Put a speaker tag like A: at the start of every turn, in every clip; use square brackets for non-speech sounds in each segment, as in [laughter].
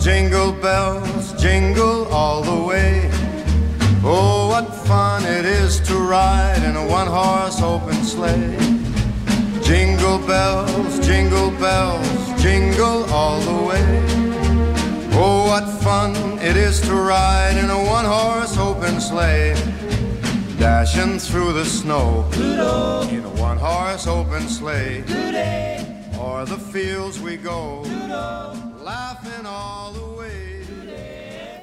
A: Jingle bells jingle all the way. Oh, what fun it is to ride in a one horse open sleigh. Jingle bells, jingle bells, jingle all the way. Oh, what fun it is to ride in a one horse open sleigh. Dashing through the snow in a one horse open sleigh. O'er the fields we go, laughing all the way.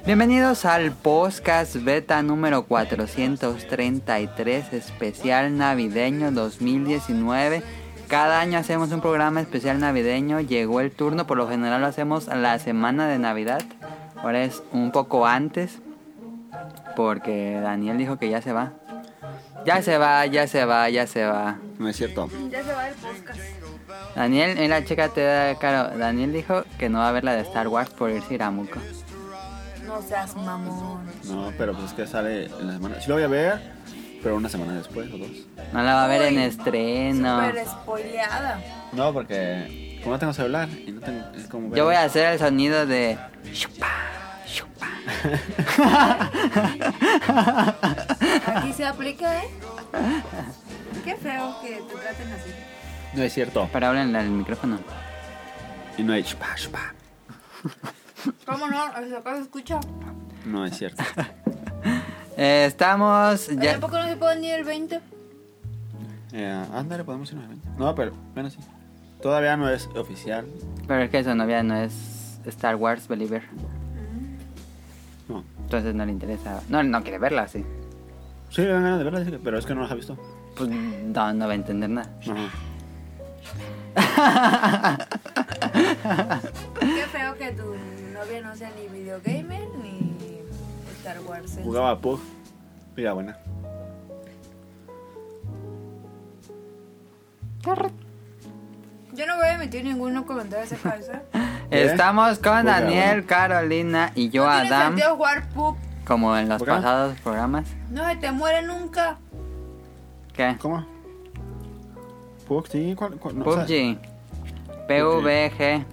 B: Bienvenidos al podcast beta número 433 especial navideño 2019. Cada año hacemos un programa especial navideño, llegó el turno, por lo general lo hacemos la semana de Navidad, ahora es un poco antes, porque Daniel dijo que ya se va. Ya se va, ya se va, ya se va.
C: No es cierto.
D: Ya se va el podcast.
B: Daniel, mira, chécate, claro, Daniel dijo que no va a ver la de Star Wars por irse a Iramuco.
D: No seas mamón.
C: No, pero pues es que sale en la semana. Sí lo voy a ver, pero una semana después o dos.
B: No la va a ver en
D: Uy,
B: estreno.
D: Súper spoileada.
C: No, porque como no tengo celular y no tengo es como ver-
B: Yo voy a hacer el sonido de. Shupa, shupa.
D: Aquí se aplica, ¿eh? Qué feo que te traten así.
C: No es cierto.
B: Pero háblenle al micrófono.
C: Y no es chupa, chupa.
D: ¿Cómo no? Hasta acá se escucha.
C: No es
B: [laughs]
C: cierto.
B: Eh, estamos
D: Oye,
B: ya.
D: ¿A poco no se puede ni el 20?
C: Eh, ándale, podemos irnos a ver. No, pero bueno, sí. Todavía no es oficial.
B: Pero es que su novia no es Star Wars Believer.
C: No.
B: Entonces no le interesa. No, no quiere verla, sí.
C: Sí, le dan ganas de verla, dice que- pero es que no las ha visto.
B: Pues no, no va a entender nada.
C: Ajá.
D: Qué feo que tu novia no sea ni videogamer ni Star Wars.
C: Jugaba a Pug. Mira, buena.
D: Yo no voy a emitir ninguno comentario de esa causa.
C: ¿Qué?
B: Estamos con
C: Pues, ya,
B: Daniel, Carolina y [laughs] yo,
D: no tiene
B: Adam.
D: sentido jugar pup.
B: Como en los
C: ¿Por qué no?
B: pasados programas.
D: No se te muere nunca.
B: ¿Qué?
C: ¿Cómo? Pug, sí. ¿Cuál, cuál? No, o sea,
B: PUBG. PVG.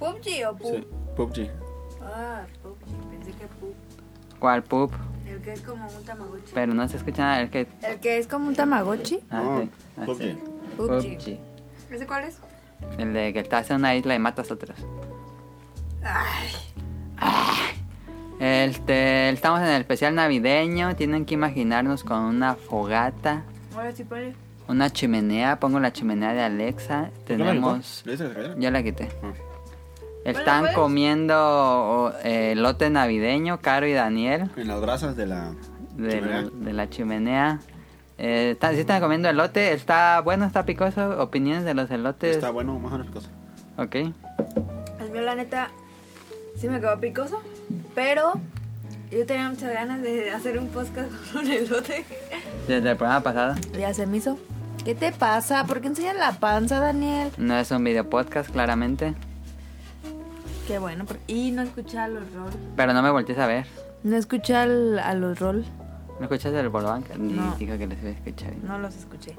D: ¿PUBG o pup?
C: Sí, PUBG.
D: Ah, PUBG. Pensé que pup.
B: ¿Cuál pub?
D: El que es como un tamagotchi.
B: Pero no se escucha nada. El que.
D: El que es como un tamagotchi.
B: Ah,
C: No,
B: sí, ah, sí.
C: PUBG.
D: Pupchi.
B: PUBG.
D: ¿Ese cuál es?
B: El de que estás en una isla y matas a otros.
D: Ay,
B: Este, estamos en el especial navideño. Tienen que imaginarnos con una fogata,
D: ahora sí, pone.
B: una chimenea. Pongo la chimenea de Alexa.
C: ¿Por qué no la quitó?
B: Tenemos.
C: ¿Le dices que se cayera?
B: Ya la quité.
C: Ah.
B: Están
D: Bueno, pues.
B: comiendo oh, eh, elote navideño, Caro y Daniel,
C: En las brasas de la.
B: de,
C: chimenea.
B: de la chimenea. Eh, están, sí están comiendo elote. Está bueno, está picoso. Opiniones de los elotes.
C: Está bueno, más o menos picoso.
B: Ok.
D: El mío, la neta, sí me quedó picoso. Pero yo tenía muchas ganas de hacer un podcast [laughs] con un elote.
B: Desde el programa pasado.
D: Ya se me hizo. ¿Qué te pasa? ¿Por qué enseñas la panza, Daniel?
B: No es un video podcast, claramente.
D: Qué bueno. por- Y no escuché a los rol.
B: Pero no me voltees a ver.
D: No escuché al- a los rol.
B: ¿No escuchaste el Borbank?
D: No.
B: Dijo que les iba a escuchar.
D: No los escuché.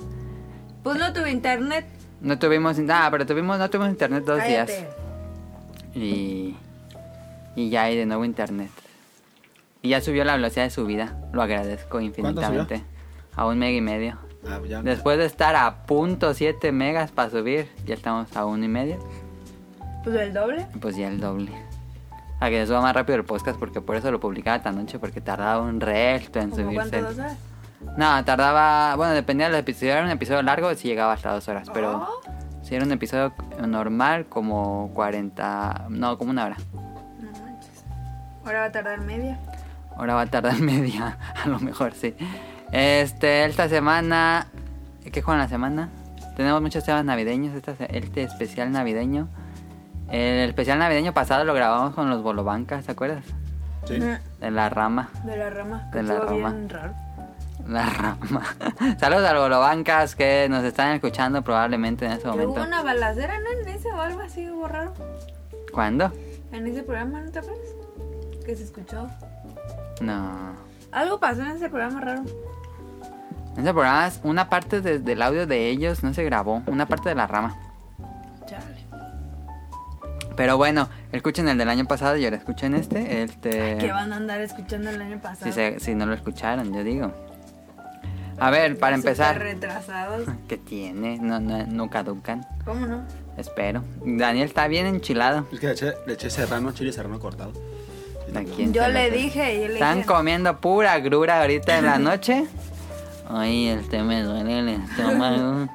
D: Pues no tuve internet.
B: No tuvimos... Ah, pero tuvimos, no tuvimos internet dos
D: Cállate.
B: días. Y... Y ya hay de nuevo internet. Y ya subió la velocidad de subida. Lo agradezco infinitamente. A un mega y medio.
C: Ah, ya.
B: Después de estar a punto siete megas para subir, ya estamos a uno y medio.
D: Pues el doble.
B: Pues ya el doble. A que se suba más rápido el podcast porque por eso lo publicaba tan noche porque tardaba un resto en
D: ¿Como
B: subirse.
D: cuánto
B: el-
D: dos horas?
B: No, tardaba. Bueno, dependía del episodio. Era un episodio largo, sí llegaba hasta dos horas. Pero
D: Oh.
B: si era un episodio normal, como 40. No, como una hora.
D: No manches. Ahora va a tardar media.
B: Ahora va a tardar [laughs] media, a lo mejor sí. Este, esta semana. ¿Qué juegan la semana? Tenemos muchos temas navideños. Esta, se- este especial navideño. El especial navideño pasado lo grabamos con los Bolobancas, ¿te acuerdas?
C: Sí.
B: De la rama. [laughs]
D: De la rama.
B: De
D: que
B: la
D: estuvo
B: rama.
D: bien raro.
B: La rama. [laughs] Saludos a los Bolobancas que nos están escuchando probablemente en este
D: Que
B: momento.
D: hubo una balacera, ¿no? En ese o algo así, hubo raro.
B: ¿Cuándo?
D: En ese programa, ¿no te acuerdas? Que se escuchó.
B: No.
D: Algo pasó en ese programa raro.
B: En ese programa, una parte de- del audio de ellos no se grabó, una parte de la rama.
D: Chale.
B: Pero bueno, Escuchen el del año pasado y ahora escuchen este. Este.
D: Que van a andar escuchando el año pasado.
B: Si, se- si no lo escucharon, yo digo. A ver, para
D: Súper
B: empezar. [laughs]
D: retrasados.
B: ¿Qué tiene? No, no, no caducan.
D: ¿Cómo no?
B: Espero. Daniel está bien enchilado.
C: Es que le eché, le eché serrano, chile serrano cortado.
B: ¿A quién
D: Yo
B: se
D: le
B: hace?
D: dije, yo le
B: Están
D: dije.
B: comiendo pura grura ahorita
D: [laughs]
B: en la noche. Ay, el té me duele el estómago.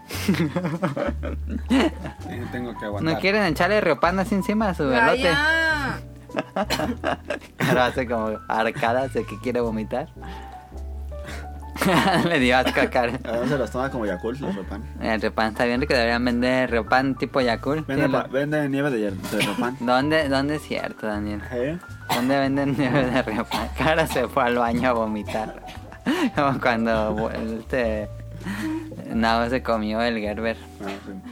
C: Eh, Tengo que aguantar.
B: ¿No quieren echarle riopanda así encima a su velote?
D: Vaya.
B: Ahora hace como arcadas de que quiere vomitar. [laughs] Le dio asco a Karen.
C: Ahora se los toma como Yakult,
B: Ah.
C: los ropan.
B: El Riopan está bien rico, deberían vender Riopan tipo Yakult.
C: Vende,
B: Sí,
C: pa-
B: lo-
C: vende nieve de, yer- de
B: [laughs]
C: ropan.
B: ¿Dónde, ¿Dónde es cierto, Daniel?
C: ¿Eh?
B: ¿Dónde venden nieve de Riopan? [laughs] Cara se fue al baño a vomitar. [laughs] Como cuando bu- este. Nao se comió el Gerber.
C: No, sí.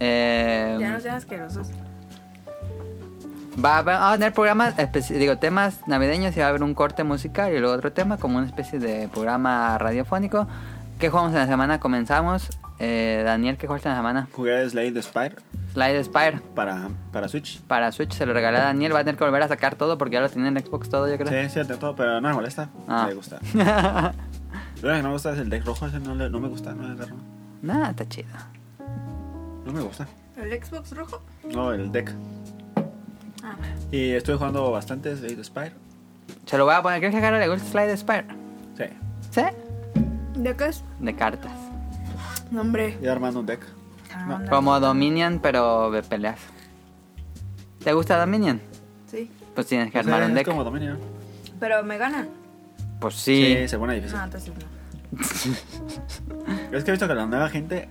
B: Eh,
D: Ya no sean asquerosos.
B: va, va- vamos a tener programas, especi- digo, temas navideños y va a haber un corte musical y luego otro tema, como una especie de programa radiofónico. ¿Qué jugamos en la semana? Comenzamos. Eh, Daniel, ¿qué jugaste en la semana?
C: Jugué Slade the Spire
B: Slide Spire.
C: para, para Switch.
B: para Switch se lo regalé a Daniel. Va a tener que volver a sacar todo porque ya lo tiene en Xbox todo, yo creo. [laughs]
C: Sí, sí, de todo, pero no me molesta.
B: Ah.
C: Me gusta. Lo único que no me gusta es el deck rojo, ese no, le- no me gusta, no, el deck rojo.
B: Nada, está chido.
C: no me gusta.
D: ¿El Xbox rojo?
C: No, el deck.
D: Ah.
C: Y estuve jugando bastante Slade the Spire.
B: Se lo voy a poner. ¿Crees que a Jaro le gusta Slide Spire?
C: Sí.
B: ¿Sí?
D: ¿De qué es?
B: De cartas.
D: No, hombre.
C: Y armando un deck.
D: Ah, no.
B: Como Dominion, pero de peleas. ¿Te gusta Dominion?
D: Sí.
B: Pues tienes que
C: O sea,
B: armar un
C: es
B: deck.
C: como dominio.
D: Pero me ganan.
B: Pues
C: Sí.
B: sí.
C: se pone difícil.
D: No, entonces no.
C: Es que he visto que la nueva gente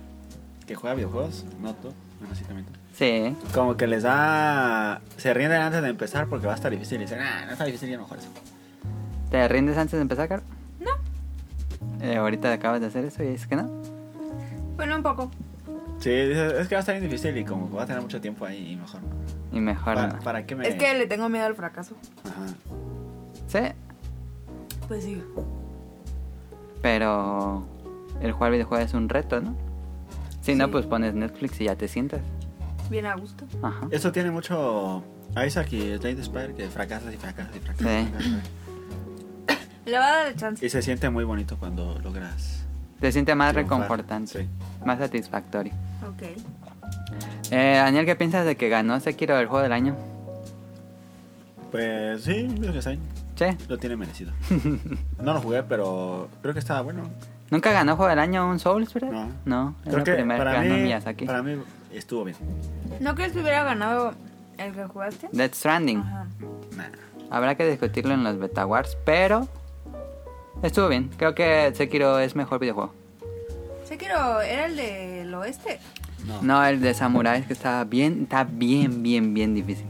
C: que juega videojuegos, no tú, bueno, sí también tú,
B: Sí.
C: como que les da. Se rinden antes de empezar porque va a estar difícil. Y dicen, ah, no está difícil, ya mejor eso.
B: ¿Te rindes antes de empezar, Jaro? No. ahorita acabas de hacer eso y es que no.
D: Bueno, un poco.
C: Sí, dice, es que va a estar bien difícil y como que va a tener mucho tiempo ahí y mejor. no.
B: Y mejor
C: ¿Para,
B: no.
C: para qué me.?
B: Eh.
D: Es que le tengo miedo al fracaso.
C: Ajá.
B: Sí.
D: Pues sí.
B: Pero el jugar videojuegos es un reto, ¿no? Si no,
D: Sí.
B: pues pones Netflix y ya te sientas.
D: Bien a gusto.
B: Ajá.
C: Eso tiene mucho. Isaac y Slade Spire que fracasas y fracasas y fracasas.
B: Sí.
D: Le va a dar el chance.
C: Y se siente muy bonito cuando logras.
B: Te siente más
C: triunfar.
B: reconfortante,
C: Sí.
B: más satisfactorio.
D: Ok.
B: Eh, Daniel, ¿qué piensas de que ganó Sekiro el juego del año?
C: Pues sí, yo que sé,
B: Che,
C: Lo tiene merecido. [laughs] no lo jugué, pero creo que estaba bueno.
B: ¿nunca ganó juego del año un Souls, verdad?
C: No.
B: es la primera que ganó Miyazaki.
C: para mí estuvo bien.
D: ¿No crees que hubiera ganado el que jugaste?
B: Death Stranding.
D: Ajá.
C: Nah.
B: Habrá que discutirlo en los Beta Wars, pero estuvo bien. Creo que Sekiro es mejor videojuego.
D: Sekiro era el del oeste.
C: No.
B: No, el de Samuráis que está bien, está bien, bien, bien difícil.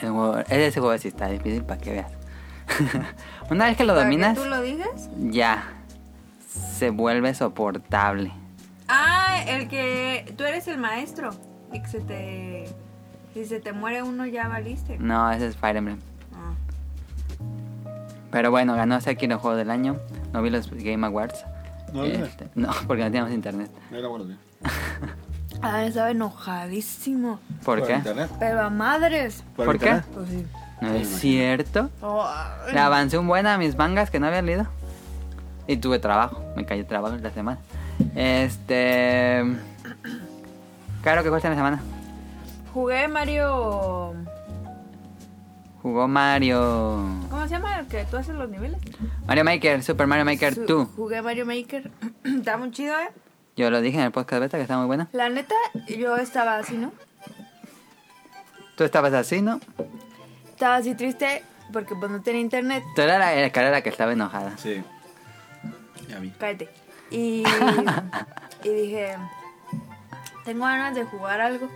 B: El juego- ese juego sí está difícil para que veas. [laughs] Una vez que lo
D: ¿Para
B: dominas,
D: que tú lo digas?
B: ya se vuelve soportable.
D: Ah, el que tú eres el maestro. Y que se te. Si se te muere uno, ya valiste.
B: No, ese es Fire Emblem.
D: Ah.
B: Pero bueno, ganó Sekiro Juego del Año. No vi los Game Awards.
C: ¿No viste?
B: Este, no, porque no teníamos internet.
C: No era bueno, tío.
D: Ah, estaba enojadísimo.
B: ¿Por, qué?
C: internet.
D: Pero a madres.
C: Por,
B: ¿Por qué?
C: internet.
D: Pues sí.
B: No
C: Me
B: es
C: imagino.
B: cierto. Le avancé un buen a mis mangas que no había leído. Y tuve trabajo. Me cayó trabajo esta semana. Este. Claro que cuesta la semana.
D: Jugué Mario.
B: Jugó Mario.
D: ¿Cómo se llama el que tú haces los niveles?
B: Mario Maker, Super Mario Maker
D: Su-
B: 2.
D: Jugué Mario Maker. [clears throat] Está muy chido, ¿eh?
B: Yo lo dije en el podcast beta que está muy bueno.
D: La neta, yo estaba así, ¿no?
B: Tú estabas así, ¿no?
D: Estaba así triste porque pues no tenía internet.
B: Tú eras la, la cara de la que estaba enojada.
C: Sí. Ya vi.
D: Cállate. Y, y dije, tengo ganas de jugar algo.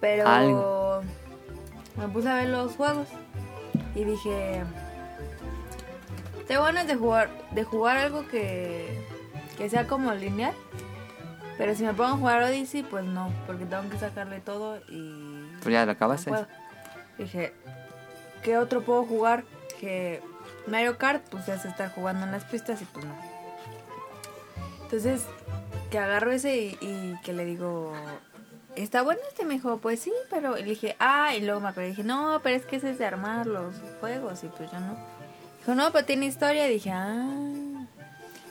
D: Pero
B: Algo.
D: me puse a ver los juegos. Y dije, tengo ganas de jugar, de jugar algo que, que sea como lineal. Pero si me pongo a jugar Odyssey, pues no, porque tengo que sacarle todo y
B: Tú ya lo ¿eh? acabaste.
D: puedo. Dije, ¿qué otro puedo jugar? Que Mario Kart, pues ya se está jugando en las pistas y pues no. Entonces, que agarro ese y, y que le digo, ¿está bueno este? Me dijo, pues sí, pero y le dije, ah, y luego me acordé, dije, no, pero es que ese es de armar los juegos, y pues yo no. Dijo, no, pero tiene historia, y dije, ah.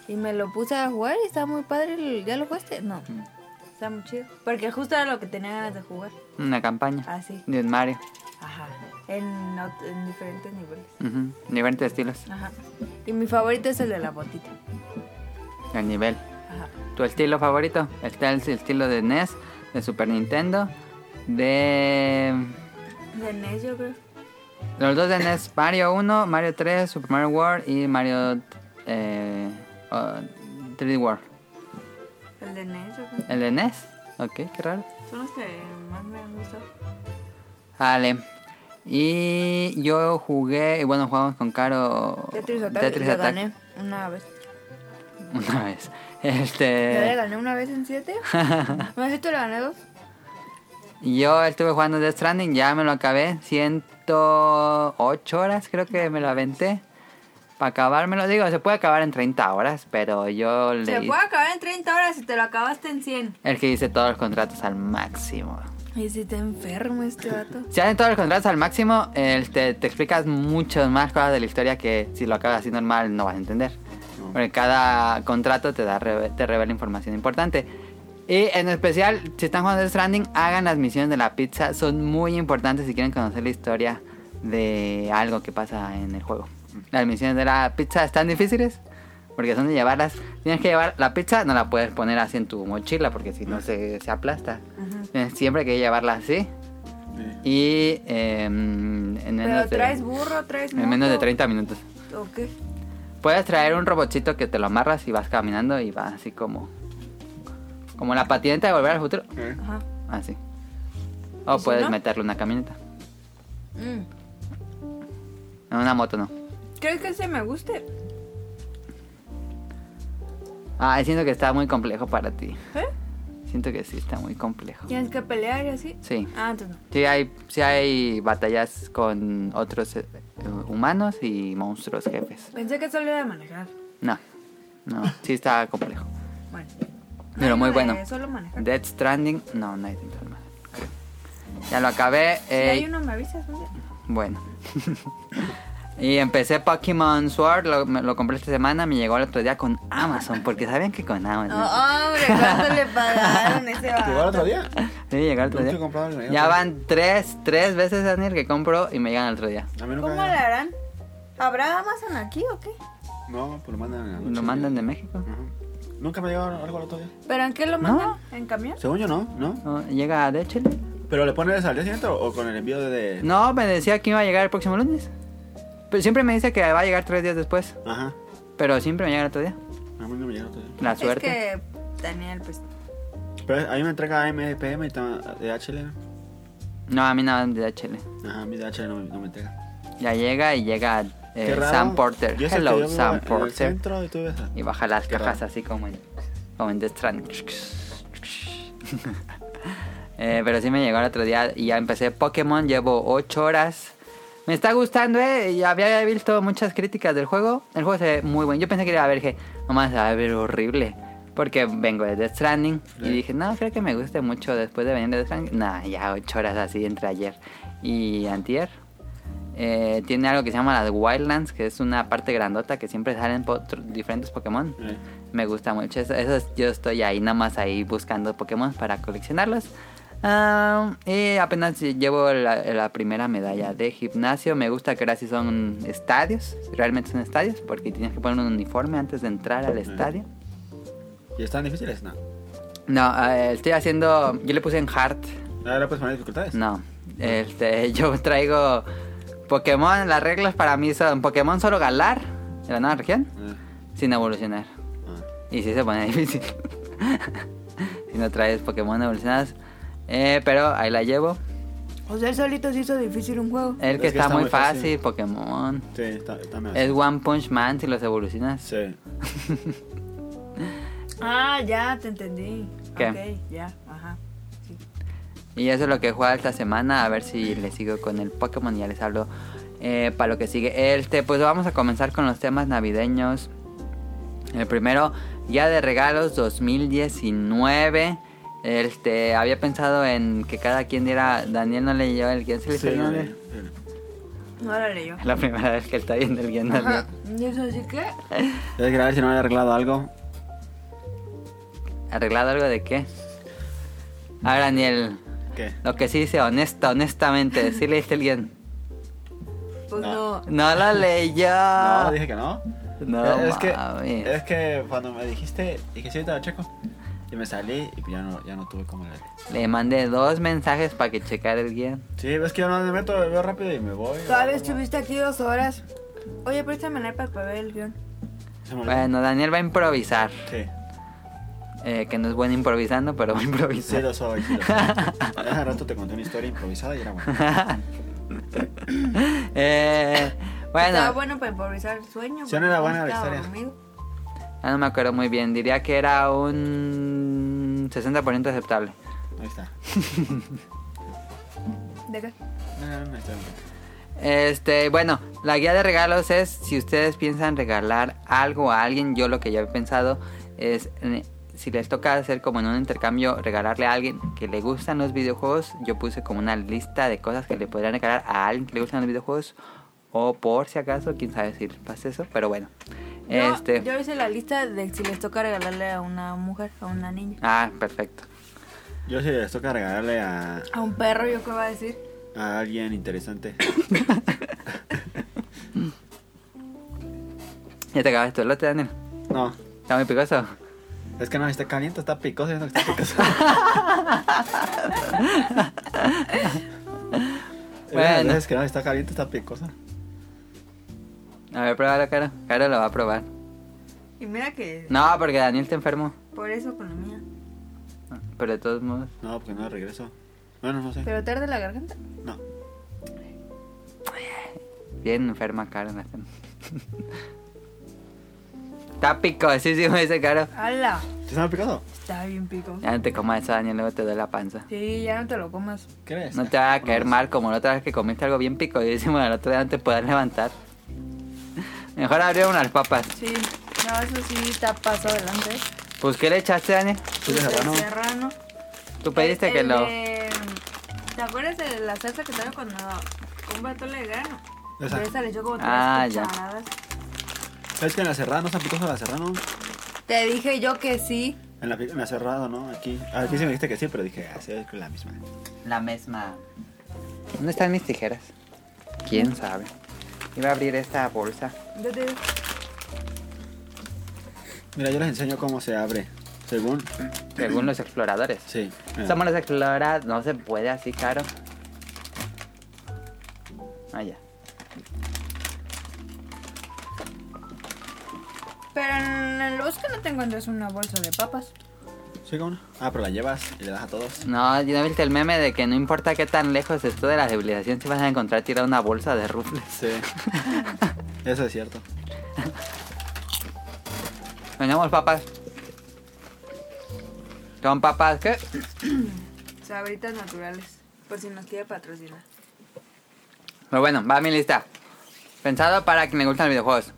D: Y me lo puse a jugar y estaba muy padre, el- ¿ya lo jugaste? No, está muy chido. Porque justo era lo que tenía ganas de jugar,
B: Una campaña.
D: así,
B: De Mario.
D: ajá, en, ot- en diferentes niveles.
B: Ujú, Diferentes estilos.
D: Ajá. Y mi favorito es el de la botita.
B: El nivel.
D: Ajá.
B: ¿Tu estilo favorito? Está el estilo de NES, de Super Nintendo, de...
D: De NES, yo creo.
B: Los dos de NES, Mario 1, Mario 3, Super Mario World y Mario eh, oh, 3D World.
D: El de NES, yo creo.
B: ¿El de NES? Ok, qué raro.
D: Son los que más me han gustado.
B: Vale. Y yo jugué, y bueno, jugamos con Caro
D: Tetris Attack.
B: Tetris
D: y lo
B: Attack
D: gané una vez.
B: [laughs] una vez.
D: Yo le
B: Este,
D: gané una vez en
B: [laughs]
D: siete. ¿No sé si tú le gané dos?
B: yo estuve jugando Death Stranding, ya me lo acabé. 108 horas creo que me lo aventé. Para acabármelo, digo, se puede acabar en 30 horas, pero yo le...
D: Se puede acabar en 30 horas si te lo acabaste en 100.
B: El que hice todos los contratos al máximo.
D: Y si te enfermo este vato.
B: Si hacen todos los contratos al máximo, eh, te, te explicas muchas más cosas de la historia que si lo acabas así normal no vas a entender. Porque cada contrato te, da, reve- te revela información importante. Y en especial, si están jugando Death Stranding, hagan las misiones de la pizza. Son muy importantes si quieren conocer la historia de algo que pasa en el juego. Las misiones de la pizza están difíciles porque son de llevarlas. Tienes que llevar la pizza, no la puedes poner así en tu mochila porque si no se, se aplasta. Tienes siempre que llevarla así.
C: Sí.
B: Y eh, en,
D: Pero
B: menos
D: traes
B: de,
D: burro, traes moto.
B: en menos de 30 minutos.
D: ¿O qué?
B: Puedes traer un robotcito que te lo amarras y vas caminando y va así como... Como la patineta de Volver al Futuro.
C: Eh,
D: Ajá.
B: Así. O
D: ¿Y si
B: puedes
D: no?
B: meterle una camioneta.
D: Mm.
B: No, una moto no.
D: ¿Crees que ese me guste?
B: Ah, siento que está muy complejo para ti.
D: ¿Eh?
B: Siento que sí, está muy complejo.
D: ¿Tienes que pelear y así?
B: Sí.
D: Ah, entonces
B: Sí hay, sí hay batallas con otros eh, humanos y monstruos jefes.
D: no. Pensé que solo iba a manejar.
B: No, no, sí está complejo.
D: Bueno.
B: Pero
D: No,
B: muy
D: no,
B: bueno.
D: eh, Solo manejar.
B: Dead Stranding, no, no hay tanto más. Ya lo acabé.
D: Si
B: eh,
D: hay uno, me avisas. ¿no?
B: Bueno. [laughs] y empecé Pokémon Sword, lo, me- lo compré esta semana, me llegó el otro día con Amazon, porque sabían que con Amazon.
D: No, hombre, ¿cuánto le pagaron a [laughs] ese
C: ¿Llegó el
D: vato?
C: otro día?
D: oh.
B: Sí, llegó el otro
C: Nunca
B: día.
C: he comprado el-
B: Ya van tres, tres veces, Daniel, que compro y me llegan el otro día.
C: A mí nunca
D: ¿Cómo le harán? ¿Habrá Amazon aquí o qué?
C: No, pues lo mandan en la noche.
B: Lo mandan de México.
C: Ajá. Nunca me ha llegado algo al otro día.
D: ¿Pero en qué lo mandan? ¿En camión?
C: Según yo no, ¿no?
B: No, ¿Llega de Chile?
C: ¿Pero le pones al día siguiente o, o con el envío de...?
B: No, me decía que iba a llegar el próximo lunes. Pero siempre me dice que va a llegar tres días después.
C: Ajá.
B: Pero siempre me llega el otro día.
C: A mí no me llega el otro día.
B: La suerte.
D: Es que Daniel, pues.
C: Pero hay una entrega AMPM y está de HL.
B: No, a mí nada de Chile.
C: Ajá, a mí de HL no, me- no me entrega.
B: Ya llega y llega eh,
C: Qué raro.
B: Sam Porter.
C: Yo sé que yo
B: Hello,
C: vivo
B: Sam
C: En el
B: Porter.
C: centro y tú ves a-
B: Y baja las
C: Qué
B: cajas
C: raro.
B: así como en, como en Death Stranding. [laughs] Eh, pero sí me llegó el otro día y ya empecé Pokémon. Llevo 8 horas. Me está gustando, eh. Y había visto muchas críticas del juego. El juego se ve muy bueno. Yo pensé que iba a ver, dije, nomás se va a ver horrible. Porque vengo de Death Stranding. Y
C: Sí.
B: dije, no, creo que me guste mucho después de venir de Death Stranding. Nah, ya 8 horas así entre ayer y antier. Eh, tiene algo que se llama las Wildlands, que es una parte grandota que siempre salen po- tr- diferentes Pokémon.
C: Eh,
B: Me gusta mucho eso. eso es- yo estoy ahí, nada más ahí buscando Pokémon para coleccionarlos. Ah, y apenas llevo la, la primera medalla de gimnasio. Me gusta que ahora sí son estadios. Realmente son estadios, porque tienes que poner un uniforme antes de entrar al estadio.
C: ¿Y están difíciles? No.
B: No, eh, estoy haciendo. Yo le puse en hard.
C: ¿Ahora puedes poner dificultades?
B: No, este, [laughs] yo traigo Pokémon, las reglas para mí son Pokémon solo galar de la nueva región
C: Eh,
B: sin evolucionar.
C: ah.
B: Y si se pone [laughs] difícil. si no traes Pokémon evolucionados. Eh, pero ahí la llevo.
D: O sea, él solito se hizo difícil un juego.
B: El que,
C: Es que
B: está,
C: está
B: muy
C: muy
B: fácil,
C: fácil.
B: Pokémon.
C: Sí, está, está medio
B: Es One Punch Man si los evolucionas.
C: Sí.
D: Ah, ya, te entendí.
B: ¿Qué?
D: Ok, ya, ajá. Sí.
B: Y eso es lo que he jugado esta semana. A ver si le sigo con el Pokémon y ya les hablo eh, para lo que sigue. Este, pues vamos a comenzar con los temas navideños. El primero, ya de regalos 2019. Este, había pensado en que cada quien diera. Daniel no leyó el guión, ¿sí le
C: Sí, eh,
B: salió?
C: dale.
D: No la leyó.
B: Es la primera vez que él está viendo el guión, Daniel.
D: Ajá. Y eso así que.
C: Debes grabar si no le he arreglado algo.
B: ¿Arreglado algo de qué? A ver, Daniel,
C: ¿Qué?
B: lo que sí dice, honesta, honestamente, ¿sí leíste el guión?
D: Pues
C: No.
D: no.
B: No lo
C: [laughs] No,
B: leyó.
C: dije que no.
B: Ah. No,
C: Eh, es,
B: mames.
C: que, es que cuando me dijiste, dije sí, ahorita lo checo. Y me salí y ya no, ya no tuve como leer.
B: Le mandé dos mensajes para que checara el guión.
C: Sí, ves que yo no me meto, veo rápido y me voy.
D: Todavía estuviste aquí dos horas. Oye, préstame el iPad para ver el guión.
C: Se me olvidó.
B: Bueno, Daniel va a improvisar. [laughs]
C: Sí,
B: Eh, que no es bueno improvisando, pero va a
C: sí
B: improvisar.
C: lo soy. Sí lo soy. Hace rato te conté una historia improvisada y era bueno.
B: [laughs] Eh,
D: Estaba
B: bueno,
D: bueno para improvisar el sueño.
C: Sí, no era
D: porque
C: buena la
D: estaba
C: historia.
D: dormido.
B: ah, no me acuerdo muy bien. Diría que era un 60% aceptable.
C: Ahí está.
D: ¿De qué?
C: No, no, no, está bien.
B: Este, bueno, la guía de regalos es si ustedes piensan regalar algo a alguien, yo lo que ya he pensado es eh, si les toca hacer como en un intercambio regalarle a alguien que le gustan los videojuegos, yo puse como una lista de cosas que le podrían regalar a alguien que le gustan los videojuegos o por si acaso, quién sabe si pasa eso, pero bueno.
D: Yo-
B: este,
D: Yo hice la lista de si les toca regalarle a una mujer, a una niña.
B: ah, perfecto.
C: Yo sí les toca regalarle a,
D: A un perro, yo qué va a decir.
C: a alguien interesante. [coughs]
B: Ya te acabaste tu elote, Daniel.
C: No,
B: Está muy picoso.
C: es que no, está caliente, está picoso, yo no que está
B: [laughs]
C: picoso.
B: Bueno.
C: bueno. Es que no, está caliente, está picosa.
B: A ver, pruébalo, Caro. Caro lo va a probar.
D: Y mira que.
B: No, porque Daniel está enfermo.
D: Por eso con la mía.
B: Pero de todos modos.
C: No, porque no de regreso. Bueno, no sé.
D: Pero tarde la garganta.
C: No.
B: Bien enferma, Caro. la [laughs] gente. Está picosísimo ese Caro.
D: ¡Hala!
C: ¿Te sabe picado?
D: Está bien pico.
B: Ya no te comas eso, Daniel, luego te duele la panza.
D: Sí, ya no te lo comas.
C: ¿Crees?
B: No te va a caer mal como la otra vez que comiste algo bien picosísimo, al otro día no te puedas levantar. Mejor abrir unas papas.
D: Sí. No, eso sí está paso adelante.
B: Pues, ¿qué le echaste, Daniel?
C: Sí, de
D: El
C: serrano.
D: serrano.
B: Tú pediste Este
D: El-
B: que
D: el
B: lo...
D: de- ¿Te acuerdas de la salsa que trae cuando compra tole de grano?
C: Esa.
D: Esa. esa le echó como tres
B: Ah, ya.
D: cucharadas.
C: ¿Sabes que en la serrana no está picosa la serrano?
D: Te dije yo que sí.
C: En la, pi- en la serrana, ¿no? Aquí. Aquí sí me dijiste que sí, pero dije, así es la misma.
B: La misma. ¿Dónde están mis tijeras? ¿Quién sabe? Iba a abrir esta bolsa.
D: Yo te dije,
C: Mira, yo les enseño cómo se abre. Según.
B: Según los exploradores.
C: Sí. mira.
B: Somos los exploradores. No se puede así, Caro. Ah, ya.
D: Pero en el bosque no te encuentras una bolsa de papas.
C: Sí, ¿cómo no? Ah, pero la llevas y le das a todos.
B: No, ¿ya viste el meme de que no importa qué tan lejos esté de la civilización, si vas a encontrar tirada una bolsa de rufles.
C: Sí. [laughs] Eso es cierto.
B: Vengamos, papas. Son papas, ¿qué?
D: Sabritas naturales. Por si nos quiere patrocinar.
B: Pero bueno, va mi lista. Pensado para que me gustan los videojuegos.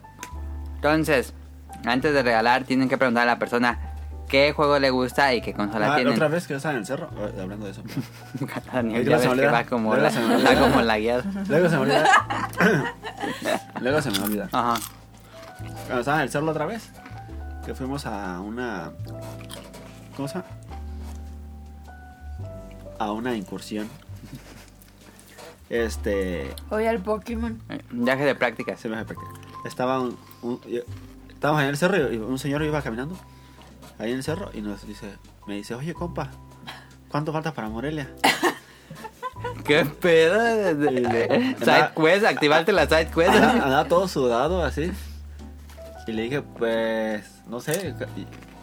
B: Entonces, antes de regalar, tienen que preguntar a la persona qué juego le gusta y qué consola
C: Ah,
B: tienen. [laughs]
C: otra vez que yo estaba en el cerro, eh, hablando de eso. [laughs]
B: Daniel,
C: Ahí
B: ya
C: la
B: ves que
C: soledad.
B: va como,
C: Ahí
B: la,
C: la soledad.
B: está como lagueado.
C: Luego se me olvida. [coughs] Luego se me olvida.
B: Ajá.
C: Cuando estaba en el cerro otra vez, que fuimos a una. ¿Cómo se llama? A una incursión. Este.
D: Oye, al Pokémon.
B: Eh, Viaje de prácticas.
C: Se me hace práctica. Estaba un, un- yo- estábamos en el cerro y un señor iba caminando ahí en el cerro y nos dice, me dice, oye compa, ¿cuánto falta para Morelia?
B: ¿Qué pedo? [laughs] side quest, activarte la side quest.
C: Andaba, andaba todo sudado así. Y le dije, pues, no sé,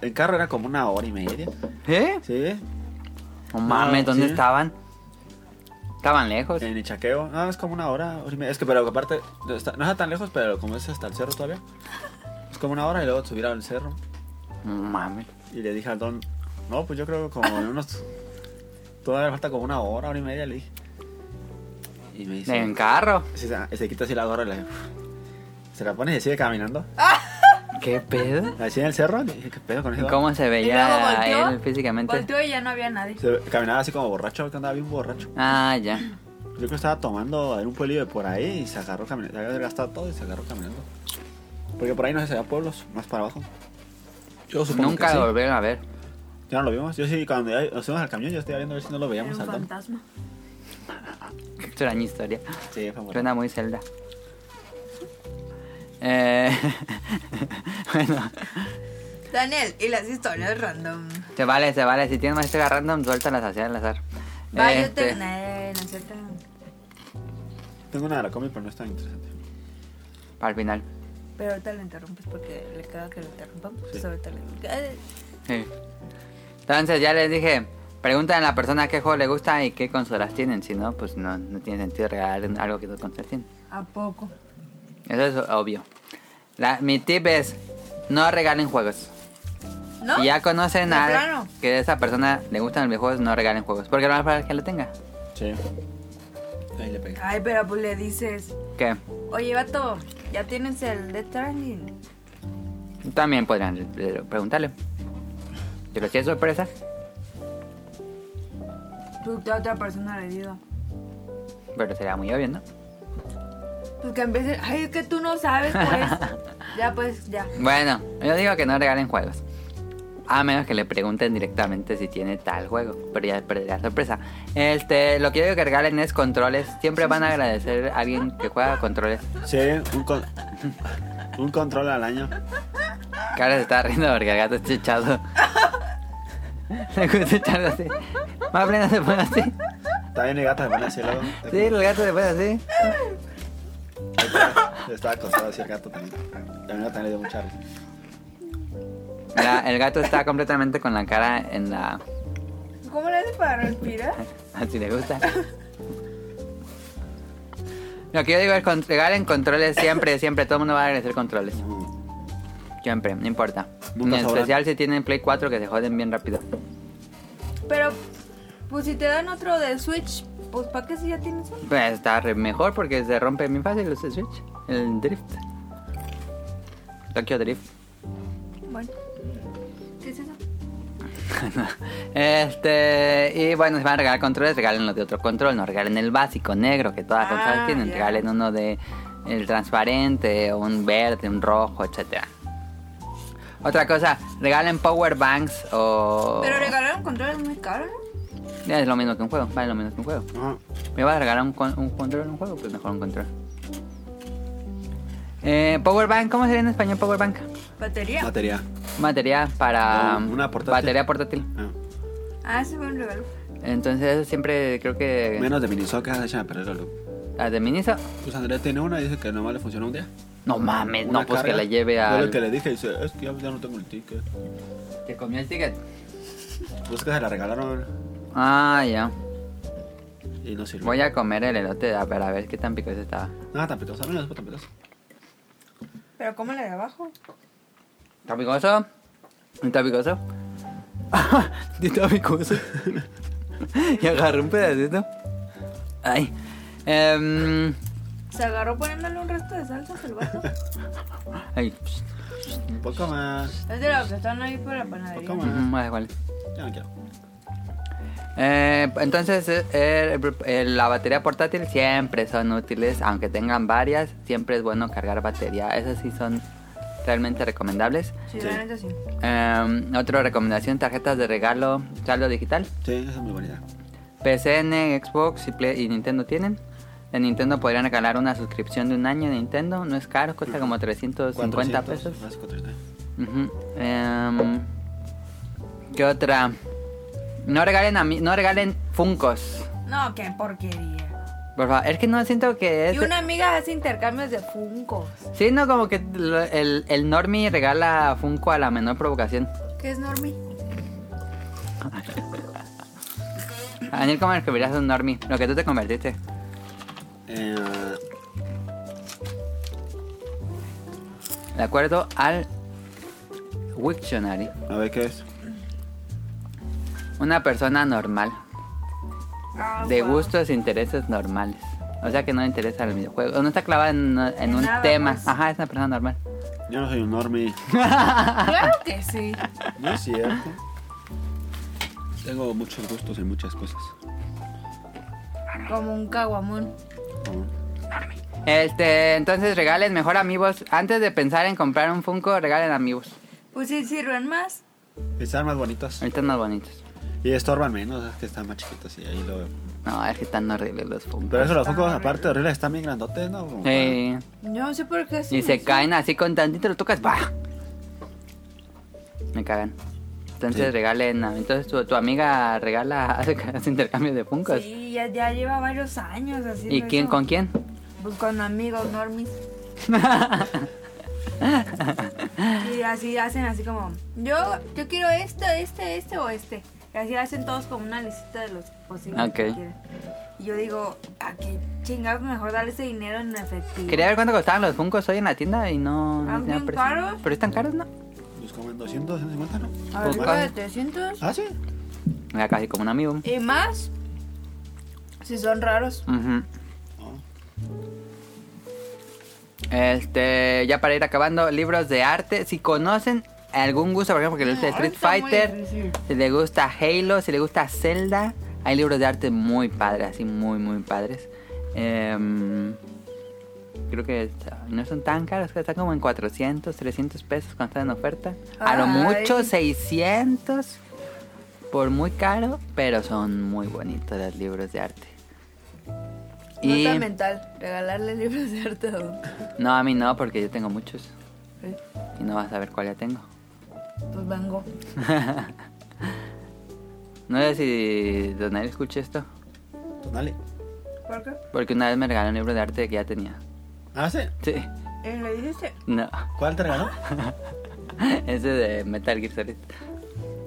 C: el carro era como una hora y media.
B: ¿Eh?
C: Sí,
B: No mames, ¿dónde
C: sí.
B: estaban? Estaban lejos.
C: en el chaqueo. Ah, es como una hora, hora y media. Es que, pero aparte, no está, no está tan lejos, pero como es hasta el cerro todavía. Es como una hora y luego subir al cerro.
B: No mames.
C: Y le dije al don, no, pues yo creo que como en unos. Todavía falta como una hora, hora y media, le dije. Y me dice.
B: En carro.
C: Se, se quita así la gorra y le- se la pone y sigue caminando.
B: ¿Qué pedo?
C: Así en el cerro, le dije, ¿qué pedo con ese
B: ¿Y
C: vato?
B: cómo se
D: Y luego
B: veía
D: volteó.
B: él físicamente?
D: Volteó y ya no había nadie.
C: Se- caminaba así como borracho, que andaba bien borracho.
B: Ah, ya.
C: Yo creo que estaba tomando en un pueblillo de por ahí y se agarró caminando. Se había gastado todo y se agarró caminando. Porque por ahí no se veía pueblos, más para abajo. Yo supongo
B: Nunca
C: que
B: lo
C: sí.
B: volvieron a ver.
C: Ya no lo vimos. Yo sí, cuando ya nos fuimos al camión, yo estaba viendo a ver si no lo
D: Era
C: veíamos
D: un
C: al don.
D: fantasma.
B: Qué extraña historia.
C: Sí, fue bueno.
B: Suena muy Zelda. Eh, [laughs] bueno,
D: Daniel, y las historias random.
B: se vale, se vale. Si tienes más historias random, suéltalas hacia el azar.
D: Va, yo
B: Este,
D: te... Nah, no es cierto.
C: Tengo una de la cómic, pero no es tan interesante.
B: Para el final.
D: Pero ahorita lo interrumpes porque le caga que lo interrumpamos. Pues
C: Sí.
D: ahorita le...
B: Sí. Entonces ya les dije, preguntan a la persona qué juego le gusta y qué consolas tienen. Si no, pues no, no tiene sentido regalar algo que no consolas tienen.
D: ¿A poco?
B: Eso es obvio. La- mi tip es, no regalen juegos.
D: ¿No?
B: Si ya conocen
D: De
B: a
D: plano.
B: que a esa persona le gustan los videojuegos, no regalen juegos. Porque lo más probable es que lo tenga.
C: Sí. Ahí le pegué.
D: Ay, pero pues le dices...
B: ¿Qué?
D: Oye, vato, ¿ya tienes el Death Stranding?
B: También podrían eh, preguntarle. Pero si es sorpresa,
D: Tú a otra persona le digo.
B: pero será muy obvio, ¿no?
D: Pues que empieces... Ay, es que tú no sabes, pues. ya, pues, ya.
B: Bueno, yo digo que no regalen juegos. A menos que le pregunten directamente si tiene tal juego. Pero ya perderá sorpresa. Este, lo que yo digo que regalen es controles. Siempre van a agradecer a alguien que juega controles.
C: Sí, un, con- [laughs] un control al año.
B: Que ahora se está riendo porque el gato está echado. [laughs] Le gusta echarlo así. Más plena se pone así.
C: Está bien, el gato se pone así luego.
B: Sí, el gato se pone así.
C: Estaba acostado así el gato también. También también le dio mucha risa.
B: La- el gato está completamente con la cara en la.
D: ¿Cómo le haces para respirar?
B: [laughs] Así le gusta. Lo que yo digo es con- regalen controles siempre, siempre. Todo el mundo va a agradecer controles.
C: Mm.
B: Siempre, no importa.
C: Nunca
B: en
C: sabrán.
B: especial si tienen Play 4 que se joden bien rápido.
D: Pero, pues si te dan otro de Switch, pues ¿para qué si ya tienes uno?
B: Pues está re- mejor porque se rompe bien fácil los Switch. El drift. Tokyo Drift.
D: Bueno. ¿Qué es eso?
B: [laughs] Este. Y bueno, si van a regalar controles, regalen los de otro control. No regalen el básico negro que todas las
D: Ah,
B: consolas tienen.
D: ya.
B: Regalen uno de. El transparente, un verde, un rojo, etcétera. Otra cosa, regalen power banks o.
D: Pero regalaron controles muy caros, ¿no?
B: Es lo mismo que un juego, vale lo mismo que un juego.
C: Ajá.
B: ¿Me vas a regalar un, con- un control en un juego? Pues mejor un control. Eh, Powerbank, ¿cómo sería en español Powerbank?
D: Batería.
C: Batería.
B: Batería para.
C: No, una portátil.
B: Batería portátil.
C: Ah.
D: Ah, ese fue un regalo.
B: Entonces, eso siempre creo que.
C: Menos de minisocas, echan a perder la luz.
B: ¿La de Miniso?
C: Pues Andrea tiene una y dice que nomás le funcionó un día.
B: No mames,
C: Una
B: no, pues que la
C: carga.
B: lleve a.
C: Yo lo que le dije, dice, es que ya ya no tengo el ticket.
B: ¿Te comió el ticket?
C: Pues que se la regalaron
B: Ah, ya.
C: y no sirvió.
B: Voy a comer el elote a ver, a ver qué tan picoso estaba.
C: Nada, tan pitosa, no no fue tan pitosa.
D: Pero ¿cómo la de abajo?
B: ¿Está picoso? ¿Está picoso? [laughs] Sí, ¿Está picoso? [laughs] y agarré un pedacito. Ay. Em,
D: Se agarró poniéndole un resto de salsa al vato.
B: ay.
C: Un poco más,
D: es de los que están ahí para la
C: un
D: panadería.
C: poco más.
B: Mm, vale, vale.
C: Ya no quiero.
B: Eh, entonces, eh, eh, eh, la batería portátil siempre son útiles, aunque tengan varias, siempre es bueno cargar batería. Esas sí son realmente recomendables.
D: Sí,
C: Sí.
D: la neta sí.
B: Em, otra recomendación, tarjetas de regalo, saldo digital.
C: Sí, esa es muy buena idea.
B: PCN, Xbox y, Play- y Nintendo tienen. En Nintendo podrían regalar una suscripción de un año de Nintendo. No es caro, cuesta como 350 pesos.
C: 400, más 400.
B: Ujú. Em, ¿Qué otra? No regalen, a mí, no regalen Funcos.
D: No, qué porquería.
B: Por favor, es que no siento que es...
D: Y una amiga hace intercambios de funcos.
B: Sí, no, como que lo- el, el Normie regala Funko a la menor provocación.
D: ¿Qué es Normie?
B: A Daniel, Ah, ¿cómo describirías un Normie? Lo que tú te convertiste.
C: Eh,
B: De acuerdo al Wiktionary.
C: a ver qué es.
B: Una persona normal.
D: Ah,
B: De
D: guau.
B: gustos e intereses normales. O sea que no le interesa el videojuego. No está clavada en, en
D: En
B: un
D: nada
B: tema.
D: más.
B: Ajá, es una persona normal.
C: Yo no soy un [laughs] normie.
D: Claro que sí.
C: No es cierto. Tengo muchos gustos en muchas cosas.
D: Como un caguamón.
C: Como-
B: Este, entonces regalen mejor amigos. Antes de pensar en comprar un Funko, regalen amigos.
D: Pues sí, sirven más.
C: Están más bonitos.
B: Ahorita más bonitos.
C: Y estorban menos, es que están más chiquitos y ahí lo veo.
B: No, es que están horribles los Funko.
C: Pero eso, los focos aparte de horribles están bien grandotes, ¿no? Como para-
B: Sí.
D: No sé por qué.
B: Y se caen así con tantito, lo tocas, ¡bah! Me cagan. Entonces
C: Sí.
B: regalen. a- Entonces tu, tu amiga regala, [laughs] hace, hace intercambio de Funkos.
D: Sí, ya, ya lleva varios años así.
B: ¿Y quién con quién?
D: Pues con amigos normis.
B: Ah.
D: y así hacen así como, yo, yo quiero este, este, este o este. Y así hacen todos como una lista de los posibles que
B: Ok.
D: quieren. Y yo digo, a qué chingados mejor darle ese dinero en
B: [laughs]
D: efectivo.
B: Quería ver cuánto costaban los Funkos hoy en la tienda y no. no
D: ¿Están
B: tenía
D: bien
B: precio.
D: caros?
B: Pero están caros, ¿no?
C: Pues como en 200, 150, ¿no?
D: A ver,
B: Pues,
D: digo de 300
C: Ah, sí.
B: Era casi como un amigo.
D: y más si son raros.
B: Ujú.
C: No.
B: Este, ya para ir acabando, libros de arte. Si conocen algún gusto, por ejemplo, que le gusta
D: Ahora
B: Street
D: Ah, está muy
B: Fighter,
D: difícil.
B: si le gusta Halo, si le gusta Zelda, hay libros de arte muy padres, así muy, muy padres. Em, creo que está- no son tan caros, que están como en 400, 300 pesos cuando están en oferta. A lo
D: Ay.
B: mucho 600, por muy caro, pero son muy bonitos los libros de arte.
D: Nota mental, regalarle libros de arte a Don.
B: No, a mí no, porque yo tengo muchos.
D: Eh,
B: Y no vas a ver cuál ya tengo. [laughs]
D: Pues Van Gogh.
B: No sé si Donel escuche esto.
C: Pues dale.
D: ¿Por qué?
B: Porque una vez me regaló un libro de arte que ya tenía.
C: Ah, sí.
B: Sí.
D: Eh, ¿Le dijiste?
B: No. [laughs]
C: ¿Cuál te [laughs] regaló?
B: Ese de Metal Gear Solid.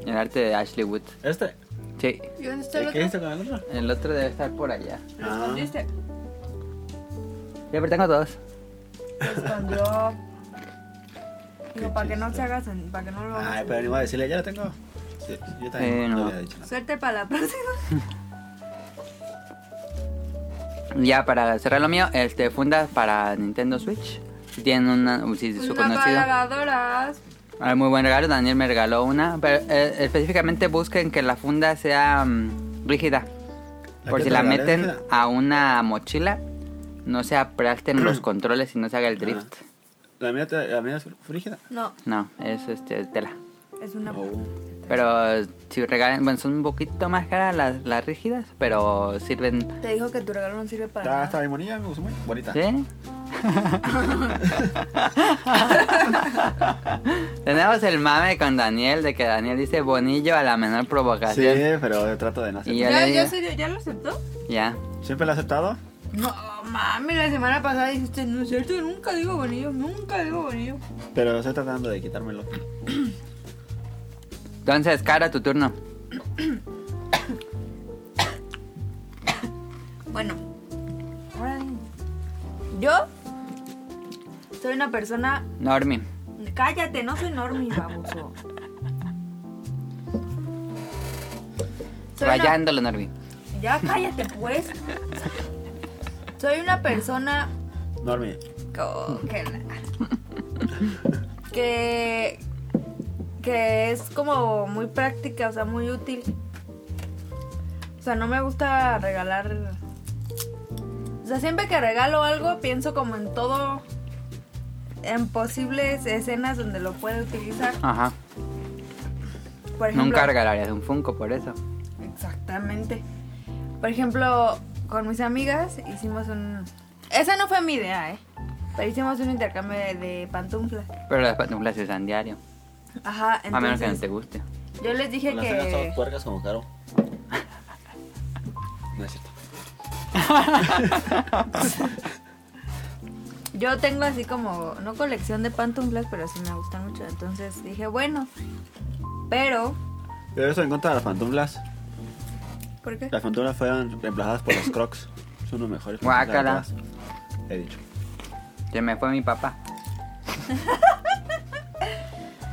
B: El arte de Ashley Wood.
C: Este.
B: Sí.
D: ¿Y dónde está el
C: ¿Y ¿Qué
D: este otro?
C: hizo con el otro?
B: El otro debe estar por allá.
D: ¿Lo escondiste?
B: Ya, pero tengo dos.
D: Lo escondió. [laughs] Digo,
C: Qué
D: para que no
C: chiste.
D: se hagas, en- para que no lo
C: Ay,
D: hagas.
C: pero ni voy a decirle, ya lo tengo. Sí, yo también
B: Sí,
C: no,
B: no.
C: había dicho nada.
D: Suerte para la [laughs] próxima.
B: Ya, para cerrar lo mío, este, fundas para Nintendo Switch. Si tienen una... Si su
D: Una para
B: conocido...
D: lavadoras.
B: Ah, muy buen regalo, Daniel me regaló una. Pero eh, específicamente busquen que la funda sea mm, rígida.
C: ¿La
B: por
C: que
B: si
C: te
B: la
C: regalé,
B: meten
C: rígida?
B: a una mochila, no se aplasten los controles y no se haga el drift.
C: La mía, te- la mía es frígida.
D: No,
B: No, es este, tela.
D: es una.
C: Oh.
B: Pero si regalen, bueno, son un poquito más caras las, las rígidas, pero sirven.
D: Te dijo que tu regalo no sirve para
C: Está, Ah, está
D: nada.
C: bien bonita, me gustó muy bonita.
B: ¿Sí? [laughs] Tenemos el mame con Daniel de que Daniel dice bonillo a la menor
C: Sí,
B: provocación.
C: pero yo trato de no hacer.
B: Y
D: ¿Ya,
B: Ya le
D: ya,
B: digo.
D: se- ya lo aceptó?
B: Ya.
C: ¿Siempre la he aceptado?
D: No, mami, la semana pasada dijiste, no es cierto, nunca digo bonillo, nunca digo bonillo.
C: Pero estoy tratando de quitármelo.
B: Entonces, Cara, tu turno.
D: Bueno, yo soy una persona
B: Normi.
D: Cállate, no soy normie, baboso. Soy una-
B: Rayándolo, Normi.
D: Ya cállate, pues. Soy una persona
C: Normie.
D: co- que... que... que es como muy práctica, o sea, muy útil. O sea, no me gusta regalar... O sea, siempre que regalo algo pienso como en todo... En posibles escenas donde lo pueda utilizar.
B: Ajá.
D: Por ejemplo,
B: Nunca regalarías un Funko por eso.
D: Exactamente. Por ejemplo, con mis amigas hicimos un... Esa no fue mi idea, ¿eh? Pero hicimos un intercambio de, de pantuflas.
B: Pero las pantuflas se usan diario.
D: Ajá,
B: a menos que no
D: entonces
B: te guste.
D: yo les dije
C: Las hagas todas
D: que...
C: puercas como caro. [laughs] No es cierto.
D: Yo tengo así como, no colección de pantuflas, pero sí me gustan mucho. Entonces dije, bueno, pero...
C: Yo estoy en contra de las pantuflas.
D: ¿Por qué?
C: Las pantuflas fueron reemplazadas por los crocs. Son los mejores.
B: Guácala.
C: pantuflas de todas. He dicho.
B: Se me fue mi papá.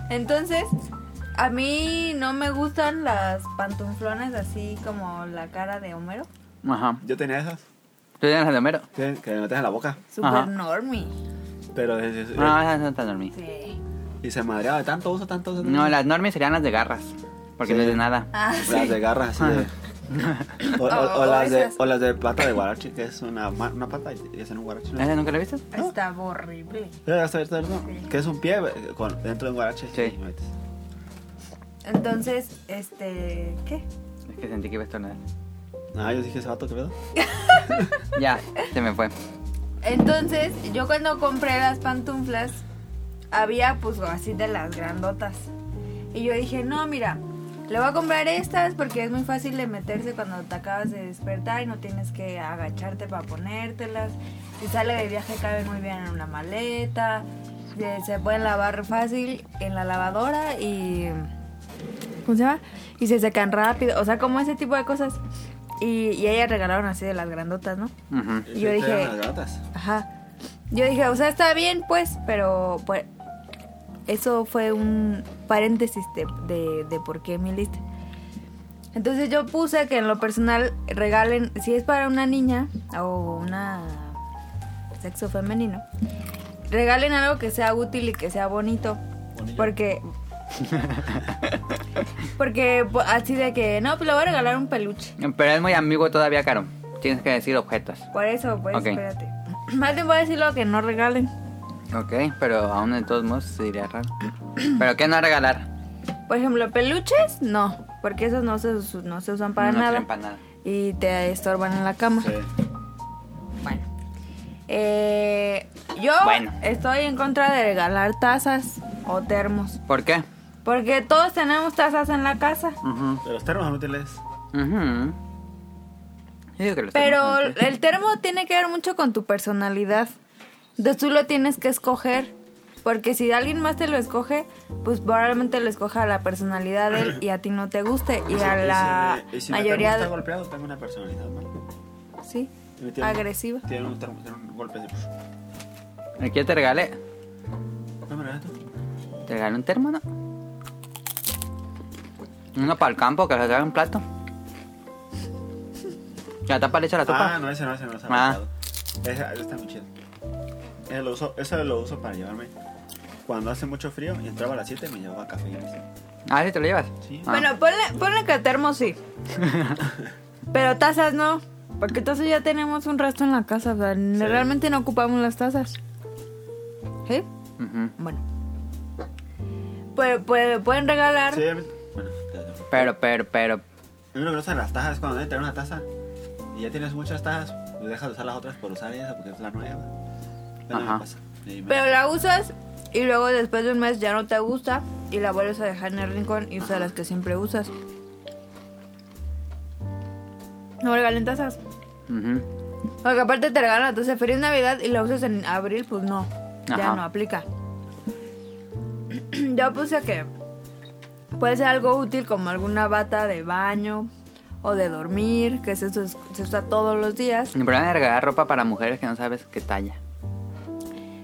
D: Entonces, a mí no me gustan las pantuflones así como la cara de Homero.
B: Ajá.
C: Yo tenía esas.
B: ¿Tú tienes el número?
C: Que que me metes en la boca.
D: Super
B: Ajá.
D: normie.
C: Pero es- es-
B: No, esas no están normies.
D: Sí.
C: Y se madreaba de tanto uso, tanto uso. tanto
B: No,
C: uso.
B: las normies serían las de garras. Porque
C: Sí.
B: no es de nada.
D: Ah,
C: Las
D: sí.
C: de garras, así
D: [laughs]
C: de- O, o- o
D: O
C: las de,
D: esas.
C: o las de pata de guarachi, que es una, ma- una pata y es un guarachi. ¿no?
B: ¿Esa nunca la viste?
D: Está horrible.
C: Pero hasta ahorita, ¿no?
D: Sí.
C: Que es un pie eh, con, dentro de un guarache.
B: Sí.
C: y metes.
D: Entonces, este. ¿Qué?
B: Es que sentí que iba a estornudar.
C: Ah, yo dije ese vato, ¿qué pedo?
B: Ya, se me fue.
D: Entonces, yo cuando compré las pantuflas, había pues así de las grandotas. Y yo dije, no, mira, le voy a comprar estas porque es muy fácil de meterse cuando te acabas de despertar y no tienes que agacharte para ponértelas. Si sale de viaje caben muy bien en una maleta. eh, Se pueden lavar fácil en la lavadora y... ¿Cómo se llama? Y se secan rápido. O sea, como ese tipo de cosas. Y, y ellas regalaron así de las grandotas, ¿no?
B: Ujú.
D: Y yo
C: Te
D: dije-
C: dan las gatas.
D: Ajá. Yo dije, o sea, está bien, pues, pero pues, eso fue un paréntesis de, de, de por qué mi lista. Entonces yo puse que en lo personal regalen, si es para una niña o una sexo femenino, regalen algo que sea útil y que sea bonito. Porque... Porque po- así de que, no, pues le voy a regalar un peluche.
B: Pero es muy ambiguo todavía, Caro. Tienes que decir objetos.
D: Por eso, pues,
B: Ok.
D: espérate. [clears throat] Más bien voy a decir lo que no regalen.
B: Ok, pero aún de todos modos sería raro. ¿Pero qué no regalar?
D: Por ejemplo, peluches, no, porque esos no se, us- no se usan para
B: no
D: nada
B: sirven para nada.
D: y te estorban en la cama.
C: Sí.
D: Bueno, Eh, yo
B: Bueno.
D: estoy en contra de regalar tazas o termos,
B: ¿Por qué?
D: porque todos tenemos tazas en la casa,
B: Ujú.
C: Pero los termos son útiles.
B: Ujú. Yo digo que los
D: pero
B: tenemos antes.
D: el termo tiene que ver mucho con tu personalidad. Entonces tú lo tienes que escoger, porque si alguien más te lo escoge, pues probablemente lo escoja la personalidad de él y a ti no te guste y
C: si-
D: a
C: si
D: la
C: me- y si mi termo
D: mayoría
C: está
D: de...
C: golpeado, tengo una personalidad, ¿no?
D: Sí.
C: Y me tiene-
D: Agresiva.
C: Tiene un, termo- tiene un golpe de...
B: ¿El que yo te regalé?
C: No me lo tú.
B: ¿Te regalé un termo, no? Uno para el campo, que le regale un plato. La tapa le echa la sopa.
C: Ah, no, ese no, ese no se
B: Ah.
C: ha Ese, ese está muy chido. Ese lo uso, ese lo uso para llevarme. Cuando hace mucho frío, y entraba a las 7 y me llevaba café.
B: Ah, ¿sí te lo llevas?
C: Sí.
B: Ah.
D: Bueno, ponle, ponle que termo sí. Pero tazas no. Porque tazas ya tenemos un resto en la casa. o sea, n-
C: Sí.
D: realmente no ocupamos las tazas. ¿Sí?
B: Ujú.
D: Bueno. Pues, pues, pueden regalar.
C: Sí, a mí- bueno, ya, ya.
B: Pero, pero, pero.
C: Lo único que no usan las tazas es cuando deben tener una taza y ya tienes muchas tazas, pues dejas de usar las otras por usar esa porque es la nueva. Pero no
B: Ajá.
C: me pasa. Y me-
D: Pero la usas y luego después de un mes ya no te gusta y la vuelves a dejar en el rincón y usas las que siempre usas. No regalen tazas.
B: ujú.
D: Porque aparte te regalan entonces feliz Navidad y la usas en abril, pues no. Ya
B: Ajá.
D: no aplica. [clears throat] Yo puse que puede ser algo útil como alguna bata de baño o de dormir, que se, us- se usa todos los días.
B: Mi problema es regalar ropa para mujeres que no sabes qué talla.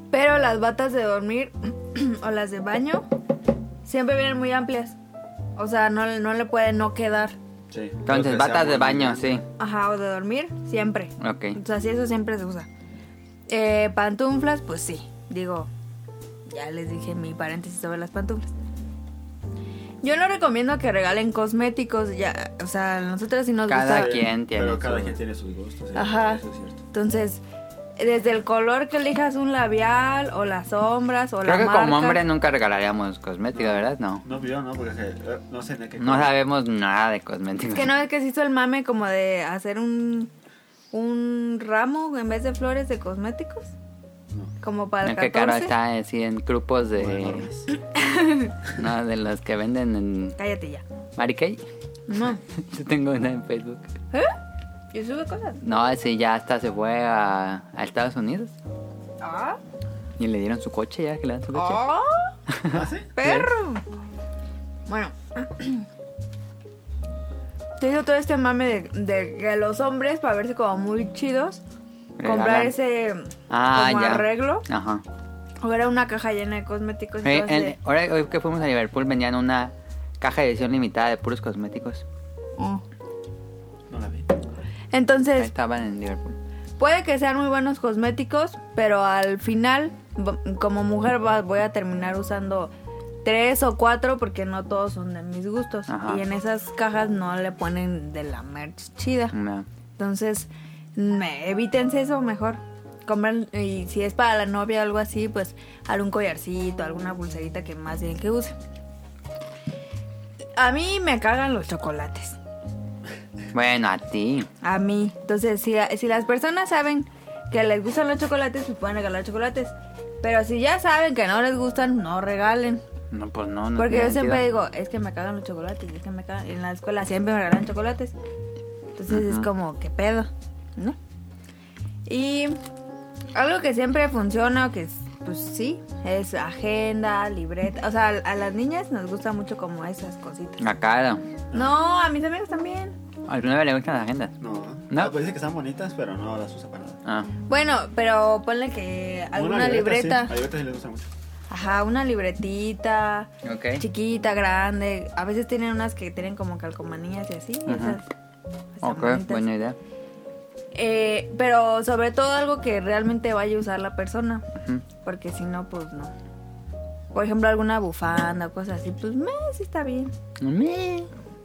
D: Pero las batas de dormir [clears throat] o las de baño siempre vienen muy amplias. O sea, no, no le puede no quedar.
C: Sí, creo que
B: Entonces,
C: sea
B: batas de
C: bueno.
B: baño, sí.
D: Ajá, o de dormir, siempre.
B: Ok.
D: O sea, sí, eso siempre se usa. Eh, pantuflas, pues sí. Digo, ya les dije mi paréntesis sobre las pantuflas. Yo no recomiendo que regalen cosméticos, ya, o sea, a nosotros sí nos
B: Cada
D: gusta.
B: quien tiene
C: Pero cada
B: su-
C: quien tiene sus gustos. sí,
D: Ajá.
C: Eso es cierto.
D: Entonces, desde el color que elijas un labial o las sombras o la
B: Creo que
D: marca.
B: como hombre nunca regalaríamos cosméticos, ¿verdad? No.
C: No, yo no, porque eh, no sé de qué.
B: No sabemos nada de cosméticos.
D: Es que no es que se hizo el mame como de hacer un un ramo en vez de flores de cosméticos,
C: No.
D: como para el
B: Es que Caro
D: 14.
B: está eh, sí, en grupos
C: Bueno,
B: de.
C: normas.
B: No, de los que venden en.
D: Cállate ya.
B: Mary Kay.
D: No.
B: [laughs] Yo tengo una en Facebook.
D: ¿Eh? Yo sube cosas.
B: No, sí, ya hasta se fue a, a Estados Unidos.
D: Ah.
B: Y le dieron su coche, ya que le dan su coche.
D: ¡Oh!
C: ¿Ah, sí?
D: ¡Perro! Bueno. Te hizo todo este mame de, de que los hombres, para verse como muy chidos,
B: Regalan.
D: comprar ese
B: Ah,
D: como
B: ya.
D: arreglo.
B: Ajá.
D: O era una caja llena de cosméticos. y
B: Eh,
D: todo así
B: en-
D: de-
B: ahora hoy que fuimos a Liverpool vendían una caja de edición limitada de puros cosméticos.
D: Oh.
C: No la vi.
B: Ahí
D: Entonces,
B: estaban en Liverpool.
D: puede que sean muy buenos cosméticos, pero al final v- como mujer va- voy a terminar usando tres o cuatro porque no todos son de mis gustos.
B: Ajá.
D: Y en esas cajas no le ponen de la merch chida.
B: No.
D: Entonces, me- evítense eso mejor. Compran, y si es para la novia o algo así, pues algún collarcito, alguna pulserita que más bien que use. A mí me cagan los chocolates.
B: Bueno, a ti.
D: A mí. Entonces, si, si las personas saben que les gustan los chocolates, pues pueden regalar chocolates. Pero si ya saben que no les gustan, no regalen.
B: No, pues no, no.
D: Porque
B: tiene
D: yo siempre
B: sentido.
D: digo, es que me cagan los chocolates, es que me cagan. En la escuela siempre me regalan chocolates. Entonces es
B: Ujú.
D: como, ¿qué pedo? ¿No? Y algo que siempre funciona, o que es, pues sí, es agenda, libreta. O sea, a las niñas nos gusta mucho como esas cositas.
B: A cara.
D: No, a mis amigas también.
B: A alguna le gustan las agendas.
C: No, ¿eh?
B: No.
C: Ah, Pues dice que están bonitas, pero no las usa para nada.
B: Ah.
D: Bueno, pero ponle que alguna
C: Una
D: libreta.
C: Sí, la libreta sí le gusta mucho.
D: Ajá, una libretita.
B: Ok.
D: Chiquita, grande. A veces tienen unas que tienen como calcomanías y así.
B: Ajá.
D: esas están
B: Ok,
D: bonitas.
B: buena idea.
D: Eh, pero sobre todo algo que realmente vaya a usar la persona.
B: Ujú.
D: Porque si no, pues no. Por ejemplo, alguna bufanda o cosas así. Pues me, sí está bien.
B: Me.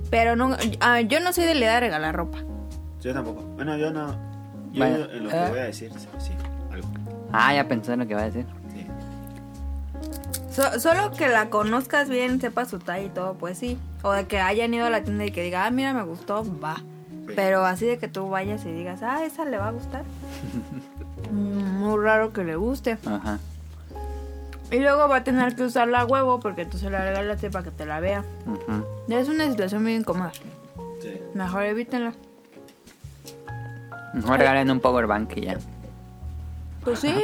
D: Pero no, ah, yo no soy de la idea de regalar ropa.
C: Yo tampoco. Bueno, yo no. Yo
B: Vaya.
C: en lo que
B: Eh.
C: voy a decir, sí, sí, algo.
B: Ah, ya pensé en lo que va a decir.
C: Sí.
D: So- solo que la conozcas bien, sepas su talla y todo, pues sí. O de que hayan ido a la tienda y que diga, ah, mira, me gustó, va. Pero así de que tú vayas y digas, ah, esa le va a gustar. Mm, Muy raro que le guste.
B: Ajá.
D: Y luego va a tener que usarla a huevo porque tú se la regalaste para que te la vea.
B: Ujú.
D: Es una situación muy incómoda.
C: Sí.
D: Mejor evítenla.
B: Mejor regalen un powerbank y ya.
D: Pues sí.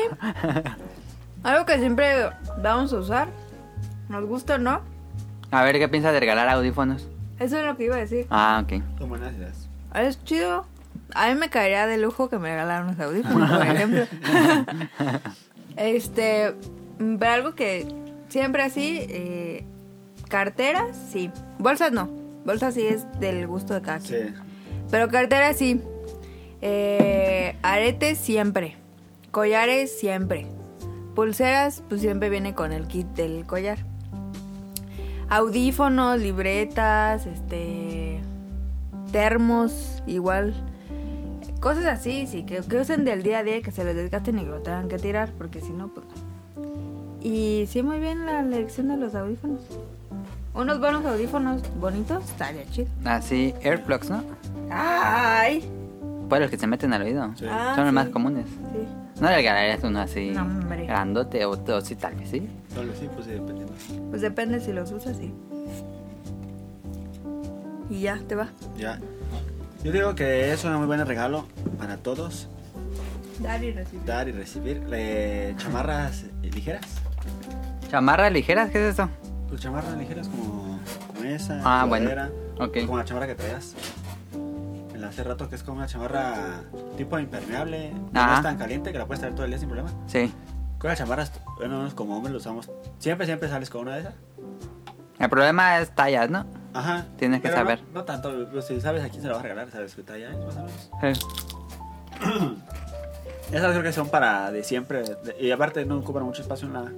D: Algo que siempre vamos a usar. Nos gusta o no.
B: A ver, ¿qué piensas de regalar audífonos?
D: Eso es lo que iba a decir.
B: Ah, ok.
C: Son buenas ideas.
D: Es chido. A mí me caería de lujo que me regalaran unos audífonos, por ejemplo. este, mm, pero algo que siempre así, eh, carteras, sí. Bolsas no. Bolsas sí es del gusto de cada
C: Sí.
D: quien. Pero carteras sí. Eh, aretes siempre. Collares siempre. Pulseras, pues siempre viene con el kit del collar. Audífonos, libretas, este. Termos, igual. Cosas así, sí, que, que usen del día a día, que se les desgasten y que lo tengan que tirar, porque si no, pues. no. Y sí, muy bien la elección de los audífonos. Unos buenos audífonos bonitos, estaría chido.
B: Así, Airplugs, Ah, ¿no?
D: ¡Ay!
B: Pues los que se meten al oído.
C: Sí.
D: Ah,
B: Son los
D: sí.
B: más comunes.
D: Sí.
B: No le regalarías uno así
D: No, hombre.
B: grandote o, o sí, tal vez sí.
C: Solo sí, pues sí, dependiendo.
D: Pues depende si los usas, sí. Y ya, te va.
C: Ya. Yo digo que es un muy buen regalo para todos.
D: Dar y recibir.
C: Dar y recibir eh, chamarras eh, ligeras.
B: ¿Chamarras ligeras? ¿Qué es eso?
C: Pues chamarras ligeras como, como esa.
B: Ah, bueno.
C: sudadera,
B: Ok.
C: Como la chamarra que traías. El hace rato que es como una chamarra tipo impermeable. No
B: Ajá.
C: es tan caliente que la puedes traer todo el día sin problema.
B: Sí.
C: Con las chamarras, bueno, como hombres lo usamos. Siempre, siempre sales con una de esas.
B: El problema es tallas, ¿no?
C: Ajá.
B: Tienes que
C: Pero no-
B: saber.
C: No, tanto, pues, si sabes a quién se la vas a regalar, sabes qué talla es, más o menos.
B: Sí.
C: Esas creo que son para de siempre. de- y aparte no ocupan mucho espacio en la,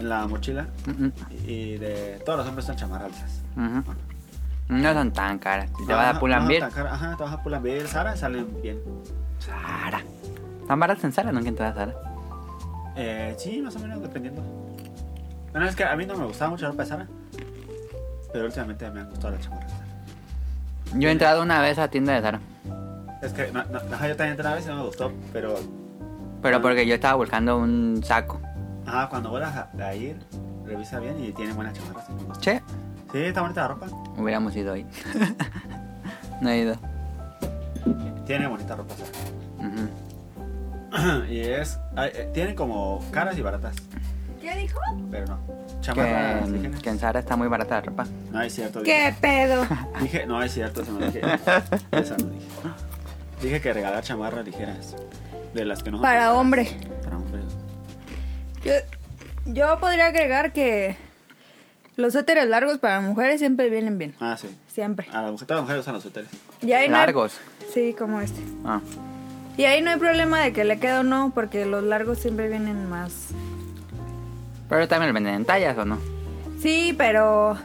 C: en la mochila.
B: Mm, mm.
C: Y de todos los hombres son chamarras alzas.
B: Ujú. mm. No son tan caras. Si te vas a
C: Pull&Bear
B: Pull&Bear,
C: Ajá, te vas a Pull&Bear Sara, salen bien.
B: Sara. ¿Tan baratas en Sara? Nunca entré a Sara.
C: Eh, sí, más o menos dependiendo. Bueno, es que a mí no me gustaba mucho la ropa de Sara. Pero últimamente me han gustado las chamarras de Sara.
B: Yo he entrado una vez a tienda de Sara.
C: Es que no, no, ajá, yo también entré una vez y no me gustó. Pero
B: Pero porque yo estaba buscando un saco.
C: ajá, cuando vuelvas a, a ir, revisa bien y tienen buenas chamarras. me gustó.
B: Che,
C: Sí, está bonita la ropa.
B: hubiéramos ido hoy. [laughs] no he ido.
C: Tiene bonita ropa Sara.
B: Ujú.
C: [clears throat] y es. ay, eh, tienen como caras y baratas,
D: ¿Qué dijo?
C: pero no. Chamarras
B: Que,
C: ligeras.
B: que en Sara está muy barata la ropa.
C: No es cierto.
D: ¿Qué pedo?
C: Dije, dije- no es cierto, se me
B: [laughs]
C: lo dije. Esa no dije. Dije que regalar chamarras ligeras. De las que no.
D: Para hombre.
C: Para hombre.
D: Yo, yo podría agregar que los éteres largos para mujeres siempre vienen bien.
C: Ah, sí.
D: Siempre.
C: A las mujeres, todas las mujeres usan los suéteres.
D: Y ahí no hay-
B: Largos.
D: Sí, como este.
B: Ah.
D: Y ahí no hay problema de que le quede o no, porque los largos siempre vienen más.
B: Pero también lo venden en tallas, ¿o no?
D: Sí, pero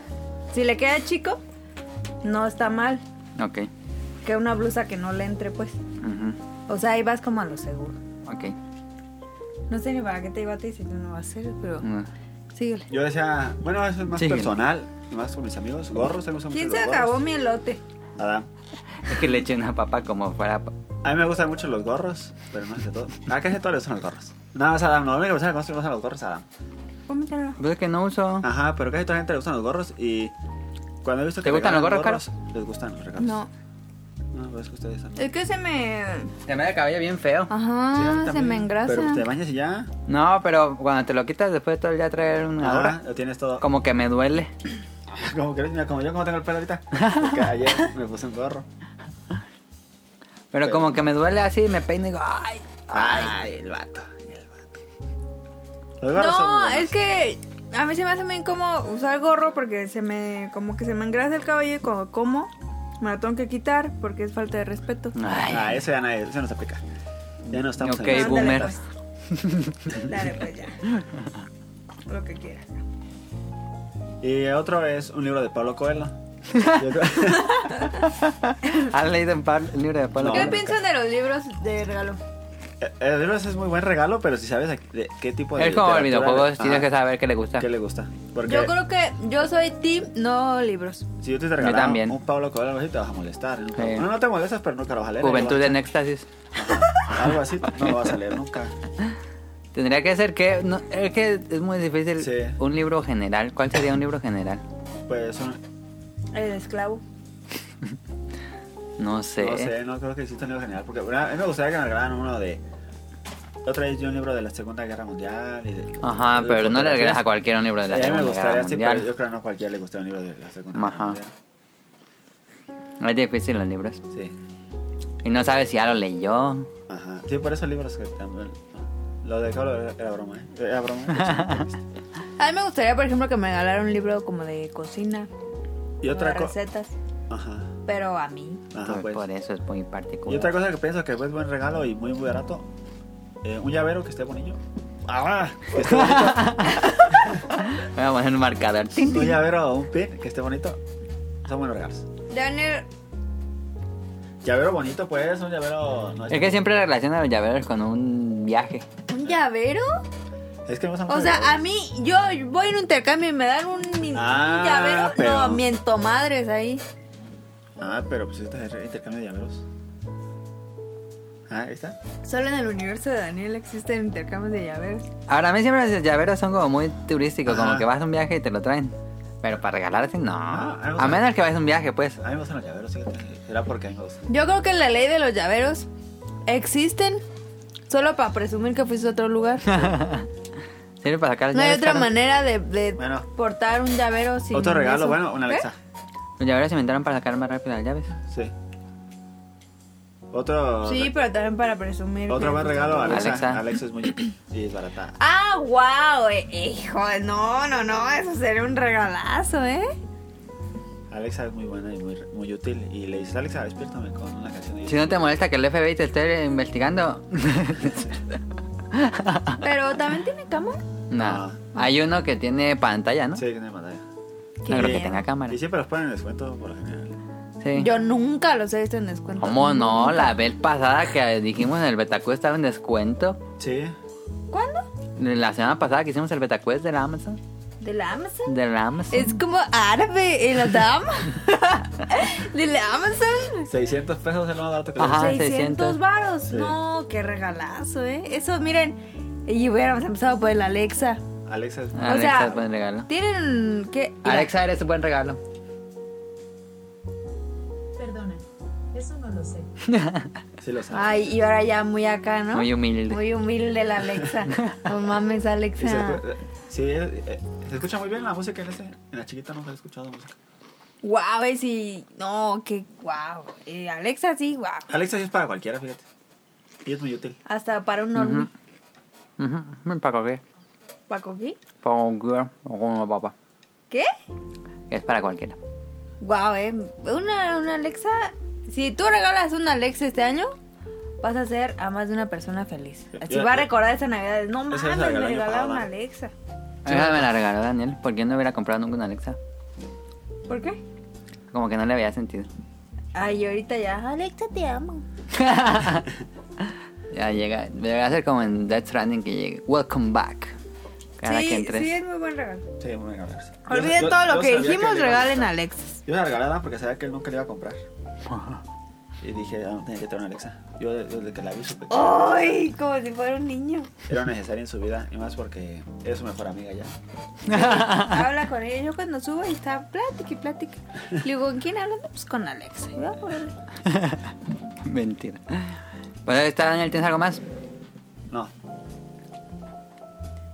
D: si le queda chico, no está mal.
B: Ok.
D: Que una blusa que no le entre, pues.
B: ujú,
D: O sea, ahí vas como a lo seguro.
B: Ok.
D: No sé ni para qué te iba a ti si tú no vas a hacer, pero
B: Mm.
D: síguele.
C: Yo decía, bueno, eso es más
B: Sí.
C: personal, más con mis amigos, gorros, tenemos mucho
D: ¿Quién
C: los
D: se
C: gorros.
D: acabó mi elote?
C: Adán.
B: Es que le eché una papa como fuera... pa-
C: A mí me gustan mucho los gorros, pero no es de todo. A casi todos le gustan los gorros. Nada más a Adam, no, la única persona que más le gustan los gorros es a Adam.
D: Cómetelo.
B: Pues es que no uso...
C: Ajá, pero casi toda la gente le gustan los gorros y cuando he visto que
B: ¿Te gustan los
C: regalan
B: gorros,
C: Les gustan los regalos.
D: No.
C: No, pero es que ustedes están...
D: Es que se me.
B: Te me da el cabello bien feo.
C: Sí, a mí
D: Ajá, Ah, se
C: también,
D: me engrasa.
C: Pero te bañas y ya.
B: No, pero cuando te lo quitas después de todo el día traer una
C: Ahora
B: hora,
C: lo tienes todo.
B: como que me duele.
C: [laughs] Como que mira, como yo como tengo el pelo ahorita. [laughs] Porque ayer me puse un gorro.
B: Pero
C: Pero-
B: como que me duele así, me peino y digo, ay,
C: Ay, el vato. El vato. Los gorros son muy
D: No,
C: buenos.
D: es que a mí se me hace bien como usar gorro porque se me. como que se me engrasa el cabello y cuando como me lo tengo que quitar porque es falta de respeto.
B: ay. [laughs]
C: Ah, eso ya nadie, eso no se aplica. Ya no estamos
B: Ok,
C: en
D: Ándale,
C: eso.
B: boomer.
D: pues. Dale
C: [laughs]
D: pues ya. Lo que quieras.
C: pues. Y otro es un libro de
B: [laughs]
C: Pablo Coelho. Y otro-
B: ¿Has leído en Pablo- el libro de Pablo?
C: No.
D: ¿Qué
B: Coelho?
D: piensan de los libros de regalo?
C: el libro ese es muy buen regalo, pero si sabes a- de qué tipo de
B: Es como el
C: Pues, literatura-
B: videojuego,
C: Ajá,
B: tienes que saber qué le gusta.
C: qué le gusta. Porque
D: Yo creo que yo soy team no libros.
C: si yo te regalaba
B: también.
C: un Pablo Coelho algo así, te vas a molestar. ¿no?
B: Sí.
C: No, no te molestas, pero nunca lo vas a leer.
B: Juventud
C: Igual,
B: en éxtasis.
C: Algo así, no lo vas a leer nunca.
B: Tendría que ser que... no, es que es muy difícil
C: Sí.
B: un libro general. ¿Cuál sería un libro general?
C: Pues un-
D: El esclavo.
B: No sé.
C: No sé, no creo que exista un libro general. Porque bueno, a mí me gustaría que me regalaran uno de. Otra vez yo un libro de la Segunda Guerra Mundial. Y de,
B: Ajá,
C: de
B: pero no le regalas
C: fotografías.
B: a cualquier un libro de la
C: Sí, a mí me
B: Segunda Guerra
C: gustaría, sí,
B: Mundial.
C: pero yo creo que no a cualquiera le gustaría un libro de la Segunda
B: Ajá.
C: Guerra
B: Es difícil los libros.
C: Mundial. Sí.
B: Y no sabes si ya lo leyó.
C: Ajá. Sí, por esos libros que también. Lo de Cabo era, era broma, ¿eh? Era broma.
B: [laughs]
C: ¿eh?
D: A mí me gustaría, por ejemplo, que me regalara un libro como de cocina.
C: y otra
D: de
C: cosa.
D: recetas.
C: Ajá.
D: Pero a mí.
C: Ajá,
B: Por- Por
C: pues.
B: eso es muy
C: Y
B: particular.
C: otra cosa que pienso que es buen regalo y muy barato. eh, un llavero que esté bonito. ¡Ah! Que esté bonito.
B: [laughs] Voy a poner un marcador. Tin,
C: un
B: tin.
C: llavero o un pin que esté bonito. Son buenos regalos.
D: Daniel,
C: Llavero bonito, pues, un llavero. No
B: Es que siempre relaciona los llaveros con un viaje.
D: ¿un llavero?
C: Es que me gustan
D: O
C: mucho
D: sea, ah. a
C: los
D: mí, yo voy en un intercambio y me dan un, un
C: Ah,
D: llavero.
C: pero-
D: No, miento madres ahí.
C: llaveros. Ah, pero pues este es intercambio de llaveros. Ah, ahí está.
D: Solo en el universo de Daniel existen intercambios de llaveros.
B: Ahora, a mí siempre los llaveros son como muy turísticos, como
C: Ajá.
B: que vas a un viaje y te lo traen. Pero para regalarte, no.
C: Ah, algo
B: a menos que vayas a un viaje, pues.
C: A mí me gustan los llaveros, sí. Será porque a mí me gustan.
D: Yo creo que la ley de los llaveros existen solo para presumir que fuiste a
C: [laughs]
D: otro lugar.
B: Sirve para sacar los
D: No hay
B: llaveres,
D: otra
B: claro.
D: manera de, de
C: Bueno.
D: portar un llavero sin
C: Otro regalo,
D: eso. ¿Eh?
C: bueno, una
D: ¿Qué?
C: Alexa.
B: Los llaveros se inventaron para sacar más rápido las llaves.
C: Sí. Otro.
D: Sí, pero también para presumir.
C: Otro
D: que
C: buen
D: fuiste
C: regalo,
D: a otro lugar.
C: Alexa.
B: Alexa.
C: Alexa, es muy y es barata.
D: Ah, wow, hijo, no, no, no, eso sería un regalazo, ¿eh?
C: Alexa es muy buena y muy, muy útil. Y le dices, Alexa, despiértame con una canción de
B: Si no te molesta que el FBI te esté investigando. [laughs]
D: Pero también tiene cama.
B: Ah. no. Hay uno que tiene pantalla, ¿no?
C: Ah. Sí, que tiene pantalla.
D: Qué
B: No creo que
D: bien.
B: tenga cámara.
C: Y siempre los ponen en descuento por lo general.
B: Sí.
D: Yo nunca los he visto en descuento.
B: ¿Cómo no? La vez pasada que dijimos en el Betacue estaba en descuento.
C: Sí.
D: ¿Cuándo?
B: La semana pasada que hicimos el Betacue de la Amazon.
D: ¿De la Amazon?
B: De la Amazon.
D: Es como árabe en
B: [laughs]
D: la dama. ¿De la Amazon?
C: 600 pesos es lo más barato que
B: Ajá. Ah, 600.
D: 600 varos.
C: Sí.
D: No, qué regalazo, ¿eh? Eso, miren. Y hubiéramos empezado por el Alexa.
C: le- Alexa es
B: Alexa
D: sea-
B: es buen regalo.
D: ¿Tienen qué? Mira,
B: Alexa, eres un buen regalo.
E: Perdona, eso no lo sé.
C: Sí lo sabe.
D: Ay, y ahora ya muy acá, ¿no?
B: Muy humilde.
D: Muy humilde
B: [laughs]
D: la Alexa. No mames,
C: Y se,
D: Alexa.
C: escu- sí, eh, eh, se escucha muy bien la música en ese. En la chiquita nunca he escuchado música.
D: Guau, es y. No, qué guau. Eh, Alexa sí, guau.
C: Alexa sí es para cualquiera, fíjate. Y es muy útil.
D: Hasta para un normie.
B: Ujú, ujú, Para cualquier.
D: ¿Para coger?
B: Para cualquier. O con una papa.
D: ¿Qué?
B: Es para cualquiera.
D: Guau, eh. Una, una Alexa. Si tú regalas una Alexa este año, vas a hacer a más de una persona feliz.
C: Ya,
D: Así
C: ya,
D: va a
C: ya.
D: recordar esa Navidad. No
C: Esa
D: mames,
C: se la
D: me
C: regaló el año
D: regalaron
C: pasado.
D: Alexa.
B: A mí me la regaló Daniel. ¿Por qué no hubiera comprado nunca una Alexa?
D: ¿Por qué?
B: Como que no le había [laughs] sentido.
D: Ay, ahorita ya. Alexa, te amo.
B: ya llega. Debería ser como en Death Stranding que llegue. Welcome back. Cada
D: sí,
B: que entres.
D: sí, es muy buen regalo.
C: Sí, muy bien, Alexa. Yo-
D: Olviden
C: yo-
D: todo
C: yo
D: lo que
C: sabía
D: dijimos,
C: le iba a
D: regalen a
C: gustar.
D: Alexa.
C: Yo la regalé a Dan porque sabía que él nunca le iba a comprar. Y dije, ah, no tenía que tener una Alexa. Yo desde que la vi supe que
D: Oh. ¡Ay! Como si fuera un niño.
C: era necesaria en su vida. Y más porque es su mejor amiga ya.
D: Habla con ella. Yo cuando subo y está plática y plática. Le digo, ¿con quién hablas? No, Pues con Alexa. Y va por él.
B: [laughs] Mentira. Pues ahí está Daniel, ¿tienes algo más?
C: No.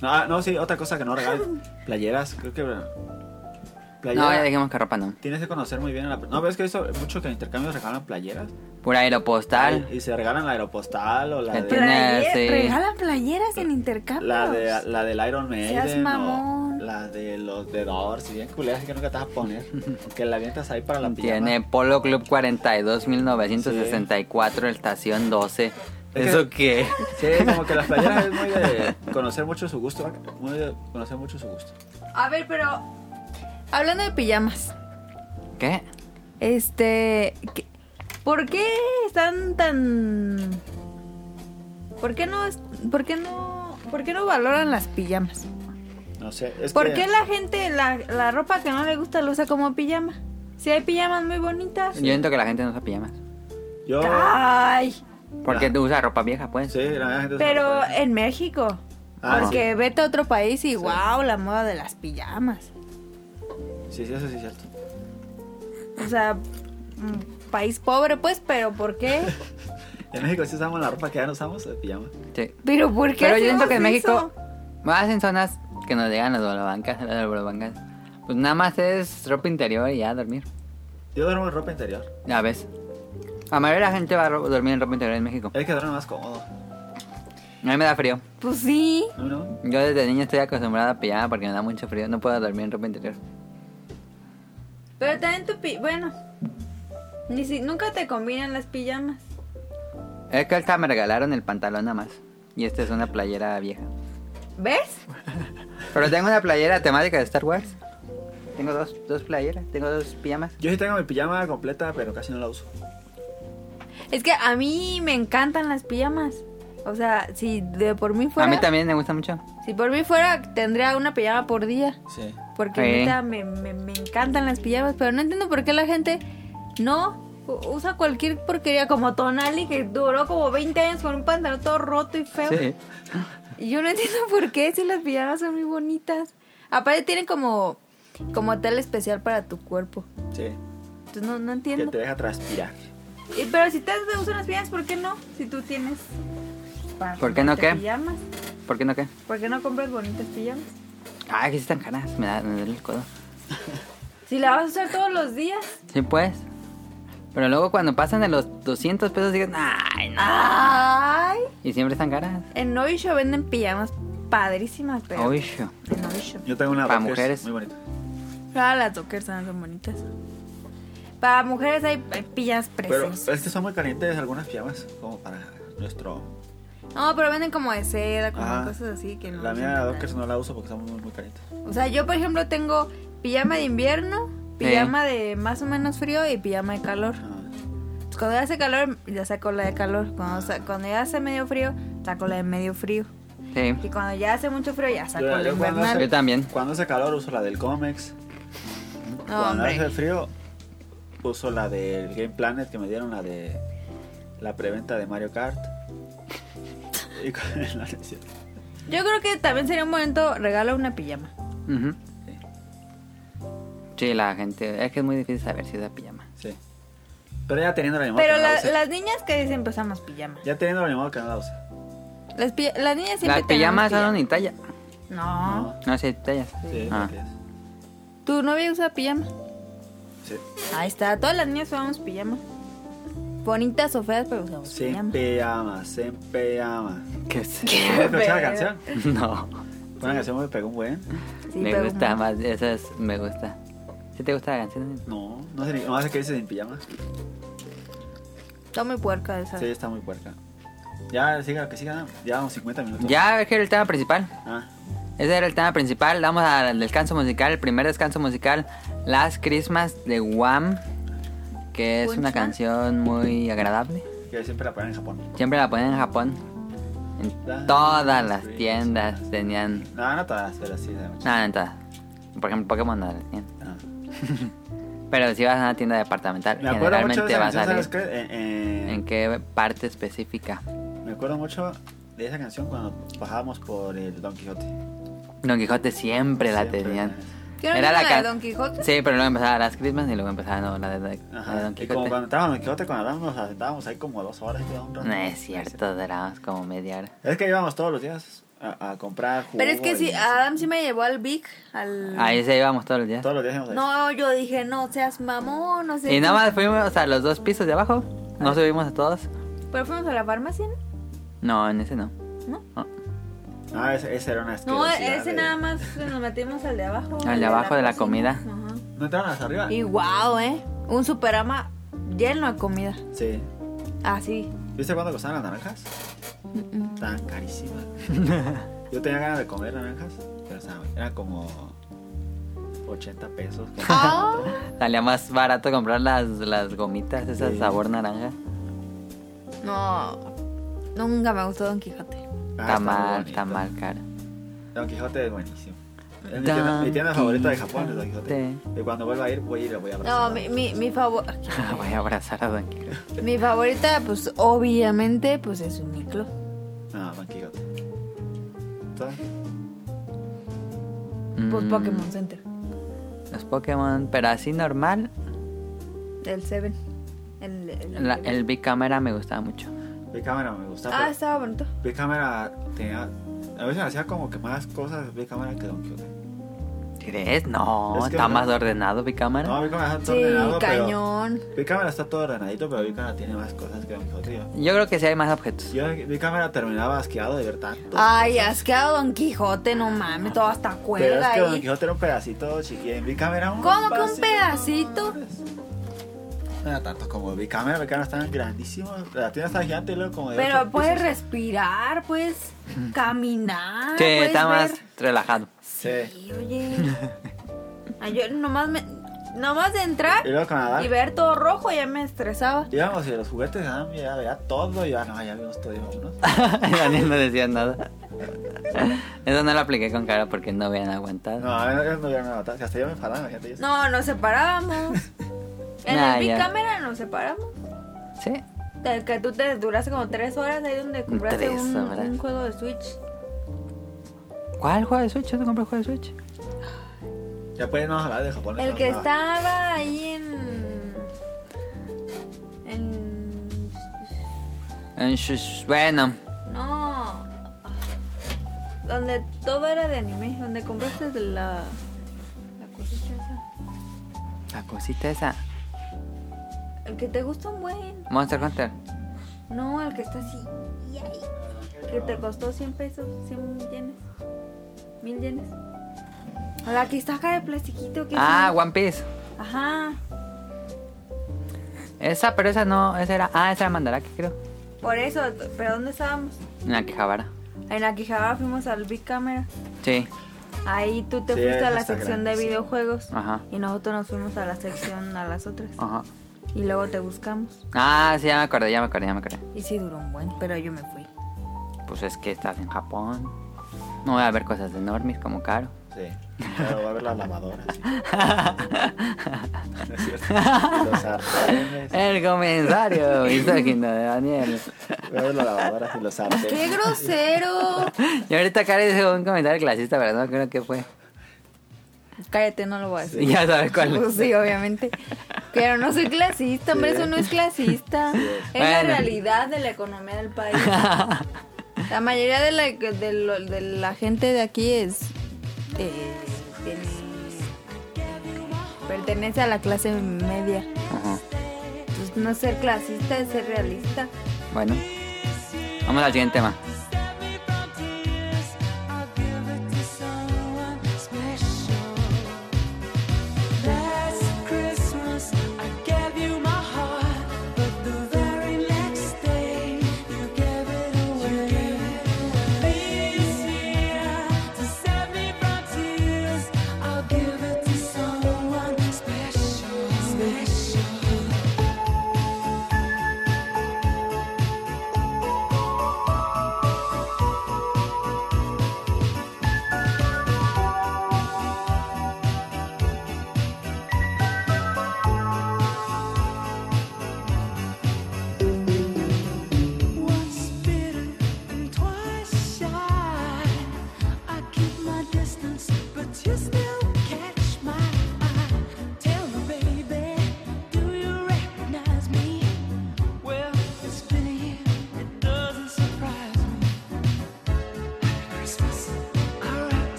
C: No, ah, no, sí, otra cosa que no regalé.
D: [laughs]
C: Playeras, creo que.
B: No, ya
C: Playeras.
B: dijimos que ropa no.
C: Tienes que conocer muy bien a la persona. No, ves que eso, mucho que en intercambios regalan playeras.
B: Por aeropostal.
C: Y se regalan la aeropostal o la
B: Que
C: de.
B: tiene-
D: Player-
B: sí.
D: Regalan playeras en intercambio.
C: La, de, la del Iron Maiden.
D: Seas
C: o
D: mamón.
C: la de los de Doors, y bien culeras que nunca te vas a poner. que la avientas ahí para la pijama.
B: Tiene Polo Club 42, 1964, estación 12.
C: Es que-
B: ¿Eso qué?
C: Sí, como que las playeras es muy de conocer mucho su gusto. ¿va? Muy de conocer mucho su gusto.
D: A ver, pero. Hablando de pijamas.
B: ¿Qué?
D: Este. ¿qué- ¿Por qué están tan. ¿Por qué no. es- ¿Por qué no. ¿Por qué no valoran las pijamas?
C: No sé. Es
D: ¿Por
C: que-
D: qué la gente, la, la ropa que no le gusta la usa como pijama? Si hay pijamas muy bonitas.
B: Yo siento que la gente no usa pijamas.
C: Yo.
D: Ah. Ay,
B: Porque
C: Ah.
B: tú usas ropa vieja, pues.
C: Sí, la gente usa
D: pero
C: ropa.
D: en México.
C: Ah,
D: porque vete a otro país y
C: Sí.
D: wow, la moda de las pijamas.
C: Sí, sí, eso sí es cierto.
D: O sea, mm, país pobre pues, pero ¿por
C: [laughs]
D: qué?
C: En México sí usamos la ropa que ya no usamos, de pijama.
B: Sí.
D: Pero ¿por qué?
B: Pero yo siento
D: hacemos
B: que en México,
D: eso?
B: más en zonas que nos llegan las bolobancas, las bolobancas, pues nada más es ropa interior y ya dormir.
C: Yo duermo en ropa interior.
B: Ya ves. La mayoría de la gente va a ro- dormir en ropa interior en México.
C: Es que duerme más cómodo.
B: A mí me da frío.
D: Pues sí.
C: ¿No, no?
B: Yo desde niño estoy acostumbrada a pijama porque me da mucho frío. No puedo dormir en ropa interior.
D: Pero también tu pi... Bueno. Ni si... Nunca te combinan las pijamas.
B: Es que esta me regalaron el pantalón nada más. Y esta es una playera vieja.
D: ¿Ves?
B: Pero tengo una playera temática de Star Wars. Tengo dos, dos playeras, tengo dos pijamas.
C: Yo sí tengo mi pijama completa, pero casi no la uso.
D: Es que a mí me encantan las pijamas. O sea, si de por mí fuera...
B: A mí también me gusta mucho.
D: Si por mí fuera, tendría una pijama por día.
C: Sí.
D: Porque
B: Sí.
D: neta, me, me- me encantan las pijamas. Pero no entiendo por qué la gente no u- usa cualquier porquería como Tonali, que duró como 20 años con un pantalón todo roto y feo.
B: Sí.
D: Y yo no entiendo [laughs] por qué, si las pijamas son muy bonitas. Aparte tienen como, como tal especial para tu cuerpo.
C: Sí.
D: Entonces no, no
C: Que
D: entiendo.
C: te deja transpirar.
D: Y- pero si te usan las pijamas, ¿por qué no? Si tú tienes... para
B: ¿Por qué no
D: comprarte
B: qué?
D: Pijamas.
B: ¿Por qué no qué?
D: ¿Por qué no compras bonitas pijamas?
B: Ah, que sí están caras. Me da, me duele el codo.
D: Si la vas a usar todos los días.
B: Sí, pues. Pero luego cuando pasan de los 200 pesos, digan, ay, no.
D: ¡Ay!
B: Y siempre están caras.
D: En Noisho venden pijamas padrísimas, pero.
B: Uy,
D: En Noisho.
C: Yo tengo una
B: Para
C: Dockers
B: mujeres.
C: muy bonita.
D: Ah, las dockers son son bonitas. Para mujeres hay, hay pijamas
C: Pero
D: preciosas.
C: es que son muy calientes algunas pijamas, como para nuestro...
D: No, pero venden como de seda, como
C: Ah,
D: cosas así que no.
C: la
D: son
C: mía
D: tan-
C: Dockers no la uso porque son muy, muy calientes.
D: O sea, yo por ejemplo tengo pijama de invierno, pijama de más o menos frío y pijama de calor.
C: Ah,
D: Cuando ya hace calor, ya saco la de calor. Cuando, sa- cuando ya hace medio frío, saco la de medio frío.
B: Sí.
D: Y cuando ya hace mucho frío, ya saco
C: Yo-
D: la
C: yo cuando
D: invernal.
B: Yo también.
C: Cuando hace calor uso la del Comex.
D: No,
C: Cuando
D: hombre.
C: hace frío uso la del Game Planet que me dieron la de la preventa de Mario
D: [laughs]
C: Kart. Y cu- no, no [laughs] es cierto.
D: Yo creo que también sería un momento regalo una pijama.
B: Ujú. Sí, la gente. Es que es muy difícil saber si usa pijama.
C: Sí. Pero ya teniendo la animada
D: Pero
C: que no la
D: la-
C: use.
D: las niñas que dicen pues usamos pijama.
C: Ya teniendo la animada que no la use.
D: Las, pi- las niñas siempre
B: Las pijamas
D: tenemos
B: son ni talla.
D: pijama. No.
C: No.
B: No sé, tallas.
C: Sí,
B: Ah.
C: porque es-
D: ¿Tu novia usa pijama?
C: sí.
D: Ahí está, todas las niñas usamos pijama. Bonitas o feas, pero usamos
C: Se
D: pijama.
C: empleama, se empleama.
B: ¿Qué es
C: ¿Puedes escuchar la canción?
B: [laughs] No.
C: Una canción me pegó un buen.
D: Sí,
B: me
D: pero
B: gusta
D: como-
B: más. Esa es, me gusta. ¿Sí te gusta la canción?
C: No, no sé ni. No sé qué dice sin pijama.
D: Está muy puerca esa.
C: Sí, está muy puerca. Ya, siga, que siga. Ya vamos 50 minutos.
B: Ya, es que era el tema principal.
C: Ah,
B: Ese era el tema principal. Vamos al descanso musical, el primer descanso musical, Las Christmas de Wham, que es una
D: Buena.
B: canción muy agradable.
C: que siempre la ponen en Japón.
B: Siempre la ponen en Japón. En todas las tiendas tenían.
C: No, no todas, pero sí. no.
B: Nada, en todas. Por ejemplo, Pokémon no la tienen.
C: Ah.
B: Pero si vas a una tienda departamental,
C: Me acuerdo mucho de
B: generalmente
C: esa
B: vas
C: canción,
B: a
C: ¿sabes
B: ver
C: qué? Eh, eh,
B: en qué parte específica.
C: Me acuerdo mucho de esa canción cuando bajábamos por el Don Quijote.
B: Don Quijote siempre la
C: Siempre.
B: tenían.
D: ¿Qué no
B: Era
D: era
B: la
D: la,
B: ca-
D: de Don Quijote?
B: Sí, pero luego empezaba las Christmas y luego empezaba no, la de, la de
C: Ajá.
B: Don
C: Y como
B: Quijote.
C: cuando estábamos en Don Quijote, cuando hablábamos, nos sentábamos ahí como dos horas. y todo un rato.
B: No es cierto, durábamos como media hora.
C: Es que íbamos todos los días a, a comprar jugo.
D: Pero es que
C: y-
D: sí, ah, Adam sí me llevó al Big, al...
C: Mm.
B: Ahí se íbamos todos los días.
C: Todos los días íbamos ahí.
D: No, yo dije, no seas mamón, no sé
B: Y
D: qué.
B: nada más fuimos a los dos pisos de abajo. No subimos a todos.
D: Pero fuimos a la farmacia, ¿no?
B: No, en ese no.
D: ¿No?
C: Ah, ese, ese era una
D: No,
C: asquerosidad
D: ese
C: de-
D: nada más nos metimos al de abajo.
B: Al de abajo de la
D: cocina.
C: ¿No entraron hasta arriba?
D: Ajá. Y wow, ¿eh? Un superama lleno de comida.
C: Sí.
D: Así.
C: ¿Viste cuánto costaban las naranjas? Estaban carísimas. [laughs] Yo tenía ganas de comer naranjas, pero estaban- eran como 80 pesos. Ah, como-
B: Ah. Salía más barato comprar las, las gomitas, esas
C: Sí. Ah,
B: sabor naranja.
D: [laughs] No, nunca me gustó Don Quijote.
C: Ah,
B: Está
C: está muy
B: mal,
C: bonito.
B: está mal, cara.
C: Don Quijote es buenísimo. Es mi
B: Don
C: tienda, mi tienda favorita de Japón es Don Quijote.
B: Quijote.
C: Y cuando vuelva a ir, voy a ir y lo voy a
D: No,
C: abrazar.
D: mi, mi, mi, favor-
B: [laughs] Voy a abrazar a Don Quijote.
D: mi favorita, pues obviamente, pues es un micro.
C: No, Don Quijote. ¿Sabes?
D: Pues
B: Mm,
D: Pokémon Center.
B: Los Pokémon, pero así normal.
D: El Seven. El, el-
B: la- el bicámara me gustaba mucho.
C: Mi cámara me gustaba.
D: Ah,
C: pero-
D: estaba bonito.
C: Big Camera tenía. A veces hacía como que más cosas Big Camera que Don Quijote.
B: ¿Crees? No,
C: Es que
B: está
C: no.
B: más ordenado bicámara.
C: No, Big Camera está todo
D: Sí,
C: ordenado,
D: cañón.
C: pero. Big Camera está todo ordenadito, pero Big Camera tiene más cosas que Don Quijote. Yo,
B: Yo creo que sí hay más objetos.
C: yo Big Camera terminaba asqueado de ver tanto.
D: Ay, has quedado Don Quijote, no mames, todo hasta
C: pero es
D: cuelga
C: que Don
D: ahí.
C: Quijote era un pedacito chiquillo. En Big Camera un
D: ¿Cómo que un
C: vasito,
D: pedacito?
C: pues. No era tanto como Big Camera, Big Camera estaban grandísimos. La tienda estaba gigante y luego como de.
D: Pero
C: ocho
D: puedes
C: pisos.
D: respirar, puedes caminar.
B: Sí,
C: Ah,
D: puedes
B: está más
D: ver.
B: relajado.
C: Sí.
D: Sí, oye. Ay, yo nomás, me, nomás de entrar
C: Y luego Canadá.
D: y ver todo rojo ya me estresaba.
C: Íbamos y los juguetes, ah, mira, veía todo. Y ya no, ya vimos todo, y vámonos.
B: [laughs] Daniel no decía nada. Eso no lo apliqué con cara porque no hubieran aguantado.
C: No, ellos no vieron nada. que Hasta yo me enfadaba, imagínate. ellos-
D: No, nos separábamos. En
B: Nah,
D: el Big
B: ya.
D: Camera nos separamos.
B: Sí.
D: Del que tú te duraste como tres horas ahí donde compraste
B: Tres
D: un,
B: horas.
D: un juego de Switch.
B: ¿Cuál juego de Switch? ¿Yo te compré juego de Switch?
C: Ya pueden no hablar de Japón.
D: El
C: eso
D: que
C: Pues no.
D: estaba ahí en. En.
B: En sh- Bueno,
D: No. Donde todo era de anime. Donde compraste de la. La cosita esa.
B: la cosita esa.
D: El que te gusta un buen.
B: Monster Hunter.
D: No, el que está así. y ahí, Que te costó 100 pesos. 100 yenes. 1000 yenes. La que está acá de plastiquito. Que
B: Ah,
D: es un-
B: One Piece.
D: Ajá.
B: Esa, pero esa no, esa era. Ah, esa era Mandarake, creo.
D: Por eso. ¿Pero dónde estábamos?
B: En la quejabara.
D: En la Quijabara fuimos al Big Camera.
B: Sí,
D: Ahí tú te
C: Sí,
D: fuiste a
C: eso
D: la
C: está
D: sección de
C: grandísimo.
D: videojuegos
B: Ajá.
D: y nosotros nos fuimos a la sección a las otras
B: ajá.
D: y luego te buscamos.
B: Ah, sí, ya me acordé, ya me acordé, ya me acordé.
D: Y sí duró un buen, pero yo me fui.
B: Pues es que estás en Japón. No voy a ver cosas enormes como caro. [laughs]
C: Sí. Claro, va a ver las lavadoras. sí. No es cierto. Y Los sartenes.
B: El
C: [laughs]
B: comentario misógino de Daniel.
C: Va a ver las lavadoras y los
D: ¡Qué
C: [laughs] sartenes.
D: grosero!
B: Y ahorita Karen hizo un comentario clasista, pero no creo que fue.
D: Cállate, no lo voy a decir.
B: Y ya sabes cuál
D: Pues
B: es.
D: [laughs] sí, obviamente. Pero no soy clasista, hombre, eso no es clasista. Es la
B: Bueno.
D: realidad de la economía del país. La mayoría de la, de lo- de la gente de aquí es. eh, tiene- pertenece a la clase media.
B: Ajá.
D: Pues no es ser clasista es ser realista.
B: [laughs] Bueno, vamos al siguiente tema.
F: Gave you my heart, but the very next day you gave it away.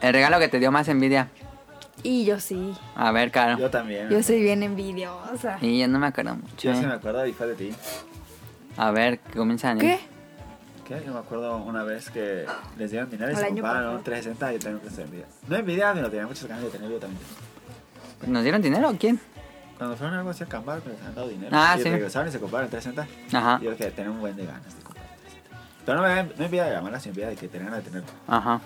B: El regalo que te dio más envidia.
D: Y yo sí.
B: A ver, Caro.
C: Yo también.
D: Yo soy bien envidiosa.
B: Y yo no me acuerdo mucho. ¿eh?
C: Yo sí me acuerdo y fue de ti.
B: A ver, comienza Daniel.
D: ¿Qué?
C: ¿Qué? Yo me acuerdo una vez que les dieron dinero y
D: Al
C: se
D: año
C: compraron
D: pasado.
C: un 360 y yo también presté envidia. No envidia, pero tenía muchas ganas de tenerlo también.
B: ¿Nos dieron dinero o quién?
C: Cuando fueron a algo así a acampar, pero les han dado dinero.
B: Ah,
C: y
B: sí.
C: regresaron y se compraron el 360.
B: Ajá.
C: Y yo que tenía un buen de ganas de comprar el 360. Pero no me no envidia de la mala, sino envidia de que tenían ganas de tenerlo.
B: Ajá.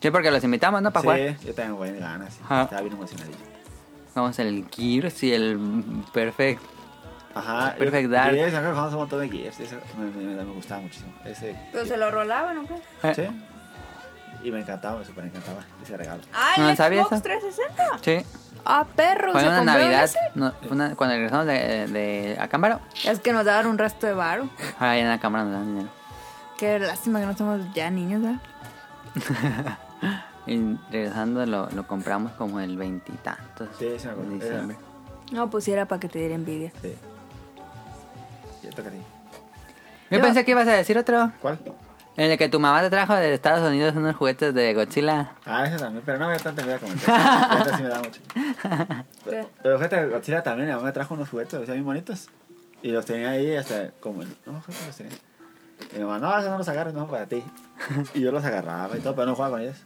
B: Sí, porque los invitamos, ¿no? ¿Para jugar?
C: Sí, yo tenía un buen de ganas. sí.
B: Ajá.
C: Estaba bien emocionadillo.
B: Vamos el Gears y el Perfect.
C: Ajá.
B: Ah, Perfect
C: yo-
B: Dark.
C: Gears, acá jugamos un montón de Gears. Eso me, me- me gustaba muchísimo. Ese.
D: Pero Pues se lo rolaban, ¿o qué?
B: Eh,
C: Sí. Y me encantaba, me super encantaba ese regalo.
D: Ah,
B: No,
D: el
B: ¿sabía
D: Xbox
B: eso?
D: 360.
B: Sí.
D: Ah, perro,
B: Fue
D: se
B: una
D: compró
B: Navidad.
D: ese.
B: no, fue una- cuando regresamos de, de Acámbaro.
D: Es que nos daban un resto de varo.
B: Ahí en Acámbaro nos dan dinero.
D: Qué lástima que no somos ya niños, ¿verdad?
B: Y regresando lo, lo compramos como el veintitantos.
C: Sí, sí me acuerdo.
B: de diciembre.
D: No, pues sí era para que te diera envidia.
C: Sí. Ya toca a ti.
B: Yo,
D: Yo-
B: pensé que ibas a decir otro.
C: ¿Cuál?
B: El de que tu mamá te trajo de Estados Unidos unos juguetes de Godzilla. [laughs]
C: Ah, ese también, pero no me da tanta envidia como el Godzilla. Este sí me da mucho. Pero, pero fíjate, Godzilla también, mi mamá me trajo unos juguetes, o sea, bien bonitos. Y los tenía ahí hasta como el. No, creo que los tenía. Y mi mamá, no, esos no los agarres, no,
B: [laughs]
C: para ti. Y yo los agarraba y todo, pero no jugaba con ellos.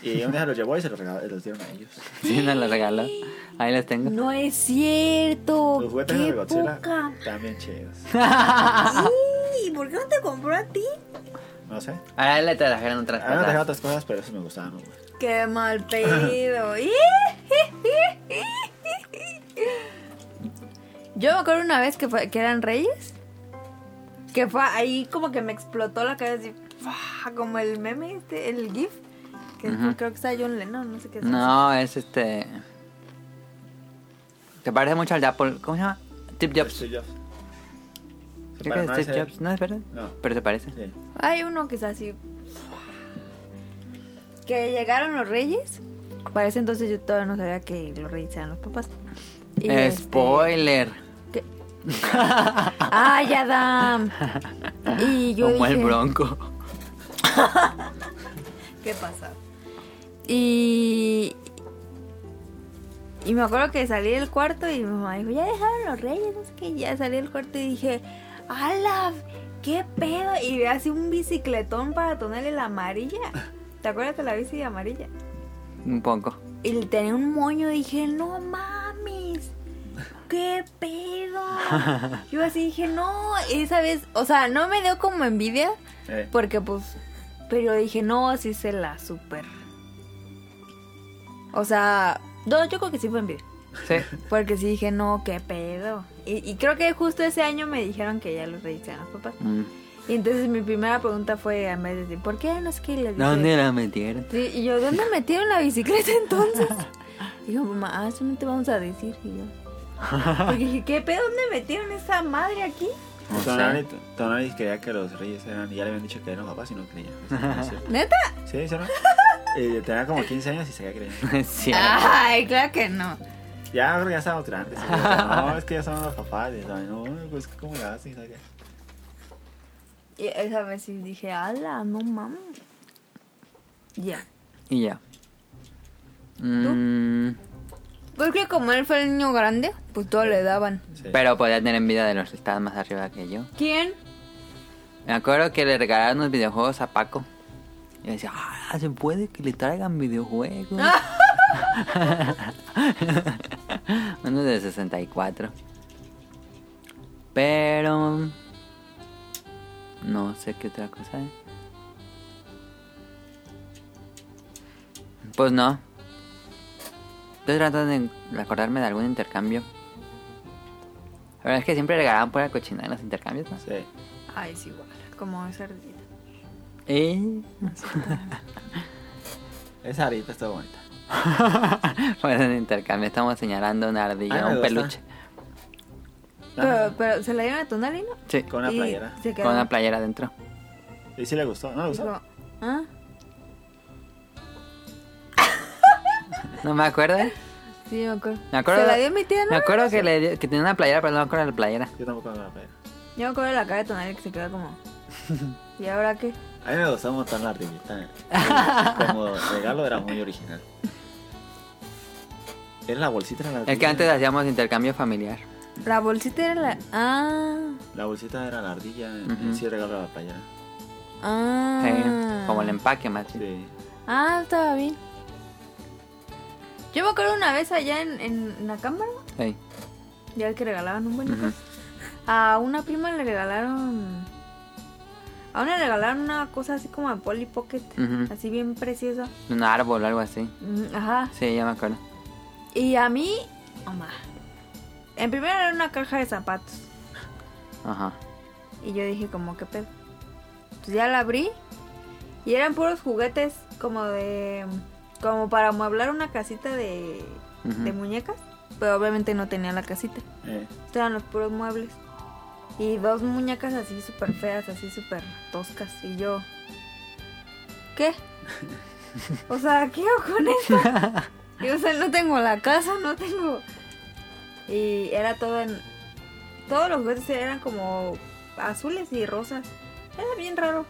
C: Y un día se los llevó y se los, regaló, los dieron a ellos.
B: Sí, nos los regaló. Ahí los tengo.
D: No es cierto.
C: Los juguetes de
D: Qué
C: Godzilla
D: poca.
C: también chidos.
D: Sí, ¿por qué no te compró a ti?
C: No sé.
B: Ahí le trajeron otras
C: Ahora me Ah, trajeron
B: cosas.
C: otras cosas, pero eso me gustaban, güey. [laughs]
D: Qué mal pedido. [laughs] Yo me acuerdo una vez que, fue- que eran reyes. Que fue ahí como que me explotó la cabeza. Así, ¡fua! como el meme, este, el GIF. Que
B: Ujú.
D: creo que está John Lennon, no sé qué es.
B: No, es este. Te parece mucho al de Apple. ¿Cómo se llama? Tip Jobs.
C: Steve Jobs.
B: Creo que es
C: Para no
B: Steve
C: hacer-
B: Jobs. No, es verdad.
C: No.
B: Pero se parece.
C: Sí.
D: Hay uno que es así. Que llegaron los reyes. Para ese entonces yo todavía no sabía que los reyes eran los papás. Y este-
B: Spoiler.
D: ¿Qué? ¡Ay,
B: [laughs]
D: Adam! Y yo
B: Como el
D: dije,
B: bronco.
D: ¿qué pasa? Y... Y me acuerdo que salí del cuarto y mi mamá dijo, ya dejaron los reyes, no sé qué. Ya salí del cuarto y dije, ¡Ala! ¿Qué pedo? Y ve así un bicicletón para ponerle la amarilla. ¿Te acuerdas de la bici amarilla?
B: Un poco.
D: Y tenía un moño, dije, no mames, qué pedo. Yo así dije, no, esa vez, o sea, no me dio como envidia,
C: Eh,
D: porque pues, pero dije, no, sí se la super. O sea, no, yo creo que sí fue envidia,
B: Sí.
D: porque sí dije, no, qué pedo. Y, y creo que justo ese año me dijeron que ya los revisaban los papás.
B: Mm.
D: Y entonces mi primera pregunta fue, a vez de decir, ¿por qué no es que les dije-
B: [laughs] ¿Dónde la metieron? [laughs]
D: Sí, y yo, ¿dónde metieron la bicicleta entonces? Dijo, mamá, ah, eso no te vamos a decir. Y yo, porque dije, ¿qué pedo? ¿Dónde metieron esa madre aquí?
B: No
C: Tonali,
B: sé.
C: Tonali creía que los reyes eran, ya le habían dicho que eran papás y no creía. No es cierto.
D: ¿Neta?
C: Sí, sí, no. Eh, tenía como 15 años y seguía creyendo.
B: Es cierto.
D: Ay, claro que no.
C: Ya, creo que ya estábamos grandes. sí, o sea, No, es que ya son los papás. Y, ay, no, pues, ¿cómo le hacen? ¿Sabes qué?
D: Y esa vez sí dije, ala, no mames. Ya.
B: Y ya. Mm,
D: Porque Pues como él fue el niño grande, pues todo le daban.
C: Sí.
B: pero podía tener envidia de los que estaban más arriba que yo.
D: ¿Quién?
B: Me acuerdo que le regalaron unos videojuegos a Paco. Y yo decía, ah, se puede que le traigan videojuegos. Uno de 64. Pero. No sé qué otra cosa. ¿eh? Pues no. Estoy tratando de acordarme de algún intercambio. La verdad es que siempre regalaban por la cochinada en los intercambios, ¿no?
C: Sí.
D: Ay, es igual, como esa ardilla.
B: ¿Eh?
C: Esa arita está bonita.
B: [laughs] Bueno, en intercambio estamos señalando una
C: Ay,
B: ardilla,
C: me
B: un
C: gusta.
B: peluche.
D: Pero, pero se la dieron a Tonali, ¿no?
B: Sí,
C: Con una
D: Y
C: playera.
D: Se quedó.
B: con una playera adentro.
C: Y sí le gustó, ¿no le gustó?
D: Dijo, ¿ah?
B: No me acuerdo.
D: Sí, me acuerdo.
B: Me acuerdo,
D: Se la dio mi tía, ¿no?
B: me acuerdo que, le dio- que tenía una playera, pero no me acuerdo de la playera.
C: Yo tampoco me la playera.
B: [laughs]
D: Yo me acuerdo de la cara de Tonali que se quedó como. ¿Y ahora qué?
C: A mí me gustó un montón la
B: [laughs]
C: rimita. eh, Como regalo era muy original. Era la bolsita era la
B: Es que
C: ardilla.
B: antes hacíamos intercambio familiar.
D: La bolsita era la. Ah.
C: La bolsita era la ardilla, en
B: Ujú.
C: sí regalo a la playa.
D: Ah.
B: Sí, Como el empaque, más bien.
C: Sí.
D: Ah, estaba bien. Yo me acuerdo una vez allá en, en, en la cámara,
B: Sí.
D: ya que regalaban un buen hijo.
B: Ujú.
D: A una prima le regalaron. A una le regalaron una cosa así como de Polly Pocket,
B: Ujú.
D: así bien preciosa.
B: Un árbol o algo así.
D: Mm, Ajá.
B: Sí, ya me acuerdo.
D: Y a mí, mamá. En primero era una caja de zapatos.
B: Ajá.
D: Y yo dije, como, ¿qué pedo? Entonces ya la abrí y eran puros juguetes como de. como para amueblar una casita de.
B: Ujú.
D: de muñecas. Pero obviamente no tenía la casita.
C: Eh,
D: Entonces eran los puros muebles. Y dos muñecas así súper feas, así súper toscas. Y yo. ¿Qué? O sea, ¿qué hago con esto? Y, o sea, no tengo la casa, no tengo. Y era todo en. Todos los juguetes eran como azules y rosas. Era bien raro.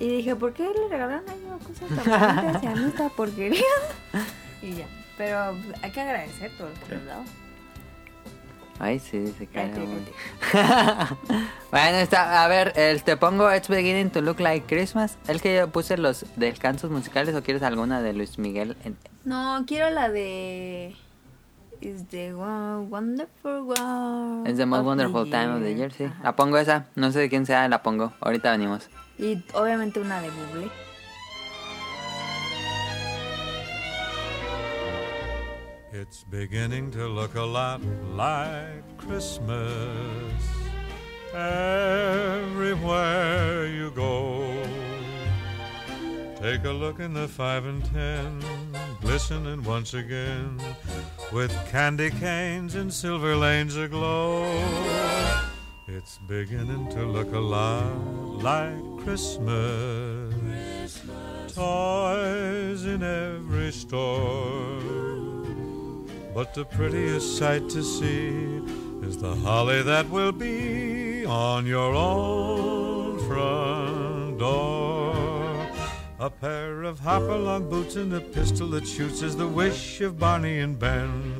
D: Y dije, ¿por qué le regalaron a ella cosas tan bonitas y a mí esta porquería? [laughs] Y ya. Pero pues, hay que agradecer todo lo que nos daba.
B: Ay, sí, se cae.
D: Cállate,
B: güey.
D: cállate.
B: [laughs] bueno, está. A ver, el te pongo It's Beginning to Look Like Christmas. El que yo puse los descansos musicales o quieres alguna de Luis Miguel. En-
D: No, quiero la de. Is the wo- wonderful world.
B: Es the most
D: of
B: wonderful time of the year, sí.
D: Ajá.
B: La pongo esa. No sé de quién sea, la pongo. Ahorita venimos.
D: Y obviamente una de Bublé.
F: It's beginning to look a lot like Christmas everywhere you go. Take a look in the five and ten, glistening once again with candy canes and silver lanes aglow. It's beginning to look a lot like Christmas. Toys in every store. But the prettiest sight to see is the holly that will be on your own front door. A pair of hopalong boots and a pistol that shoots is the wish of Barney and Ben.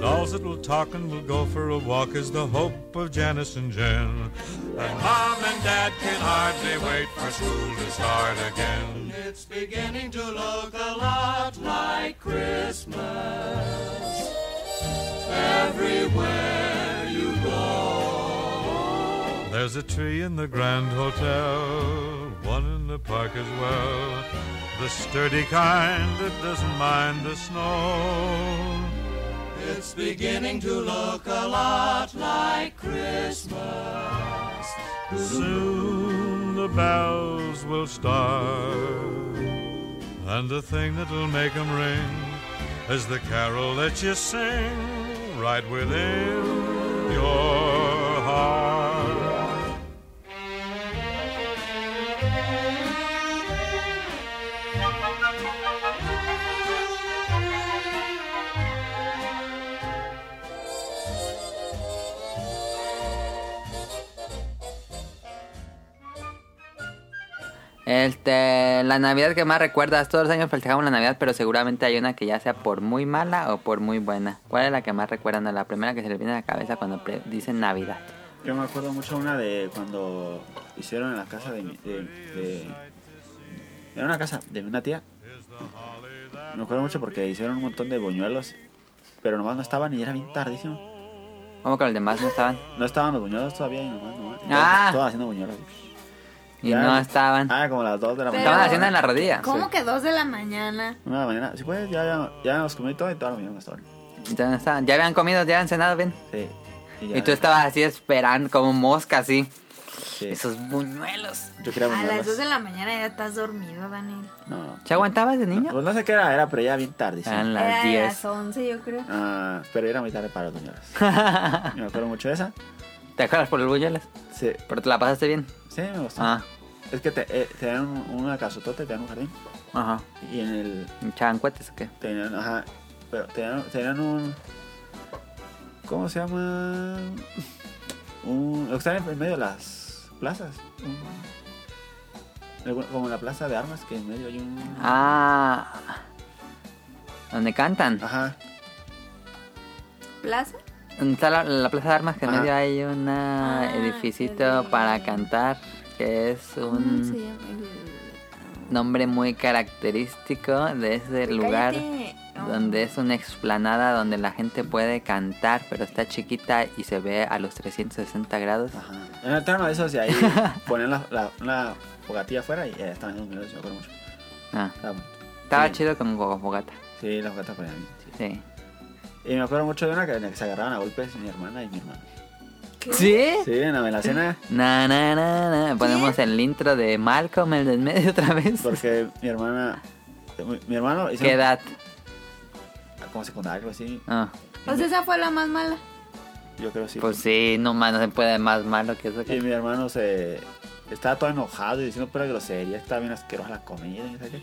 F: Dolls that will talk and will go for a walk is the hope of Janice and Jen. And Mom and Dad can hardly wait for school to start again. It's beginning to look a lot like Christmas everywhere you go. There's a tree in the Grand Hotel, one in the park as well. The sturdy kind that doesn't mind the snow. It's beginning to look a lot like Christmas. Soon the bells will start. And the thing that'll make 'em ring is the carol that you sing right within your heart.
B: Este, la Navidad que más recuerdas, todos los años festejamos la Navidad, pero seguramente hay una que ya sea por muy mala o por muy buena. ¿Cuál es la que más recuerdan? La primera que se les viene a la cabeza cuando pre- dicen Navidad.
C: Yo me acuerdo mucho una de cuando hicieron en la casa de mi. de- de- era una casa de una tía. Me acuerdo mucho porque hicieron un montón de buñuelos, pero nomás no estaban y era bien tardísimo.
B: ¿Cómo que los demás no estaban?
C: No estaban los buñuelos todavía y nomás, nomás.
B: Ah.
C: Estaban haciendo buñuelos.
B: Y
C: Ya.
B: no estaban.
C: Ah, como las 2 de la mañana.
B: Estaban haciendo en la rodilla.
D: ¿Cómo
C: Sí.
D: que dos de la mañana?
C: Una de la mañana. Si puedes, ya, ya, ya nos comí todo y toda la mañana estaban.
B: Ya no estaban. Ya habían comido, ya habían cenado bien.
C: Sí. ya.
B: Y tú estabas así esperando, como mosca, así.
C: Sí.
B: Esos buñuelos.
C: Yo quería
D: A las
C: buñuelos.
D: dos de la mañana ya estás dormido, Daniel.
C: No, no.
B: ¿Se aguantabas de
C: No,
B: niño? Ah,
C: Pues no sé qué era, era, pero ya bien tardísimo.
B: Eran
D: Era
B: las
D: de las
B: 10.
D: 11, yo creo.
C: Ah, pero era muy tarde para los
B: [laughs]
C: buñuelos. me acuerdo mucho de esa.
B: ¿Te acuerdas por los buñuelos?
C: Sí,
B: Pero te la pasaste bien.
C: sí me gustó.
B: Ah,
C: Es que te, eh, te dan un- una casotota, te dan un jardín.
B: ajá.
C: Y en el.
B: ¿Echaban cuates o qué?
C: Te dan, ajá. Pero te dan, te dan un. ¿Cómo se llama? Un. Lo que está en medio de las. plazas. Un- algún- Como en la plaza de armas, que en medio hay un.
B: Ah. Donde cantan.
C: Ajá.
D: ¿Plaza?
B: Donde está la, la Plaza de Armas que en
C: Ajá.
B: medio hay un
D: Ah,
B: edificito
D: el de-
B: para cantar. Que es
D: ¿Cómo
B: un
D: se llama?
B: nombre muy característico de ese
D: Cállate.
B: lugar.
D: No.
B: Donde es una explanada donde la gente puede cantar, pero está chiquita y se ve a los 360 grados.
C: Ajá. En el terreno de esos,
B: [laughs]
C: y ahí ponen la, la- una fogatilla afuera y ya estaban haciendo videos, me acuerdo mucho.
B: Ah,
C: Estaba-
B: estaba
C: Sí.
B: chido con Gogo Fogata.
C: Sí, la fogata ponían. sí.
B: Sí.
C: Y me acuerdo mucho de una que, en la que se agarraban a golpes mi hermana y mi hermano.
B: ¿Sí?
C: Sí, en la melacena,
B: Na, na, na, na. Ponemos el intro de Malcolm, el del medio, [laughs] otra vez.
C: porque mi hermana. Mi, mi hermano hizo
B: ¿Qué edad?
C: como secundario, algo así.
B: Ah,
D: O sea, Pues esa fue la más mala.
C: Yo creo sí.
B: pues sí, no más, no se puede más malo que eso.
C: Y mi hermano se. Estaba todo enojado y diciendo pura grosería, estaba bien asquerosa la comida y no sé qué.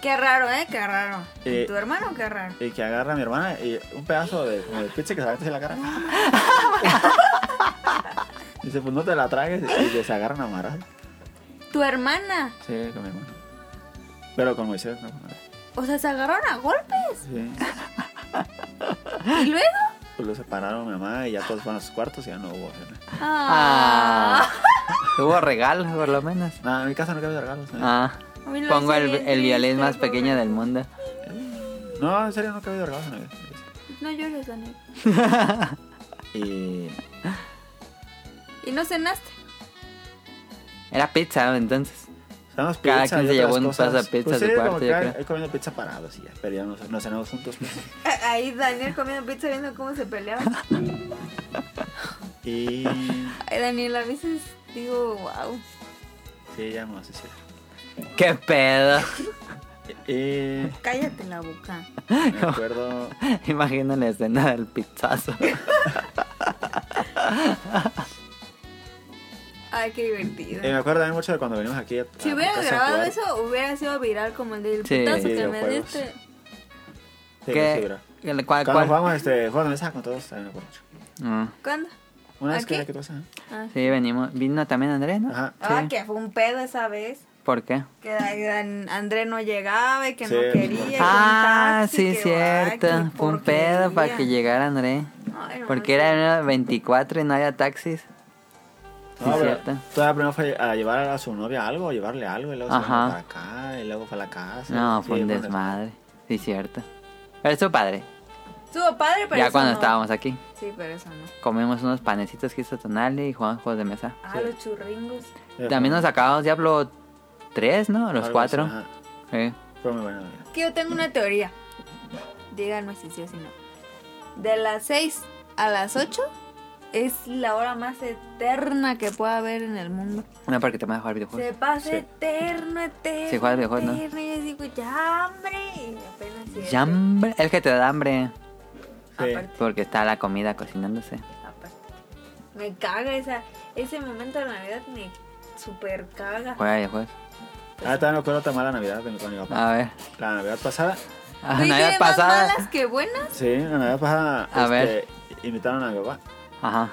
D: Qué raro, ¿eh? Qué raro.
C: Eh.
D: ¿Tu hermano qué raro?
C: Y que agarra a mi hermana y un pedazo de, como de pizza que se la mete en la cara. [laughs] Dice, pues no te la tragues y les agarran amarrados.
D: ¿Tu hermana?
C: Sí, con mi hermano. Pero con Moisés, no con nadie.
D: O sea, se agarraron a golpes.
C: Sí.
B: [gasps]
D: ¿Y luego?
C: Pues lo separaron mi mamá y ya todos fueron a sus cuartos y ya no hubo cena.
B: Ah,
D: Ah.
B: hubo regalos, por lo menos.
C: No, en mi casa no quiero regalos. ¿eh?
B: Ah,
D: A mí lo
B: pongo
D: hice
B: el,
D: bien
B: el violín
D: triste,
B: más
D: pobre.
B: pequeño del mundo.
C: No, en serio, no quiero regalos. en Navidad.
D: No llores, Daniel.
C: Y
D: ¿Y no cenaste?
B: Era pizza, entonces.
C: Estábamos pizza.
B: Cada quien
C: y
B: se
C: otras
B: llevó un
C: cosas.
B: pedazo de pizza
C: Pues
B: a su
C: sí, como
B: cuarto,
C: que
B: yo
C: hay-
B: creo.
C: hay comiendo pizza parados y ya, pero ya nos, nos cenamos juntos. pues.
B: [laughs]
D: Ah, [laughs] Ahí Daniel comiendo pizza viendo cómo se peleaban.
C: Y.
D: [laughs] Ay, Daniel, a veces digo, wow.
C: Sí, ya no sé si.
B: ¿Qué
D: [laughs]
B: pedo?
C: Y.
D: Cállate la boca.
B: [laughs]
C: Eh, Me acuerdo. eh,
B: Imagino la escena del pizzazo.
D: Ay, qué divertido.
C: eh, me acuerdo también mucho de cuando venimos aquí. a- a
D: si
C: tu
D: hubieras
C: casa a
D: grabado
C: jugar.
D: eso, hubiera sido viral como el del
B: Sí.
D: putazo que me
C: Videojuegos.
D: diste.
C: Sí, sí,
B: ¿Qué?
C: hubiera.
B: ¿Cuál, cuál?
C: Cuando jugamos este, juegos de mesa con todos, también me acuerdo mucho.
B: Ah,
D: ¿Cuándo?
C: Una vez que
D: ¿Aquí?
C: era que tú hacías, ¿eh?
D: Ah,
B: Sí, venimos. Vino también Andrés, ¿no?
C: Ajá.
D: Ah,
B: Sí.
D: que fue un pedo esa vez.
B: ¿Por qué?
D: Que Dan- André no llegaba y que
C: Sí.
D: no quería. y
B: Ah,
D: que un
B: sí,
D: taxi, que
B: cierto.
D: va, que
B: Fue un
D: porquería.
B: pedo para que llegara André.
D: Ay, no,
B: Porque
D: no sé.
B: era el 24 y no había taxis. Sí,
C: No, pero
B: cierto.
C: Todavía primero fue a llevar a su novia algo, o llevarle algo, y luego se
B: Ajá.
C: fueron para acá, y luego fue a la casa.
B: No,
C: Sí,
B: fue un
C: bueno,
B: desmadre. Sí, cierto. Pero estuvo padre.
D: Estuvo padre, pero
B: ya
D: eso
B: cuando
D: no.
B: estábamos aquí,
D: Sí, pero eso no.
B: comimos unos panecitos que hizo Tonali y jugamos juegos de mesa.
D: Ah, los churringos.
C: sí,
B: También
C: fue-
B: nos acabamos Diablo 3, ¿no? Los
C: algo
B: cuatro.
C: así, ajá.
B: Sí.
C: Fue muy bueno. mira.
D: Es que yo tengo una teoría. Díganme si sí o si no. De las 6 a las 8 es la hora más eterna que pueda haber en el mundo.
B: No, porque te van a jugar videojuegos.
D: Se pasa
C: Sí.
D: eterno, eterno.
B: Sí, juegas videojuegos, ¿no?
D: eterno, Y yo digo, ya, hambre. Y apenas siete.
B: Ya hambre. Es que te da hambre.
C: Sí.
D: Aparte,
B: Porque está la comida cocinándose.
D: aparte. Ah, pues, Me caga esa, ese momento de Navidad, me Pues super caga.
B: Juega videojuegos.
C: Ah, también me acuerdo también la Navidad de mi- con mi papá.
B: A ver.
C: La Navidad pasada,
B: Ah,
D: Güey,
B: Navidad
D: tiene más
B: pasada.
D: malas que buenas?
C: sí, la Navidad pasada. este,
B: A ver.
C: Invitaron a mi papá.
B: Ajá.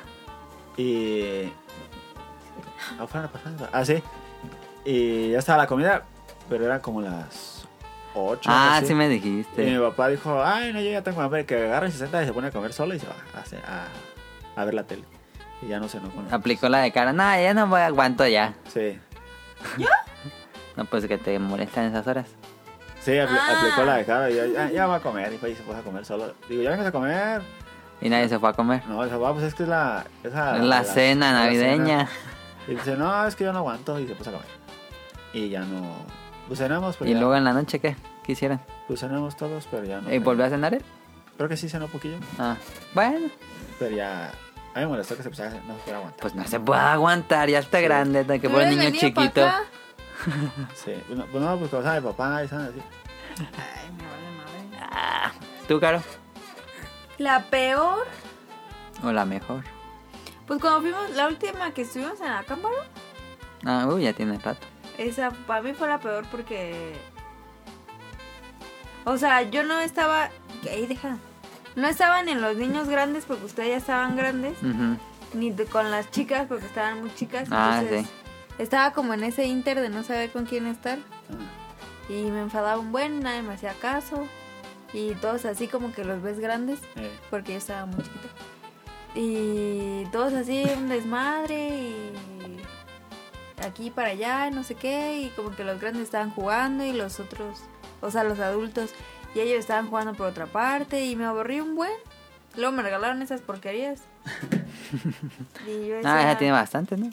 C: Y. Ah, fue la pasada. Ah, sí. Y ya estaba la comida, pero era como las 8.
B: Ah, sí me
C: Y mi
B: dijiste.
C: papá dijo, ay, no, yo ya tengo hambre, que agarra y se sienta y se pone a comer solo y se va a, hacer- a, a ver la tele. Y ya no cenó con nosotros.
B: Aplicó la de cara. No, ya no voy, aguanto ya.
C: Sí,
B: No, pues que te molestan esas horas.
C: sí, apl-
D: Ah.
C: aplicó la de cara y ya, ya, ya va a comer. Y fue y se puso a comer solo. Digo, ¿ya vengas a comer?
B: Y nadie se fue a comer.
C: No, dice, va, pues es que es la... es
B: Es la cena
C: la
B: navideña.
C: cena". Y dice, no, es que yo no aguanto y se puso a comer. Y ya no... Pues cenamos, pero
B: Y
C: ya-
B: luego en la noche, ¿qué? ¿Qué hicieron?
C: Pues cenamos todos, pero ya no...
B: ¿Y volvió a cenar él?
C: Creo que sí cenó poquillo,
B: Ah. Bueno,
C: pero ya... A mí me molestó que se pusiera... No se pudiera aguantar.
B: pues no se puede aguantar, ya está grande, hasta que
D: ¿Tú
B: por un
D: hubieras
B: niño
D: venido pa'
B: chiquito.
D: acá?
C: Sí. Pues no, pues no, pues cosas de papá y saben así.
D: Ay, me vale madre.
B: ¿Tú, Caro?
D: La peor,
B: ¿O la mejor?
D: pues cuando fuimos, la última que estuvimos en Acámbaro,
B: Ah, uy, ya tiene rato.
D: esa para mí fue la peor porque. O sea, yo no estaba. Ahí deja. No estaban en los niños grandes porque ustedes ya estaban grandes.
B: Ujú.
D: ni de- con las chicas porque estaban muy chicas.
B: Ah,
D: entonces,
B: sí.
D: Estaba como en ese inter de no saber con quién estar.
C: Ah,
D: Y me enfadaba un buen, nadie me hacía caso. Y todos así como que los ves grandes,
C: eh,
D: porque yo estaba muy chiquita. Y todos así un desmadre y aquí para allá, no sé qué. Y como que los grandes estaban jugando y los otros, o sea, los adultos, y ellos estaban jugando por otra parte. Y me aburrí un buen. Luego me regalaron
B: [laughs]
D: esas porquerías. y yo
B: Ah,
D: decía,
B: ya tiene bastante, ¿no?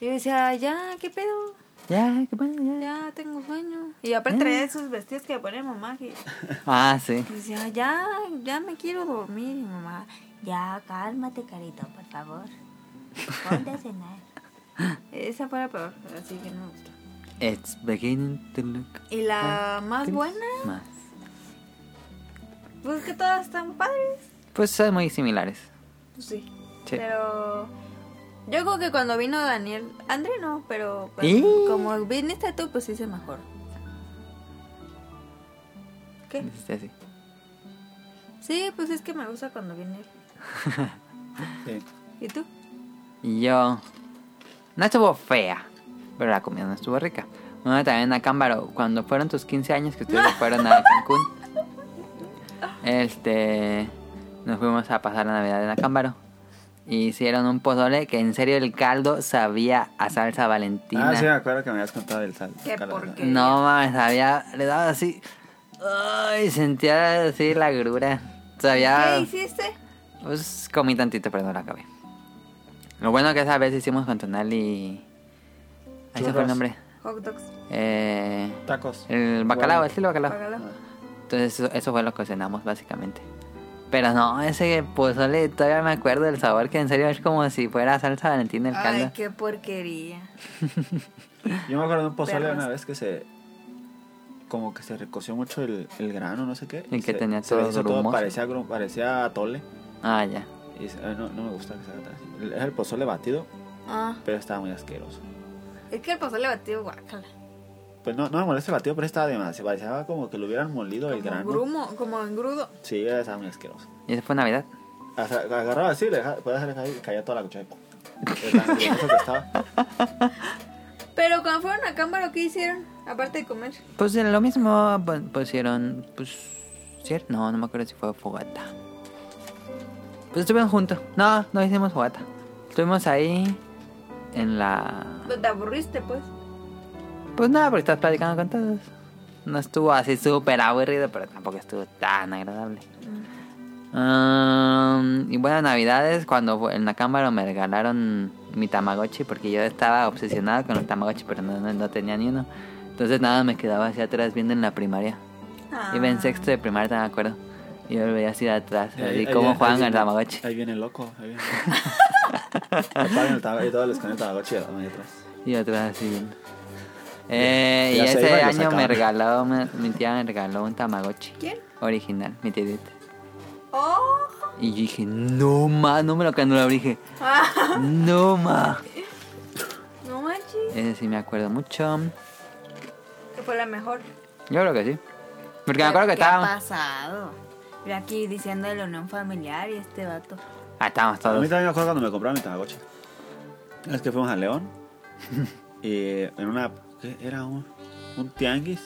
D: yo decía, ya, ¿qué pedo?
B: Ya, qué bueno, ya.
D: Ya tengo sueño. Y aparte traía esos vestidos que ponía mamá. Que
B: Ah, sí.
D: decía, Pues ya, ya me quiero dormir. Y mamá, ya, cálmate, carito, por favor. Ponte a cenar. [laughs] Esa fue la peor, así que no me gustó.
B: It's beginning to look
D: Y
B: Ah,
D: la más buena,
B: más.
D: pues que todas están padres.
B: Pues son muy similares.
D: Pues sí.
B: Sí.
D: Pero yo creo que cuando vino Daniel, André no, pero pues,
B: ¿Y?
D: como viniste tú, pues hice mejor. ¿Qué?
B: Este así.
D: Sí, pues es que me gusta cuando viene él.
C: sí.
D: ¿Y tú?
B: Y yo. No estuvo fea, pero la comida no estuvo rica. Bueno, también a Cámbaro, cuando fueron tus 15 años que ustedes fueron a Cancún, este. Nos fuimos a pasar la Navidad en Acámbaro. Y hicieron un pozole que en serio el caldo sabía a salsa valentina.
C: Ah, sí, me acuerdo que me habías contado del sal.
D: Qué
C: calor,
D: porquería.
B: No mames, había. Le daba así. Ay, sentía así la grura. Sabía.
D: ¿Qué hiciste?
B: Pues comí tantito, pero no la acabé. Lo bueno que esa vez hicimos con Tonal y. Ahí se fue el
C: Churros.
B: nombre.
D: Hot dogs.
B: Eh,
C: Tacos.
B: el bacalao, el estilo bacalao.
D: Págalo.
B: Entonces, eso, eso fue lo que cenamos, básicamente. Pero no, ese pozole todavía me acuerdo del sabor, que en serio es como si fuera salsa valentina el
D: Ay,
B: caldo.
D: qué porquería.
C: Yo me acuerdo de un pozole
D: Perros.
C: una vez que se. Como que se recoció mucho el, el grano, no sé qué.
B: Y que
C: se-
B: tenía
C: se
B: todo
C: hizo
B: grumoso.
C: parecía, grum- parecía atole.
B: Ah, ya.
C: Y se- ay, no, no me gusta que se haga tan así. Era el pozole batido,
D: Ah,
C: pero estaba muy asqueroso.
D: es que el pozole batido guacala.
C: Pues no, no me molesta el batido, pero estaba demasiado. Parecía como que lo hubieran molido el
D: Como
C: grano.
D: grumo, como engrudo.
C: Sí, estaba muy asqueroso.
B: ¿Y eso fue Navidad?
C: O sea, lo agarraba así, le dejaba, podía dejar caer y caía toda la cuchara. De tan grumoso
B: [laughs]
C: que estaba.
D: Pero cuando fueron a Cámbaro, ¿qué hicieron? Aparte de comer.
B: Pues eh, lo mismo pon- pusieron, pues, ¿cierto? No, no me acuerdo si fue fogata. Pues estuvieron juntos. No, no hicimos fogata. Estuvimos ahí en la...
D: Pues te aburriste, pues.
B: Pues nada, porque estás platicando con todos. No estuvo así súper aburrido, pero tampoco estuvo tan agradable. Um, y bueno, navidades, cuando fue- en la cámara me regalaron mi Tamagotchi, porque yo estaba obsesionado con los Tamagotchi, pero no, no- no tenía ni uno. Entonces nada, me quedaba hacia atrás viendo en la primaria. Iba en sexto de primaria, me acuerdo. Y yo lo veía así de atrás,
C: Ahí- ahí
B: así como
C: viene- ahí
B: juegan al
C: viene-
B: Tamagotchi.
C: Ahí viene el loco. Ahí viene [laughs] el loco. Apagan el tama- y todos les ponen Tamagotchi y la mano atrás.
B: Y atrás así viendo. Eh,
C: Ya
B: y
C: se
B: ese
C: iba y lo
B: año me
C: sacaban.
B: regaló, me- mi tía me regaló un Tamagotchi.
D: ¿Quién?
B: Original, mi tía.
D: Oh,
B: Y yo dije, no ma, no me lo cuando lo abrí,
D: [laughs]
B: dije, no ma.
D: no manches.
B: Ese sí me acuerdo mucho.
D: Que fue la mejor.
B: Yo creo que sí. Porque me acuerdo que estábamos.
D: pasado? Mira aquí diciendo de la unión familiar y este vato.
B: Ah, estábamos
C: A mí
B: todos.
C: también me acuerdo cuando me compraron mi Tamagotchi. Es que fuimos a León. [laughs] y en una. ¿Qué era? Un, un
B: [laughs]
C: tianguis.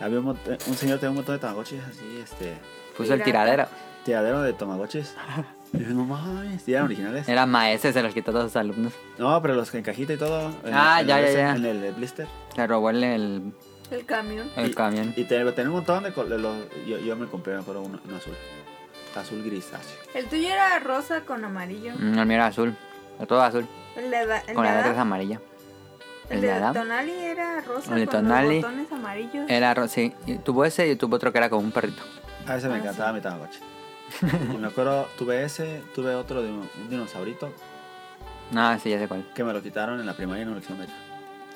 C: Había un, monte- un señor tenía un montón de Tamagotchis así, este.
B: Puso el tiradero.
C: Tiradero de Tamagotchis. Y yo, no mames. ¿Y eran originales?
B: Era maese, se los quitó a todos sus alumnos.
C: No, pero los que en cajita y todo. en-
B: Ah,
C: en
B: ya,
C: el-
B: ya, ya.
C: En el blister.
B: Le robó el, el,
D: El camión.
B: el
C: Y-
B: camión.
C: Y tenía tenía un montón de. col- de los- yo, yo me compré, me acuerdo, uno, uno azul. Azul ah, grisáceo.
D: El tuyo era rosa con amarillo.
B: Mm, el mío era azul. Todo azul.
D: El de, Ada-
B: Con
D: el de
B: la
D: Adam-
B: letra amarilla.
D: El
B: El
D: de
B: de Adam.
D: Tonali era rosa
B: El de
D: con
B: Tonali.
D: los botones amarillos.
B: Era ro- sí. Y Tuvo ese y tuvo otro que era como un perrito.
C: A
B: Ah,
C: ese me encantaba
B: [laughs]
C: mi Tamagotchi. y me acuerdo, tuve ese, tuve otro de un, un dinosaurito
B: Ah, sí, ya sé cuál.
C: que me lo quitaron en la primaria y no me lo quisieron meter.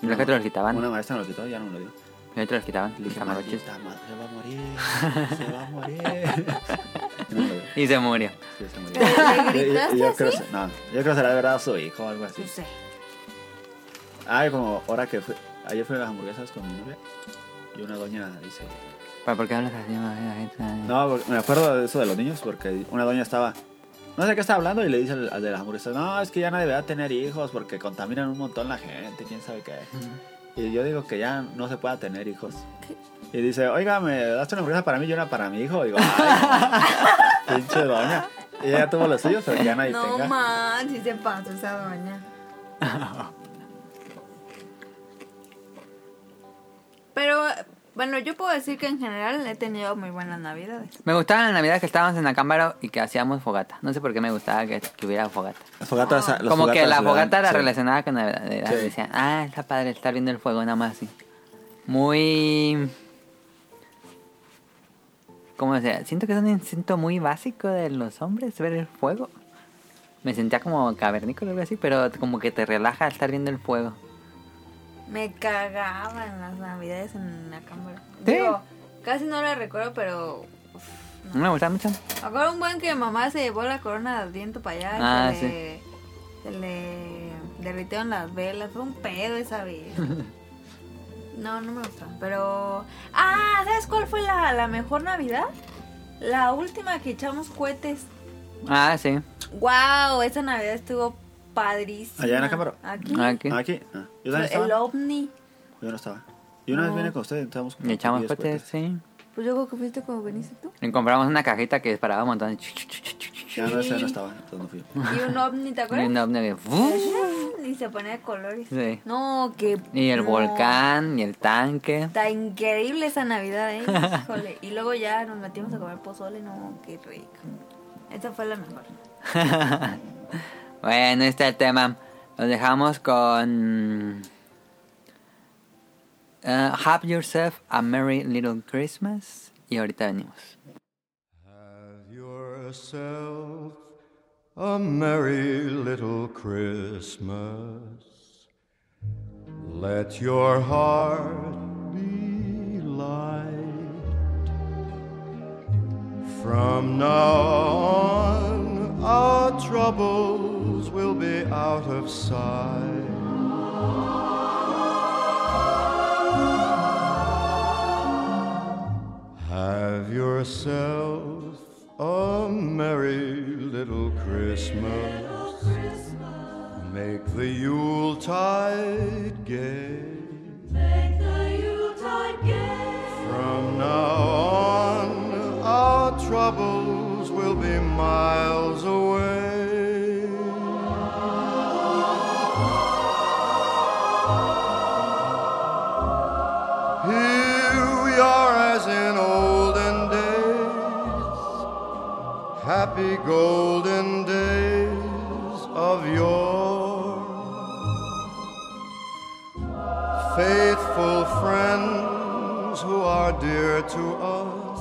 B: ¿Y los que te los quitaban?
C: Una maestra me lo quitó, ya no me lo dio.
B: Y otros los quitaban.
C: Y le
B: los
C: dije,
B: Tamagotchis.
C: "Maldita madre, se va a morir,
B: [laughs]
C: se va a morir. Y no me lo dio.
B: Y se murió.
C: Sí, se murió.
D: ¿Le
C: Y- y- y
D: gritaste
C: yo
D: así?
C: creo, que- no, yo creo que se la habrá dado a su hijo o algo así.
D: No sé.
C: Ay, como ahora que fui, ayer fui a las hamburguesas con mi novia y una doña dice,
B: ¿Pero por qué hablas así? ma?
C: No, porque- me acuerdo de eso de los niños porque una doña estaba. No sé qué está hablando y le dice al, al de las hamburguesas, no, es que ya nadie va a tener hijos porque contaminan un montón la gente, quién sabe qué. Y yo digo que ya no se pueda tener hijos. Y dice, oiga, ¿me das una hamburguesa para mí y una para mi hijo? Y
D: [laughs]
C: digo, ay, pinche doña. Y ella tuvo los suyos, pero que ya nadie
D: No
C: tenga.
D: man, si se pasó esa doña. Pero bueno, yo puedo decir que en general he tenido muy buenas navidades.
B: Me gustaba la Navidad que estábamos en la cámara y que hacíamos fogata. No sé por qué me gustaba que, que hubiera fogata.
C: Las fogatas- las
B: Como que
C: fogatas
B: la
C: le dan-
B: fogata era
C: sí.
B: relacionada con Navidad. Era-
C: Sí.
B: Decían, ah, está padre estar viendo el fuego, nada más así. Muy. ¿Cómo se Siento que es un instinto muy básico de los hombres ver el fuego. Me sentía como cavernícola o algo así, pero como que te relaja estar viendo el fuego.
D: Me cagaba en las navidades en la cámara.
B: ¿Sí?
D: Digo, casi no la recuerdo, pero uf,
B: No me gustaba mucho.
D: Me acuerdo un buen que mamá se llevó la corona del viento para allá. y
B: Ah,
D: se, le, se le derritieron las velas. Fue un pedo esa vez.
B: [laughs]
D: no, no me gustó. Pero. Ah, ¿sabes cuál fue la, la mejor Navidad? La última que echamos cohetes.
B: Ah, sí.
D: ¡Wow! Esa Navidad estuvo padrísima.
C: Allá en Acámbaro.
D: Aquí.
B: Aquí.
C: Ah, Aquí. Ah, Yo también
D: El
C: estaba.
D: ovni.
C: Yo no estaba. Yo una vez vine con ustedes, entramos
B: Y echamos cohetes, sí.
D: Pues yo creo que fuiste como veniste
B: [laughs]
D: tú.
B: Y compramos una cajita que disparaba un montón. Y
C: Ya no, ese no estaba, entonces no fui.
D: Y un ovni, ¿te acuerdas?
B: un ovni que-
D: Y se ponía de colores.
B: Sí.
D: No, que.
B: Y el
D: no.
B: volcán, y el tanque. [laughs]
D: Está increíble esa Navidad, ¿eh? Híjole. Y luego ya nos metimos a comer pozole, no, qué rico. Esa fue la mejor.
B: bueno, este es el tema. Lo dejamos con. eh, have yourself a merry little Christmas. Y ahorita venimos.
A: Have yourself a merry little Christmas. Let your heart be light. From now on, our troubles will be out of sight. Have yourself a merry little Christmas. Make the Yuletide gay. From now on, our troubles will be miles away. Here we are as in olden days, happy golden days of yore. Faithful friends who are dear to us,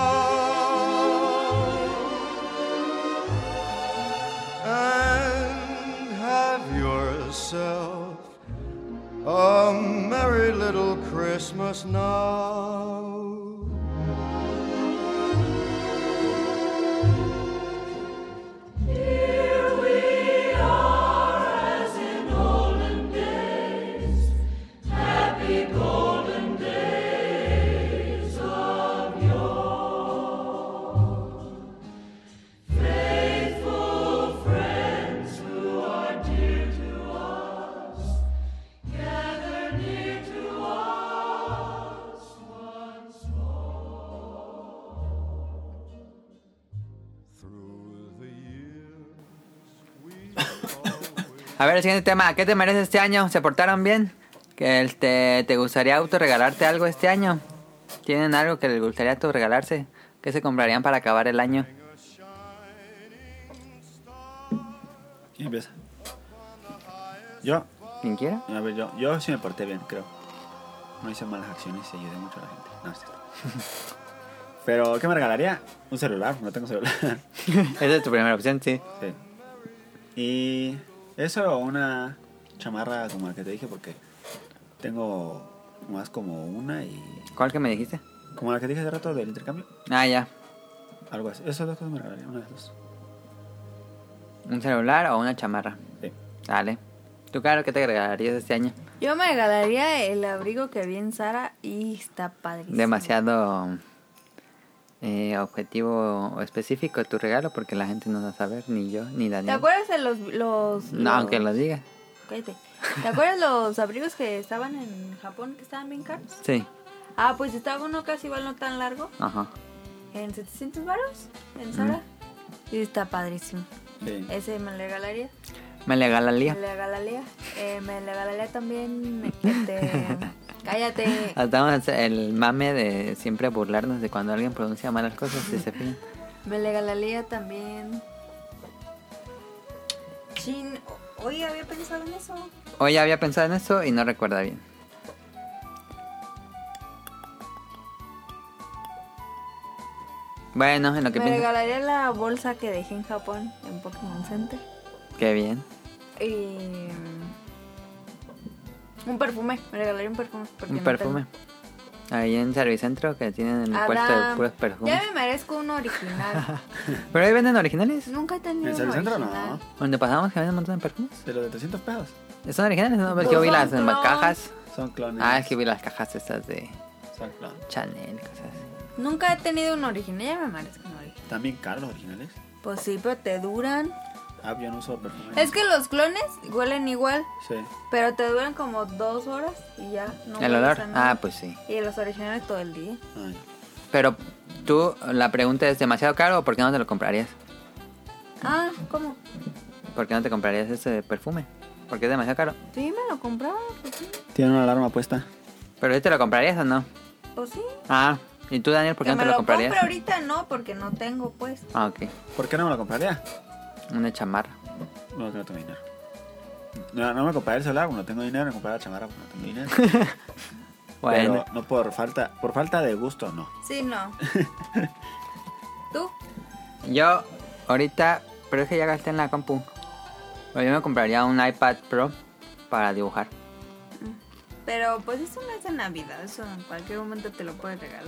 A: and have yourself a merry little Christmas now. Through the years,
B: A ver, el siguiente tema. ¿Qué te merece este año? ¿Se portaron bien? ¿Que este, ¿Te gustaría autorregalarte algo este año? ¿Tienen algo que les gustaría autorregalarse? ¿Qué se comprarían para acabar el año?
C: ¿Quién empieza? Yo.
B: ¿Quién quiera?
C: A ver, yo, yo sí me porté bien, creo. No hice malas acciones y ayudé mucho a la gente. No, es cierto. [laughs] Pero, ¿qué me regalaría? Un celular, no tengo celular. [laughs]
B: Esa es tu primera opción, sí.
C: sí. Y eso o una chamarra como la que te dije, porque tengo más como una y...
B: ¿Cuál que me dijiste?
C: Como la que dije hace rato del intercambio,
B: Ah, ya.
C: algo así. Esas dos cosas me regalaría, una de las dos.
B: ¿Un celular o una chamarra?
C: Sí.
B: Dale. ¿Tú, claro, qué te agregarías este año?
D: Yo me regalaría el abrigo que vi en Sara y está padrísimo.
B: Demasiado eh, objetivo o específico tu regalo porque la gente no va a saber, ni yo, ni Daniel.
D: ¿Te acuerdas de los... los
B: No, aunque lo digas.
D: Cállate. ¿Te acuerdas los abrigos que estaban en Japón, que estaban bien caros?
B: Sí.
D: Ah, pues estaba uno casi igual no tan largo,
B: Ajá.
D: en 700 varos, en Sara. Y está padrísimo.
C: Sí.
D: Ese me lo regalaría.
B: Me
D: Me
B: regalaría.
D: lo regalaría. Eh, me regalaría también...
B: [laughs]
D: Este, cállate.
B: Hasta vamos a hacer el mame de siempre burlarnos de cuando alguien pronuncia malas cosas, si se fijan.
D: Me regalaría también... Chin... Hoy había pensado en eso.
B: Hoy había pensado en eso y no recuerda bien. Bueno, en lo que
D: Me
B: pienso.
D: regalaría la bolsa que dejé en Japón, en Pokémon Center.
B: Qué bien.
D: Y. mm, Un perfume, me regalaría un perfume. porque
B: Un
D: no
B: perfume. Ahí en Servicentro que tienen el
D: tengo.
B: puesto de
D: Adam,
B: puros perfumes.
D: Ya me merezco
B: [laughs]
D: un original.
B: Pero ahí venden originales.
D: Nunca he tenido.
C: ¿En
D: un
C: Servicentro no?
D: original.
B: Donde pasamos que venden un montón de perfumes.
C: De los de 300 pesos.
B: ¿Son originales? No,
D: Pues
B: porque yo vi
D: son
B: las las
D: clones.
B: cajas.
C: Son clones.
B: Ah, es que vi las cajas estas de
C: Son clones.
B: Chanel y cosas así.
D: Nunca he tenido un original, ya me merezco un original.
C: También caros los originales.
D: Pues sí, pero te duran.
C: Ah, yo no uso perfume.
D: Es que los clones huelen igual,
C: Sí.
D: pero te duran como dos horas y ya. No
B: ¿El
D: hueles
B: olor?
D: a nada.
B: Ah, pues sí.
D: Y los originales todo el día.
C: Ay.
B: Pero tú, la pregunta es: ¿demasiado caro o por qué no te lo comprarías?
D: Ah, ¿cómo?
B: ¿Por qué no te comprarías ese perfume? Porque es demasiado caro.
D: Sí, me lo compraba. Pues sí.
C: Tiene una alarma puesta.
B: ¿Pero este lo comprarías o no?
D: Pues sí.
B: Ah, ¿y tú, Daniel, por qué
D: Que
B: no
D: me
B: te lo,
D: lo
B: comprarías?
D: compre ahorita no, porque no tengo pues.
B: Ah, ok.
C: ¿Por qué no me lo compraría?
B: Una chamarra.
C: No, que no tengo dinero. No, no me compraré el celular, porque no tengo dinero, me compraré la chamarra, porque no tengo dinero. [laughs]
B: Bueno,
C: Pero no por falta, por falta de gusto, no.
D: Sí,
B: [laughs]
D: no. ¿Tú?
B: yo ahorita, pero es que ya gasté en la compu. Pero yo me compraría un iPad Pro para dibujar.
D: Pero pues eso no es de Navidad, eso en cualquier momento te lo puedes regalar.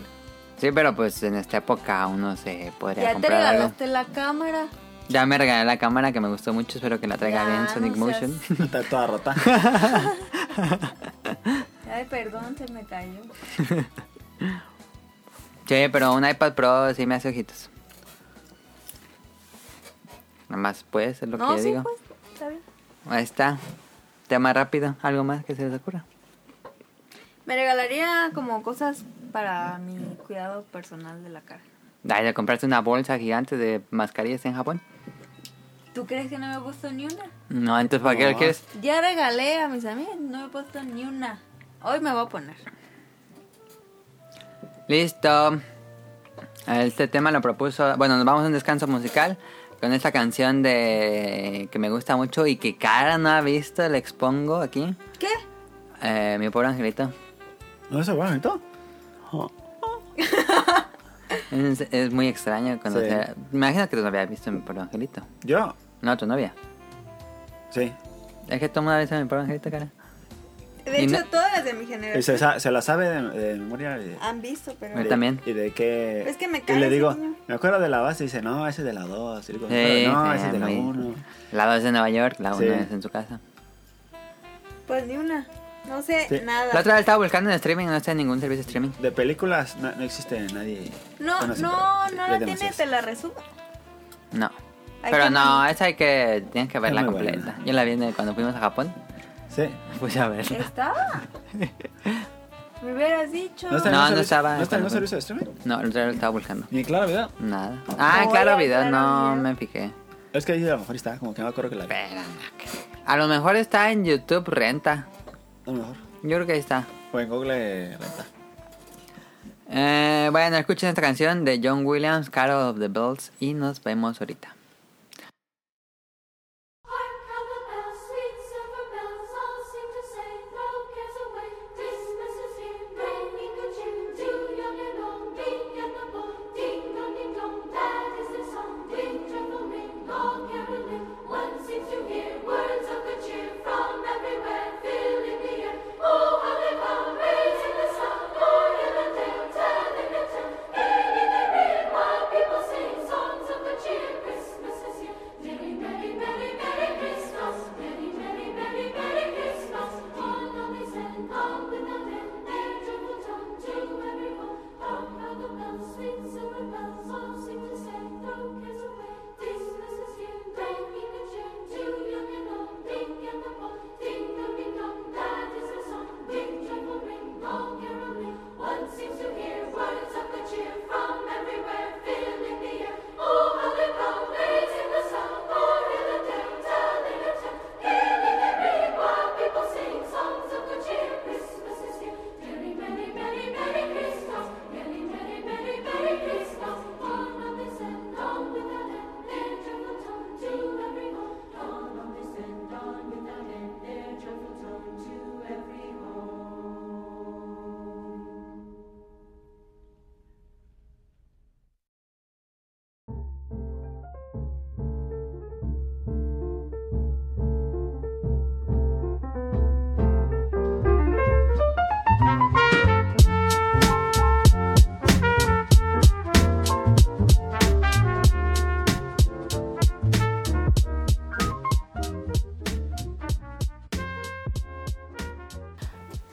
B: Sí, pero pues en esta época uno se podría
D: Ya te
B: comprar algo.
D: regalaste la cámara.
B: Ya me regalé la cámara que me gustó mucho, espero que la traiga
D: Ya,
B: bien
D: no
B: Sonic
D: seas-
B: Motion.
C: Está toda [laughs] rota.
D: Ay, perdón, se me cayó.
B: Sí, pero un iPad Pro sí me hace ojitos. Nada más, pues, es lo
D: no,
B: que yo
D: sí,
B: digo.
D: pues, está bien.
B: Ahí está. Tema rápido. ¿Algo más que se les ocurra?
D: Me regalaría como cosas para mi cuidado personal de la cara.
B: Ay, de comprarte una bolsa gigante de mascarillas en Japón.
D: ¿Tú crees que no me he puesto ni una?
B: No, entonces, ¿para qué lo
C: No.
B: quieres?
D: Ya regalé a mis amigas, no me he puesto ni una. Hoy me voy a poner.
B: Listo. Este tema lo propuso. Bueno, nos vamos a un descanso musical con esta canción de que me gusta mucho y que cara no ha visto. Le expongo aquí.
D: ¿Qué?
B: Eh, mi pobre angelito.
C: ¿No es bueno, bonito?
B: Es, es muy extraño conocer. Me imagino que tú no habías visto mi pobre angelito.
C: Yo,
B: No, tu novia.
C: sí.
B: Es que tú no habías visto mi pobre angelito, cara.
D: De
B: Y
D: hecho,
B: no-
D: todas las de mi
C: Y se,
D: generación
C: sa- se la sabe de, de memoria. y de-
D: han visto, pero...
B: Yo también.
C: Y de qué.
D: Ah, Es que me
C: Y
D: cae
C: le
D: ese
C: digo,
D: niño.
C: me acuerdo de la base y dice, no, ese es de la 2. Y digo,
B: Sí,
C: no,
B: sí,
C: ese es de la
B: muy-
C: 1.
B: La 2 de Nueva York, la 1
C: Sí.
B: es en su casa.
D: Pues ni una. No sé
C: Sí.
D: nada.
B: La otra vez estaba buscando en streaming, no está en ningún servicio de streaming.
C: De películas no, no existe nadie.
D: No,
C: bueno, sí,
D: no,
C: pero-
D: no
C: sí,
D: la
C: hay
D: tiene,
C: demasiadas.
D: te la resumo.
B: No.
D: Ay,
B: Pero
D: qué
B: no,
D: bonito.
B: esa hay que. Tienes que verla
C: muy
B: completa.
C: buena.
B: Yo la vi en- cuando fuimos a Japón.
C: Sí. pues
B: Puse a verla.
D: Estaba.
B: [laughs]
D: Me hubieras dicho.
C: No está
B: No,
C: en
B: no
C: ningún servicio-
B: estaba.
C: ¿No está en ningún servicio de streaming?
B: No, el otro lo estaba buscando.
C: Ni en claro, video.
B: Nada. Ah,
D: Hola,
B: claro, video,
D: Claro
B: no
D: Video.
B: me fijé.
C: Es que ahí a lo mejor está, como que no me acuerdo que la vi.
B: Pero no, que- A lo mejor está en YouTube Renta.
C: A lo mejor.
B: Yo creo que ahí está.
C: O en Google Renta.
B: Eh, bueno, escuchen esta canción de John Williams, Carol of the Bells, y nos vemos ahorita.
G: Hark how the bells, sweet silver bells, all seem to say, throw cares away. Christmas is here, bringing good cheer to young and old, big and the bold. Oh,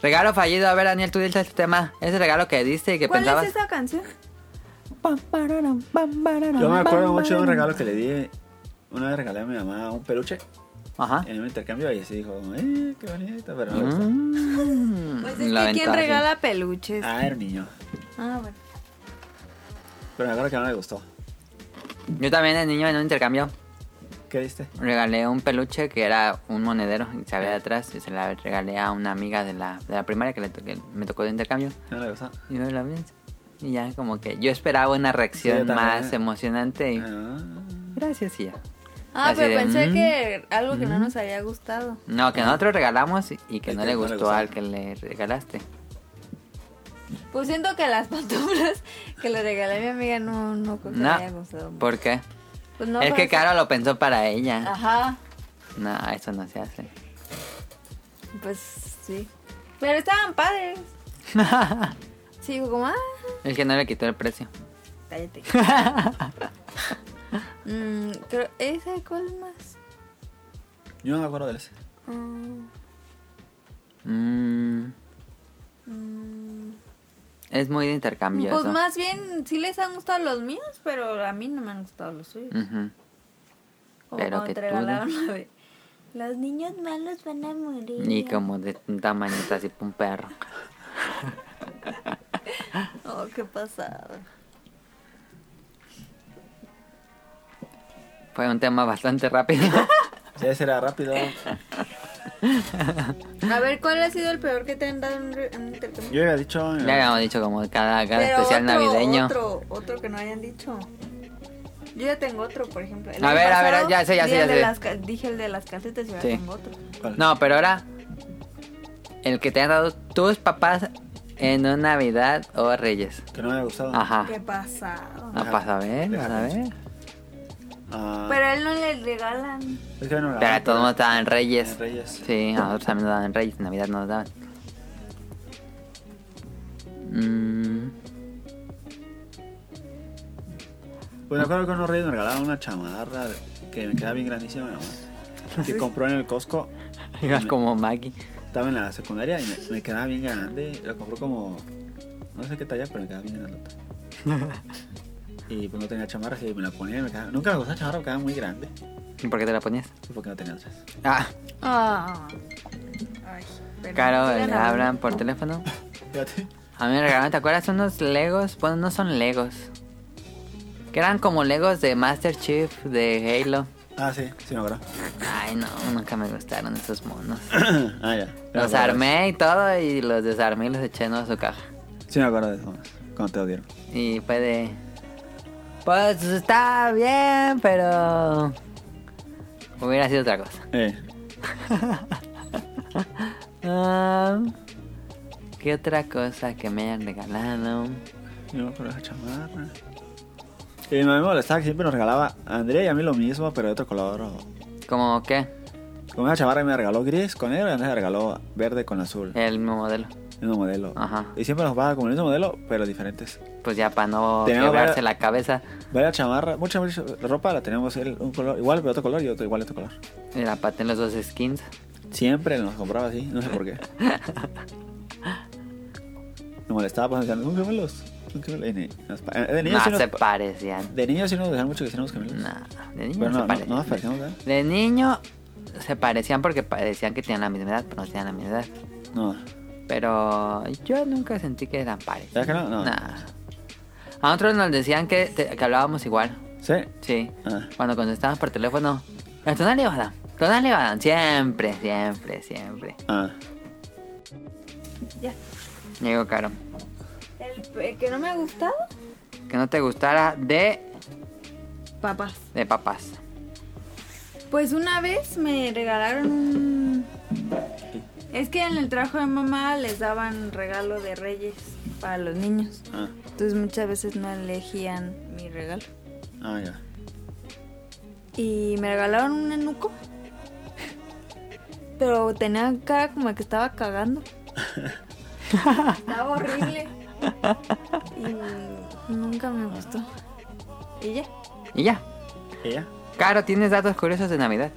B: Regalo fallido. A ver, Daniel, tú diste este tema. Ese regalo que diste y que
D: ¿Cuál
B: pensabas.
D: es esa canción?
C: Yo me acuerdo mucho de un regalo que le di. Una vez regalé a mi mamá un peluche
B: Ajá.
C: en un intercambio y así dijo, eh, qué bonito, pero no me gustó.
B: Mm,
D: Pues es
B: la
D: que ¿quién
B: ventaja.
D: regala peluches?
C: Ah, era un niño.
D: Ah, bueno.
C: Pero me acuerdo que no le gustó.
B: Yo también de niño en un intercambio
C: ¿Qué diste?
B: regalé un peluche que era un monedero y se había atrás y se la regalé a una amiga de la, de la primaria que, le to- que me tocó de intercambio.
C: No le gustó.
B: Y yo la vi, Y ya como que yo esperaba una
C: Sí, yo
B: reacción
C: también.
B: más emocionante y
C: Ah.
B: gracias y ya.
D: Ah,
B: Así
D: pero
B: de,
D: pensé
B: mm,
D: que algo que no nos había gustado.
B: No, que nosotros regalamos y- y que
C: El
B: no
C: que
B: le
C: no le
B: gustó
C: gustó.
B: al que le regalaste.
D: Pues siento que las [laughs] pantuflas que le regalé a mi amiga no, no creo que
B: No.
D: me haya gustado. mucho.
B: ¿Por qué?
D: Pues no,
B: es que
D: pero-
B: Caro lo pensó para ella.
D: Ajá,
B: No, eso no se hace. [laughs]
D: pues sí. Pero estaban padres. Sí, digo como, ah,
B: Es que no le quitó el precio. [laughs]
D: cállate. Mm, creo, ¿esa cuál más?
C: Yo no me acuerdo de ese.
D: Mm,
B: Mm,
D: mm,
B: es muy de intercambio.
D: pues
B: eso.
D: más bien, sí les han gustado los míos, pero a mí no me han gustado los suyos.
B: Ujú.
D: Como
B: Mm, pero
D: cuando
B: que
D: te
B: tú
D: regalaron la de, Los niños malos van a morir.
B: Y como de un tamaño así para un perro.
D: Oh, qué pasado.
B: Fue un tema bastante
D: [laughs]
B: rápido.
C: Sí, ese era rápido.
D: A ver, ¿cuál ha sido el peor que te han dado en re- en un intercambio?
C: Yo había dicho.
B: ya habíamos dicho como cada, cada
D: Pero
B: especial
D: otro,
B: navideño.
D: Otro, otro que no hayan dicho. Yo ya tengo otro, por ejemplo. El
B: A
D: año
B: ver, a ver,
D: pasado
B: ya sé, ya
D: di
B: sé, ya
D: el de
B: sé.
D: las ca- dije el de las calcetas y ahora
B: Sí.
D: tengo otro.
C: ¿Cuál?
B: No, pero ahora el que te han dado tus papás en un Navidad o Reyes.
C: Que no me había gustado.
B: Ajá.
D: Qué pasado.
B: Ah, vas a ver, vas a ver.
C: Ah,
D: Pero a él no le regalan.
C: es que no me
B: Pero a todos nos daban Reyes.
C: En Reyes.
B: Sí, a nosotros también nos daban Reyes, en Navidad nos daban. Mm,
C: Pues me acuerdo que unos Reyes me regalaron una chamarra que me queda bien grandísima, mi mamá. Que compró en el Costco.
B: ibas [laughs] como Maggie.
C: Estaba en la secundaria y me, me quedaba bien grande. Lo compró como. No sé qué talla, pero me quedaba bien grande. y pues no tenía chamarra, y me la ponía y me quedaba. Nunca me gustaba chamarra, me quedaba muy grande.
B: ¿Y por qué te la ponías?
C: Sí, porque no tenía otras.
B: Ah,
D: Ah. Ay, pero
B: Caro,
D: sigan
B: le
D: hablando.
B: hablan por teléfono.
C: Fíjate.
B: A mí me regalaron, ¿te acuerdas? Unos Legos. Bueno, no son Legos. Que eran como Legos de Master Chief, de Halo.
C: Ah, sí, sí me acuerdo. [clears throat]
B: Ay, no, nunca me gustaron esos monos.
C: ah, ya. Sí me
B: Los
C: acuerdo de
B: armé y todo y los desarmé y los eché en su caja.
C: eso. Sí me acuerdo de eso. Cuando te odiaron.
B: Y fue de... Pues está bien, pero... Hubiera sido otra cosa.
C: Eh.
B: Ah, ¿Qué otra cosa que me hayan regalado?
C: Yo me acuerdo de la chamarra. Eh, Y mi mamá me molestaba que siempre nos regalaba a Andrea y a mí lo mismo, pero de otro color. o-
B: ¿Cómo qué?
C: Como una chamarra me regaló gris con negro y Andrea me regaló verde con azul.
B: El mismo modelo.
C: El mismo modelo.
B: Eh. Ajá.
C: Y siempre nos pagaba como el mismo modelo, pero diferentes.
B: Pues ya para no
C: Tenemos
B: quebrarse
C: varias-
B: la cabeza
C: Varias chamarras, mucha, mucha ropa la teníamos el- un color igual, pero otro color y otro igual, otro color.
B: y la paté en los dos skins.
C: Siempre nos compraba así, no sé por
B: [laughs]
C: qué. me molestaba, pues decían, son gemelos. Son gemelos. Y ni- nos pa- eh, De
B: No
C: niños, sí
B: se
C: nos,
B: parecían.
C: de niños sí nos decían mucho que hiciéramos gemelos.
B: No, de niño no se
C: Pero no, no, no
B: parecían.
C: nos parecíamos, ¿verdad?
B: De niño se parecían porque parecían que tenían la misma edad, pero no tenían la misma edad.
C: No.
B: Pero yo nunca sentí que eran pares.
C: ¿Ya que no? No.
B: Nah. A nosotros nos decían que, te- que hablábamos igual.
C: ¿Sí?
B: Sí.
C: Ah.
B: Cuando contestábamos por teléfono. La tonal le Badán. Tonal y Badán. Siempre, siempre, siempre.
C: Ah.
B: Llegó caro.
D: El, el que no me ha gustado,
B: Que no te gustara de,
D: papás.
B: de papas.
D: Pues una vez me regalaron un... Es que en el trabajo de mamá les daban regalo de reyes para los niños.
C: Ah.
D: Entonces muchas veces no elegían mi regalo.
C: Ah, ya.
D: Y me regalaron un enuco. [laughs] Pero tenía cara como que estaba cagando. estaba horrible. Y nunca me gustó. Y ya.
B: Y ya.
C: ¿Ella?
B: Caro, ¿tienes datos curiosos de Navidad?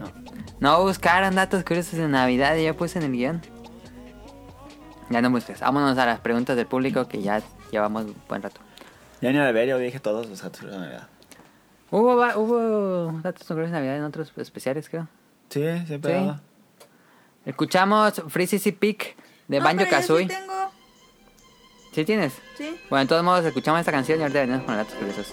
C: No.
B: No buscaron datos curiosos de Navidad y yo puse en el guión. Ya no busques. Vámonos a las preguntas del público que ya llevamos un buen rato.
C: Ya ni al ver, yo dije todos los datos de Navidad.
B: Hubo, va- hubo datos curiosos de Navidad en otros especiales, creo.
C: Sí, siempre.
B: Sí.
C: daba.
B: Escuchamos Free Sissy Peak de
D: No,
B: Banjo
D: pero yo sí
B: Kazooie.
D: tengo,
B: ¿Sí tienes?
D: sí.
B: Bueno, de todos modos, escuchamos esta canción y ahorita venimos con los datos curiosos.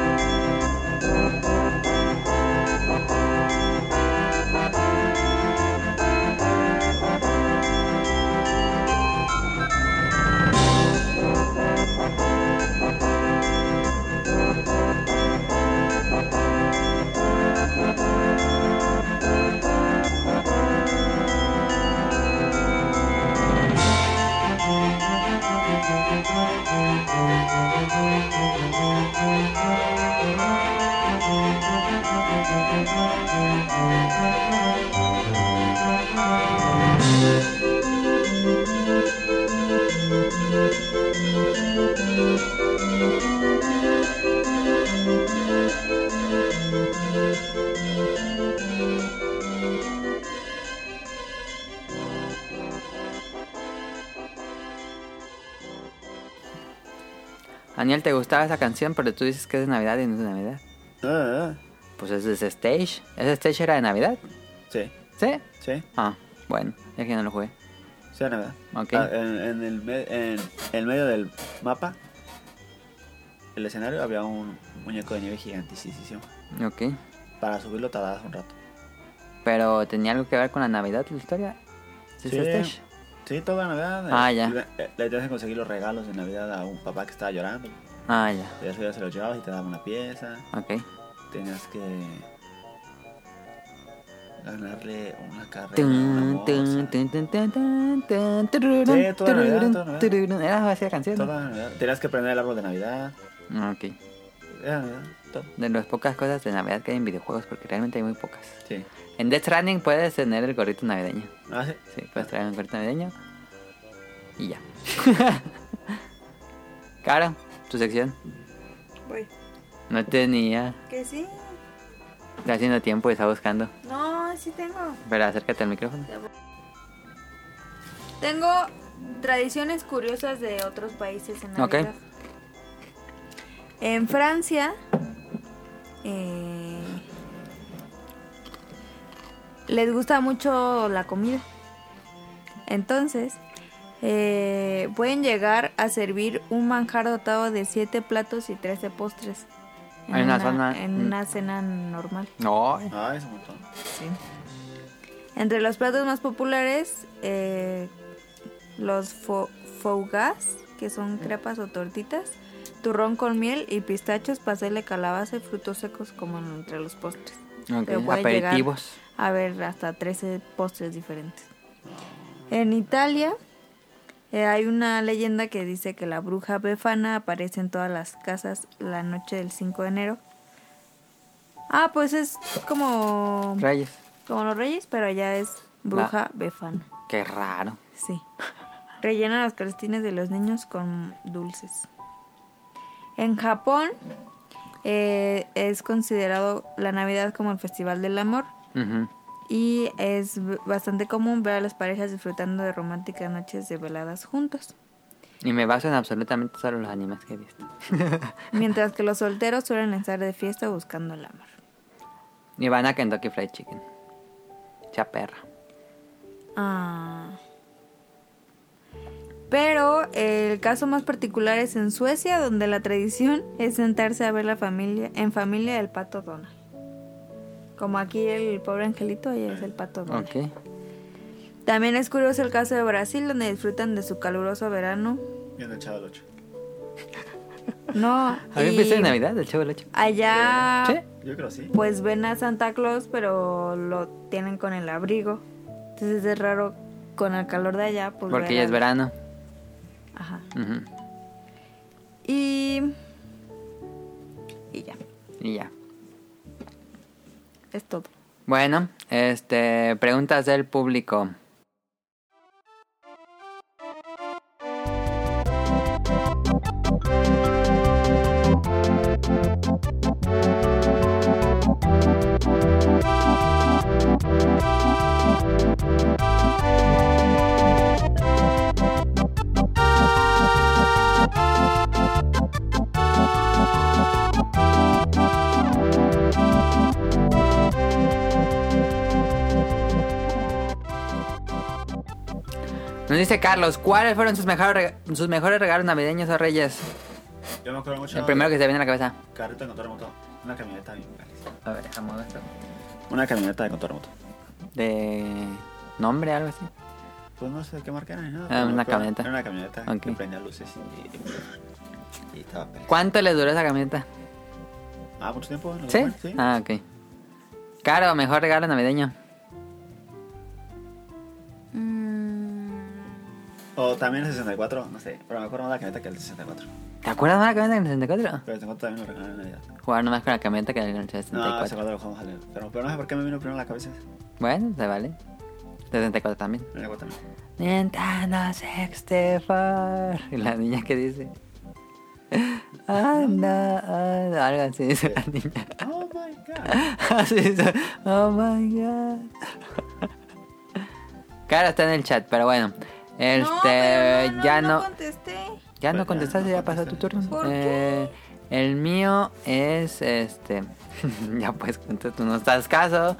B: Daniel, te gustaba esa canción, pero tú dices que es de Navidad y no es de Navidad.
C: Ah, ah,
B: Pues ese es Stage. ¿Ese Stage era de Navidad?
C: sí,
B: ¿Sí?
C: sí,
B: Ah, bueno, es que no lo jugué.
C: sí, de Navidad.
B: Ok.
C: Ah, en, en el me- en el medio del mapa, el escenario, había un muñeco de nieve gigantísimo.
B: Ok.
C: Para subirlo tardabas un rato.
B: Pero tenía algo que ver con la Navidad, la historia. ¿Sí es este?
C: Sí.
B: Stage?
C: Sí, toda Navidad. eh,
B: Ah, ya.
C: La, eh, la idea es conseguir los regalos de Navidad a un papá que estaba llorando.
B: Ah, ya.
C: Ya se ya se los llevabas y te daban una pieza.
B: Ok.
C: Tenías que ganarle una carrera. a una
B: Tun,
C: moza.
B: tun, tun, tun, tun, tun, tun, tururun,
C: Sí, toda Navidad,
B: tururun,
C: toda Navidad.
B: tururun. Era así la canción. ¿no?
C: Toda Navidad. Tenías que prender el árbol de Navidad.
B: Ah, Ok.
C: Era Navidad, todo.
B: De las pocas cosas de Navidad que hay en videojuegos, porque realmente hay muy pocas.
C: Sí.
B: En Death Stranding puedes tener el gorrito navideño.
C: Ah, sí.
B: Sí, puedes traer un gorrito navideño. Y ya. [laughs] Caro, tu sección.
D: Voy.
B: No tenía.
D: Que sí.
B: Está haciendo tiempo y está buscando.
D: No, sí tengo.
B: Pero acércate al micrófono.
D: Tengo tradiciones curiosas de otros países en
B: Ok.
D: Navidad. En Francia eh, les gusta mucho la comida. Entonces eh, pueden llegar a servir un manjar dotado de 7 platos y 13 postres. En
B: Hay una zona-
D: en
B: mm.
D: una cena normal.
B: No.
C: Ah, es un montón.
D: Entre los platos más populares, eh, los fo- fougas, que son crepas o tortitas, turrón con miel y pistachos, pastel de calabaza y frutos secos como entre los postres.
B: Ok,
D: Pero puede llegar.
B: Aperitivos.
D: A ver, hasta 13 postres diferentes. En Italia eh, hay una leyenda que dice que la bruja Befana aparece en todas las casas la noche del 5 de enero. Ah, pues es como...
B: Reyes.
D: Como los reyes, pero allá es bruja befana.
B: Qué raro.
D: Sí. Rellena las calcetines de los niños con dulces. En Japón eh, es considerado la Navidad como el festival del amor
B: Ujú.
D: y es b- bastante común ver a las parejas disfrutando de románticas noches de veladas juntos.
B: Y me baso en absolutamente solo los animes que he visto. [laughs]
D: Mientras que los solteros suelen estar de fiesta buscando el amor.
B: Y van a Kentucky Fried Chicken. Chaperra.
D: Ah. Pero el caso más particular es en Suecia, donde la tradición es sentarse a ver la familia en familia del pato Donald. Como aquí el pobre angelito y es el pato Donald.
B: Ok.
D: También es curioso el caso de Brasil, donde disfrutan de su caluroso verano.
C: Viendo echado el 8.
D: No.
B: [laughs] A mí
D: y
B: empecé en Navidad, el chavo del ocho.
D: Allá,
B: ¿Sí?
C: Yo creo sí.
D: pues ven a Santa Claus, pero lo tienen con el abrigo. Entonces es raro con el calor de allá. Pues,
B: Porque
D: ver
B: ya
D: a-
B: es verano.
D: Ajá.
B: Ujú.
D: Y. Y ya,
B: Y ya.
D: es todo.
B: Bueno, este, preguntas del público. Nos dice Carlos, ¿cuáles fueron sus mejores, reg- sus mejores regalos navideños o reyes?
C: Yo me acuerdo mucho.
B: El primero que se te viene a la cabeza.
C: Carrito de control remoto. Una camioneta bien padre.
B: A ver, dejamos esto.
C: Una camioneta de control remoto.
B: De nombre, algo así.
C: Pues no sé de qué marca era ni nada.
B: Ah,
C: pero me
B: una
C: acuerdo-
B: camioneta.
C: Era una camioneta
B: Ok.
C: que prendía luces y. Y, y estaba pegada.
B: ¿Cuánto les duró esa camioneta?
C: Ah, mucho tiempo. ¿no?
B: ¿Sí?
C: Sí.
B: Ah, ok. Caro, mejor regalo navideño.
C: O también el 64, no sé. Pero me acuerdo más la camioneta que el 64.
B: ¿Te acuerdas más de la camioneta del 64?
C: Pero el 64 también lo regalaron en Navidad.
B: Jugar nomás con la camioneta que en el 64.
C: No, el 64 lo jugamos al pero, pero no sé por qué me vino primero a la cabeza.
B: Bueno, se vale. 64 también.
C: En el 64 también.
B: Nintendo 64. Y la niña que dice. Anda, anda", Algo así dice la niña. [laughs]
C: Oh my god.
B: Así dice. Oh my god. Cara está en el chat, pero bueno. Este,
D: No, pero
B: ya no.
D: contesté.
B: Ya no
C: Pues ya,
B: contestaste,
C: no
B: ya pasó tu
C: contesté.
B: turno.
D: ¿Por
B: Eh, el mío es este. [laughs] ya pues, contestar, tú no estás caso.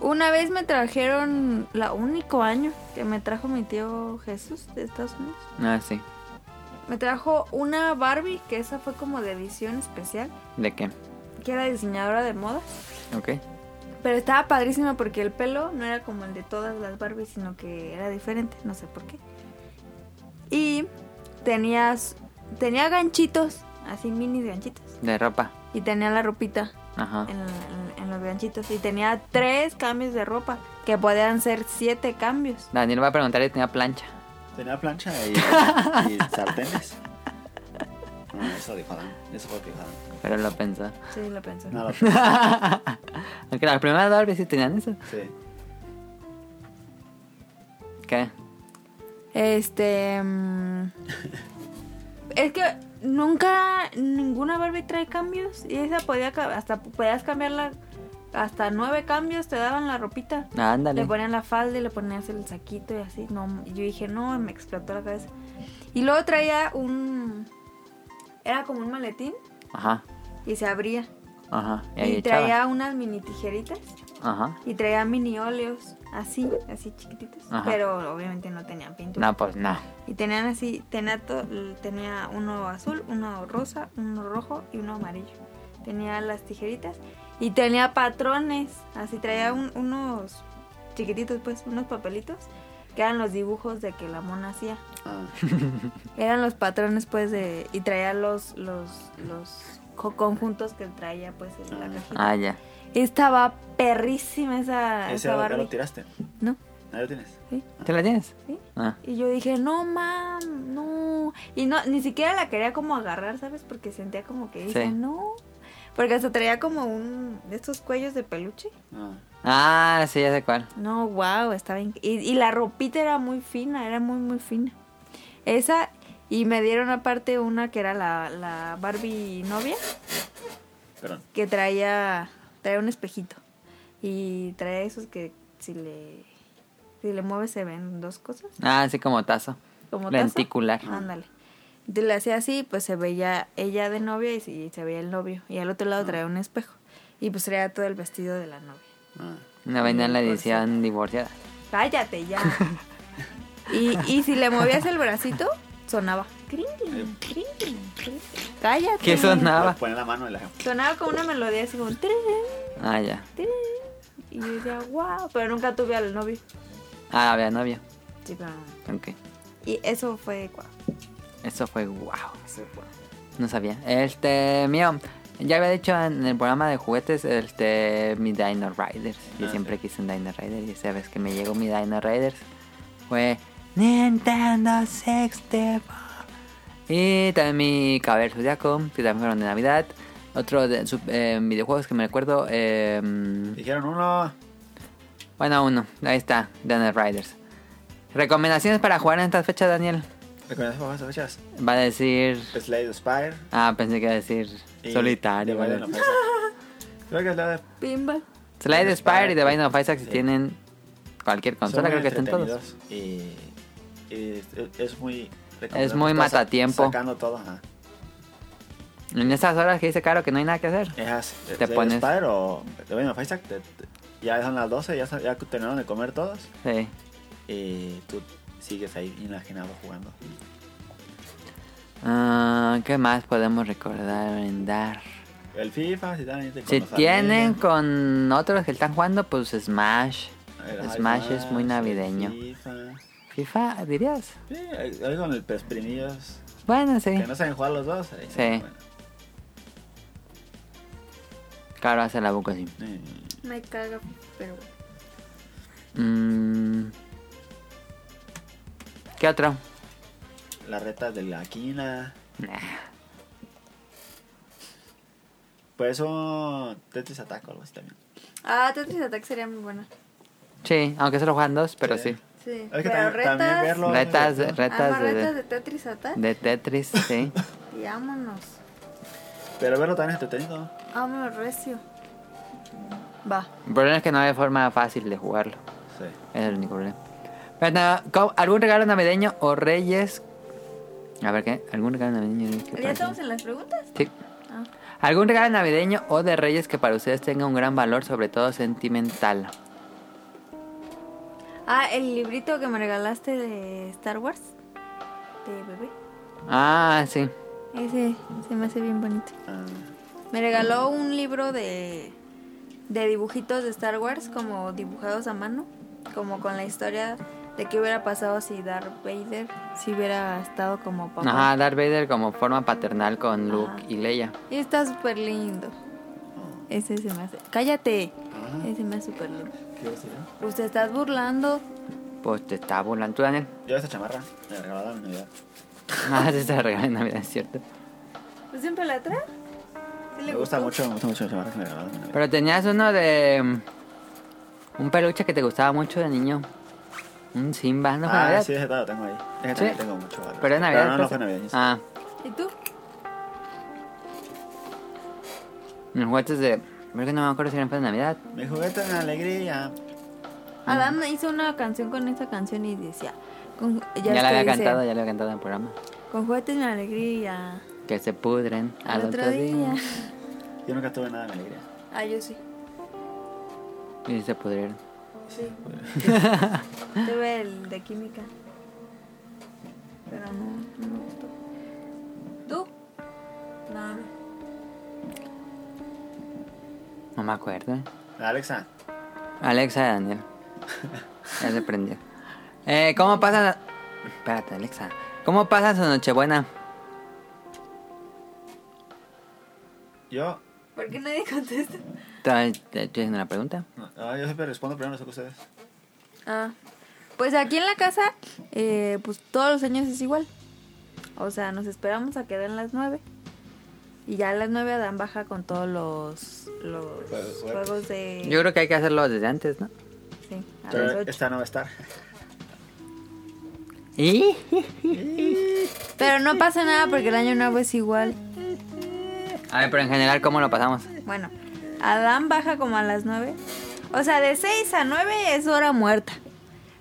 D: Una vez me trajeron, la único año que me trajo mi tío Jesús de Estados Unidos,
B: Ah, sí.
D: me trajo una Barbie, que esa fue como de edición especial,
B: ¿De qué?
D: que era diseñadora de modas.
B: Ok.
D: Pero estaba padrísima porque el pelo no era como el de todas las Barbies, sino que era diferente, no sé por qué. Y tenías, tenía ganchitos, así mini ganchitos.
B: De ropa.
D: Y tenía la ropita
B: Ajá.
D: en, en- en los ganchitos. Y tenía tres cambios de ropa, que podían ser siete cambios.
B: Daniel va a preguntar si tenía plancha.
C: Tenía plancha y, y sartenes. No, eso dijo Adán. Eso fue lo que dijo Adán.
B: Pero lo pensó. [laughs]
D: Sí, lo pensé.
C: No, lo-
B: Aunque las primeras Barbie sí tenían eso.
C: sí.
B: ¿Qué?
D: Este. mm, es que nunca. Ninguna Barbie trae cambios. Y esa podía. ca- Hasta podías cambiarla. Hasta nueve cambios te daban la ropita.
B: Ah, ándale.
D: Le ponían la falda y le ponías el saquito y así. No, yo dije, no, me explotó la cabeza. Y luego traía un. Era como un maletín
B: Ajá.
D: y se abría.
B: Ajá. Y
D: Y,
B: ahí
D: traía
B: echaba.
D: unas mini tijeritas
B: Ajá.
D: y traía mini óleos. Así, así chiquititos.
B: Ajá.
D: Pero obviamente no tenían pintura.
B: No, pues no.
D: Y tenían así, tenía, to- tenía uno azul, uno rosa, uno rojo y uno amarillo. Tenía las tijeritas y tenía patrones. Así traía un- unos chiquititos, pues, unos papelitos que eran los dibujos de que la mona hacía.
C: Ah,
D: Eran los patrones, pues, de, y traía los, los, los co- conjuntos que traía, pues, en la
C: Ah.
D: cajita.
B: Ah, ya.
D: Estaba perrísima esa,
C: ese
D: esa
C: ya lo- ya
D: Ah, Barbie.
C: lo tiraste.
D: No.
C: Ahí lo tienes.
B: ¿Te la tienes?
D: Sí.
B: Ah.
D: Y yo dije, no, mam, no. Y no, ni siquiera la quería como agarrar, ¿sabes? Porque sentía como que dije,
B: Sí.
D: no. Porque hasta traía como un de estos cuellos de peluche.
C: Ah,
B: Ah, sí, ya sé cuál.
D: No, wow, estaba inc- y, y la ropita era muy fina, era muy, muy fina. Esa, y me dieron aparte una que era la, la Barbie novia,
C: perdón.
D: que traía, traía un espejito. Y traía esos que si le, si le mueves se ven dos cosas.
B: Ah, sí, como tazo.
D: Como Ah, taza.
B: Lenticular.
D: Ándale. Te le hacía así, pues se veía ella de novia y se, y se veía el novio. Y al otro
B: Ah.
D: lado traía un espejo. Y pues traía todo el vestido de la novia.
C: Ah,
B: No venía la edición divorciada.
D: Cállate
B: [laughs]
D: ya. y, y si le movías el bracito, sonaba. Crin, crin, crin, crin, crin. Cállate.
B: ¿Qué sonaba?
C: pues Poner la mano en la
D: Sonaba como una melodía así como. trin,
B: Ah, ya.
D: trin. Y yo decía, wow. Pero nunca tuve al novio.
B: Ah, había novia.
D: Sí, pero-
B: Ok.
D: Y eso fue guau.
B: Eso fue wow. No sabía. Este, mío. Ya había dicho en el programa de juguetes, este, mi Dino Riders. Yo
C: Ah,
B: siempre quise un Dino Rider y esa vez que me llegó mi Dino Riders fue Nintendo 64. Y también mi Caballero Zodiaco, que también fueron de Navidad. Otro de su- eh, videojuegos que me recuerdo, eh,
C: Dijeron uno.
B: Bueno, uno. Ahí está, Daniel Riders. Recomendaciones para jugar en estas fechas, Daniel.
C: ¿Recuerdas por esas fechas?
B: Va a decir.
C: Slade of Spire.
B: Ah, pensé que iba a decir.
C: y
B: solitario.
C: The Binding
B: ¿verdad?
C: of Isaac. Creo que es la de.
D: Pimba.
B: Slide Spire y The
C: Spire.
B: Binding of Isaac si
C: Sí.
B: tienen cualquier consola, creo que están todos.
C: entretenidos Y, y es, es muy.
B: Es muy
C: Estás sa-
B: matatiempo.
C: Sacando todo, ajá.
B: En esas horas que dice Caro que no hay nada que hacer.
C: Esas,
B: Te
C: Slade of
B: pones-
C: Spire o The Binding of Isaac. te- te- ya son las 12, ya, sa- ya terminaron de comer todos.
B: Sí.
C: Y tú sigues ahí enajenado jugando.
B: Ah, ¿Qué más podemos recordar en dar?
C: El FIFA, si también te
B: Si tienen con otros que están jugando, pues Smash. Smash es muy navideño.
C: FIFA.
B: FIFA, dirías.
C: Sí, ahí ahí con el pez primillos.
B: Bueno, sí.
C: Que no saben jugar los dos. ahí,
B: Sí. Caro hace la boca así.
C: bueno.
D: Me caga, pero bueno.
B: Mm. ¿Qué otro?
C: Las retas de la quina.
B: Nah.
C: Por eso Tetris Attack o algo así también.
D: Ah, Tetris Attack sería muy buena.
B: Sí, aunque solo juegan dos, pero sí.
C: Sí.
D: Sí.
C: Es que
D: pero
C: también-
D: retas.
C: también verlo- Lo-
B: Retas, eh,
C: Ah,
B: retas
D: ama retas
B: de,
D: de Tetris Attack.
B: de Tetris, sí.
D: Y vámonos.
C: Pero verlo tan entretenido. ¿no?
D: Vámonos, recio. Va.
B: El problema es que no hay forma fácil de jugarlo.
C: Sí.
B: Es el único problema. Pero nada, ¿cómo- ¿algún regalo navideño o reyes? A ver qué, algún regalo navideño. que
D: ¿Ya
B: para
D: estamos
B: ustedes-
D: en las preguntas?
B: Sí.
D: Ah.
B: ¿Algún regalo navideño o de reyes que para ustedes tenga un gran valor, sobre todo sentimental?
D: Ah, el librito que me regalaste de Star Wars. De bebé.
B: Ah, sí.
D: Ese se me hace bien bonito.
C: Ah,
D: Me regaló un libro de, de dibujitos de Star Wars, como dibujados a mano, como con la historia de qué hubiera pasado si Darth Vader, si hubiera estado como papá.
B: Ajá, Darth Vader como forma paternal con Luke
D: Ajá.
B: y Leia.
D: Y está súper lindo. Ese se me hace... ¡Cállate!
B: Ah.
D: Ese me hace súper lindo.
C: ¿Qué iba a decir? eh?
D: Pues te estás burlando.
B: Pues te está burlando, ¿Tú, Daniel.
C: Yo esta chamarra me la regalaron en Navidad.
B: [laughs] Ah, sí, se la regalé en Navidad, es cierto.
D: ¿Pues siempre la trae? ¿Sí le
C: Me gusta
D: gustó?
C: mucho, me gusta mucho la chamarra que me regalaron en Navidad.
B: Pero tenías uno de. mm, Un peluche que te gustaba mucho de niño. Un Simba, ¿no fue
C: ah,
B: Navidad?
C: sí, ese todavía lo tengo ahí. Ese
B: Sí.
C: también tengo mucho valor.
B: Pero es Navidad.
C: no, no
B: pues.
C: fue navideño.
B: Ah,
D: ¿Y tú?
B: mis juguetes de. Creo que no me acuerdo si eran fue de Navidad.
C: Mi juguete en alegría.
D: Adam hizo una canción con esta canción y decía... con-
B: Mm. Ya, la
D: es que
B: había
D: dice,
B: cantado, ya la había cantado en el programa.
D: Con juguetes mi alegría.
B: Que se pudren al
D: Al
B: otro día.
C: Yo nunca tuve nada en alegría.
D: [laughs] Ah, yo sí.
B: Y se pudrieron. [laughs]
D: Tuve el de química. Pero no, no me gustó. ¿Tú? Nada.
B: No me acuerdo. ¿eh?
C: Alexa,
B: Alexa de Daniel. ya se prendió. Eh, ¿Cómo pasa.? Espérate, Alexa. ¿Cómo pasa su Nochebuena?
C: yo.
D: ¿Por qué nadie [laughs] contesta?
B: ¿Te te- estoy haciendo una pregunta?
C: no, no, yo siempre respondo primero, no sé qué ustedes.
D: Ah. Pues aquí en la casa, eh, pues todos los años es igual. O sea, nos esperamos a que den las nueve. Y ya a las nueve dan baja con todos los, los
C: Juegos.
D: juegos de...
B: Yo creo que hay que hacerlo desde antes, ¿no?
D: Sí, a las
C: Pero
D: ocho.
C: esta no va a estar.
B: ¿Y?
D: Pero no pasa nada porque el año nuevo es igual.
B: A ver, pero en general, ¿cómo lo pasamos?
D: Bueno, Adán baja como a las 9. O sea, de 6 a 9 es hora muerta.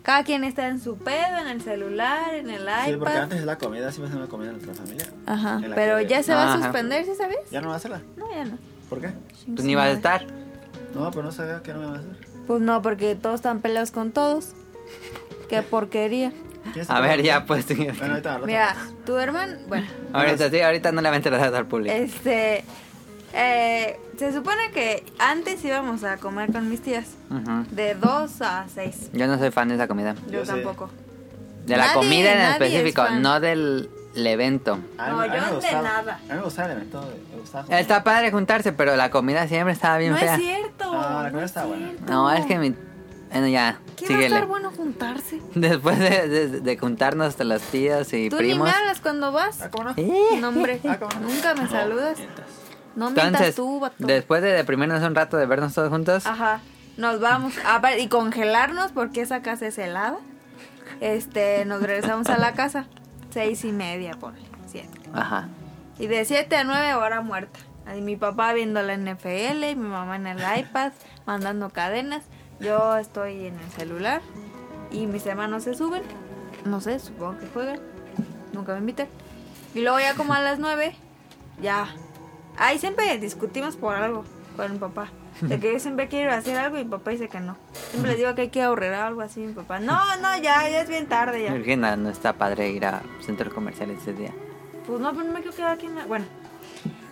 D: Cada quien está en su pedo, en el celular, en el iPad.
C: Sí, porque antes de la comida, sí va a ser una comida de nuestra familia.
D: Ajá,
C: en la
D: pero
C: que-
D: ya se va a
B: Ajá.
D: suspender, ¿sí sabes?
C: Ya no va a hacerla.
D: No, ya no.
C: ¿Por qué?
B: Tú Pues ni vas a estar.
C: No, pero no sabía que no me va a hacer.
D: Pues no, porque todos están peleados con todos.
C: [laughs]
D: Qué porquería.
C: ¿Quién se
B: A ver,
C: acuerda?
B: ya pues.
C: Bueno, ahorita al rato.
D: Mira, tu hermano, bueno,
B: Ahorita sí, ahorita no le va a enterar al público.
D: este, eh, se supone que antes íbamos a comer con mis tías,
B: Ujú.
D: de 2 a 6.
B: Yo no soy fan de esa comida.
D: Yo,
C: Yo sé.
D: tampoco.
B: De la
D: Nadie-
B: comida en
D: nadie
B: específico,
D: es fan.
B: no del el evento.
C: A mí-
D: No,
C: a mí
D: yo
C: me
D: de
C: gustaba-
D: nada.
C: A mí me gustaba el evento. Me gustaba comer.
B: Está padre juntarse, pero la comida siempre estaba bien
D: No
B: fea.
D: es cierto.
C: No, la
D: No,
C: comida
D: es
C: está buena.
D: cierto.
B: no, es que mi. Bueno, ya,
D: ¿Qué va a
B: síguele.
D: estar bueno juntarse?
B: [laughs] Después de, de- de juntarnos hasta los tíos y
D: Tú
B: primos.
D: ni me hablas cuando vas.
C: Ah, ¿cómo no?
B: Eh.
D: No, hombre,
C: Ah, ¿cómo no?
D: nunca me
C: No,
D: saludas.
C: mientas.
D: No mientas
B: Entonces,
D: tú, vato.
B: después de deprimirnos un rato de vernos todos juntos,
D: Ajá. Nos vamos. Ah, pa- y congelarnos porque esa casa es helada. Este, nos regresamos a la casa. Seis y media, ponle. Siete.
B: ajá.
D: Y de siete a nueve, hora muerta. Ahí mi papá viendo la NFL, mi mamá en el iPad, mandando cadenas. Yo estoy en el celular. Y mis hermanos se suben. No sé, supongo que juegan. Nunca me invitan. Y luego ya como a las nueve, ya. Ahí siempre discutimos por algo con mi papá. De que yo siempre quiero hacer algo y mi papá dice que no. Siempre les digo que hay que ahorrar algo así. Mi papá, no, no, ya, ya es bien tarde ya.
B: Virginia, no está padre ir a centros comerciales ese día.
D: Pues no, pero no me quiero quedar aquí en la... Bueno.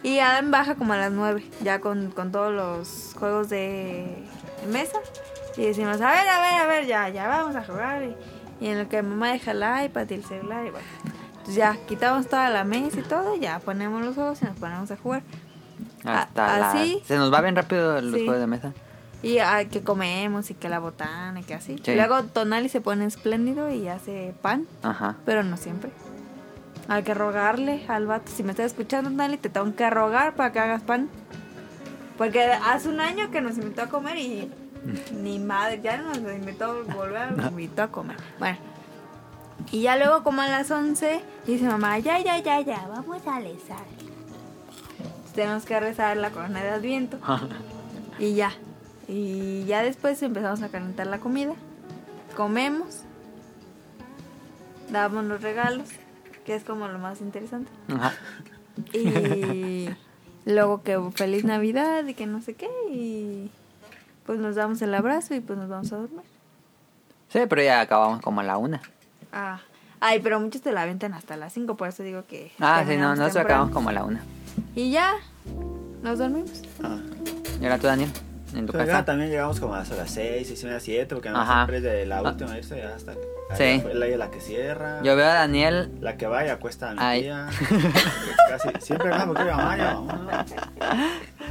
D: Y Adam baja como a las 9, ya con, con todos los juegos de mesa. Y decimos, a ver, a ver, a ver, ya, ya vamos a jugar. Y, y en lo que mamá deja el iPad y el celular, y bueno. Entonces ya quitamos toda la mesa y todo, y ya ponemos los juegos y nos ponemos a jugar. A-
B: Hasta la-
D: así.
B: Se nos va bien rápido los
D: ¿Ah, Sí.
B: juegos de mesa.
D: Y ah, que comemos y que la botana y que así.
B: Sí.
D: Luego Tonali se pone espléndido y hace pan,
B: Ajá.
D: pero no siempre. Hay que rogarle al vato. Si me estás escuchando, Tonali, te tengo que rogar para que hagas pan. Porque hace un año que nos invitó a comer y ni madre, ya nos lo invitó a volver, nos invitó a comer. Bueno. Y ya luego como a las 11 dice mamá, ya, ya, ya, ya, vamos a rezar. Tenemos que rezar la corona de Adviento. Y ya. Y ya después empezamos a calentar la comida. Comemos. Damos los regalos, que es como lo más [laughs] interesante.
B: Ajá.
D: Y luego que feliz Navidad y que no sé qué. Y pues nos damos el abrazo y pues nos vamos a dormir.
B: Sí, pero ya acabamos como a la una.
D: Ah. Ay, pero muchos te la aventan hasta las 5, por eso digo que...
B: Ah, sí, no,
D: terminamos
B: nosotros
D: temprano.
B: acabamos como a la una.
D: Y ya, nos dormimos.
C: Ah.
B: ¿Y ahora tú, Daniel? ¿En tu
C: Pero ya
B: casa?
C: también llegamos como a las 6, 6 y media, 7, porque además
B: Ajá.
C: siempre de la
B: Ah.
C: última irse ya hasta.
B: Sí.
C: Fue la, la que cierra.
B: Yo veo a Daniel
C: La que va y acuesta a mi
B: Ay. [laughs]
C: tía. Casi, siempre va porque mi mamá ya vamos.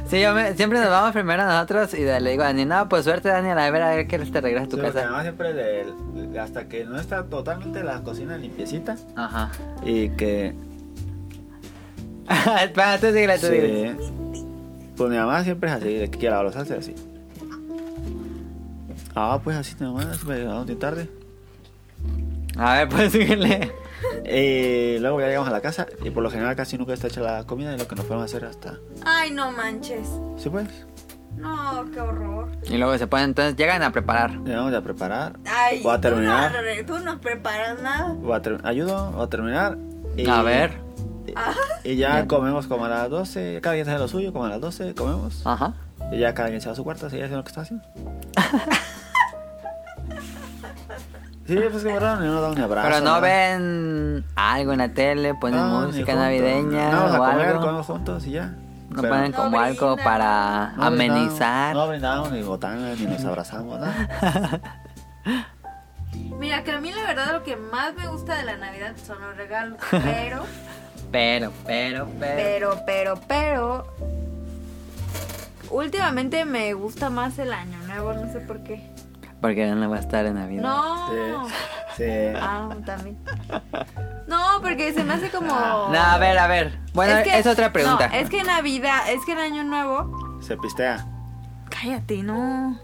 B: Sí, yo me- siempre nos vamos primero nosotros y de- le digo a Dani, no, pues suerte Daniel, a ver a ver que te regresas a tu
C: Sí, porque
B: casa.
C: además siempre de- hasta que no está totalmente la cocina limpiecita
B: Ajá. [laughs]
C: y que
B: Espera, tú síguele, tú síguele.
C: se- pues mi mamá siempre es así de que quiera lavar los hace así ah pues así nomás me llegamos bien tarde
B: A ver, pues [laughs] síguele.
C: y luego ya llegamos a la casa y por lo general casi nunca está hecha la comida y lo que nos podemos hacer hasta
D: Ay, no manches.
C: sí pues
D: No, qué horror.
B: Y luego se ponen, entonces llegan a preparar.
C: llegamos a preparar
D: Ay,
C: voy a
D: tú
C: terminar
D: no arre- Tú no, preparas nada.
C: voy a ter- ayudo voy a terminar y-
B: A ver.
C: y ya comemos como a las 12 cada quien hace lo suyo como a las 12 comemos
B: Ajá.
C: Y ya cada quien se va a su cuarto, sigue haciendo lo que
B: [laughs]
C: está haciendo. sí, pues que verdad, no nos damos ni abrazo.
B: Pero no
C: nada.
B: ven algo en la tele, ponen
C: Ah, ni
B: música
C: juntos.
B: navideña
C: No, vamos a
B: o
C: comer,
B: algo.
C: comemos juntos y ya.
B: No
C: Pero
B: ponen
D: No
B: como algo
D: brindan.
B: para
C: no brindamos-
B: amenizar.
C: No brindamos ni botanas, ni nos abrazamos, nada.
D: Mira, que a mí la verdad lo que más me gusta de la Navidad son los regalos.
B: [laughs]
D: Pero,
B: [laughs] Pero, pero, pero.
D: pero, pero, pero. Últimamente me gusta más el año nuevo, no sé por qué.
B: Porque no va a estar en Navidad.
D: No. [laughs]
C: Sí.
D: Ah, también. No, porque se me hace como.
B: No, a ver, a ver. Bueno, es,
D: que-
B: otra pregunta.
D: no, es que Navidad, es que el año nuevo.
C: sí. Se pistea.
D: Cállate, no.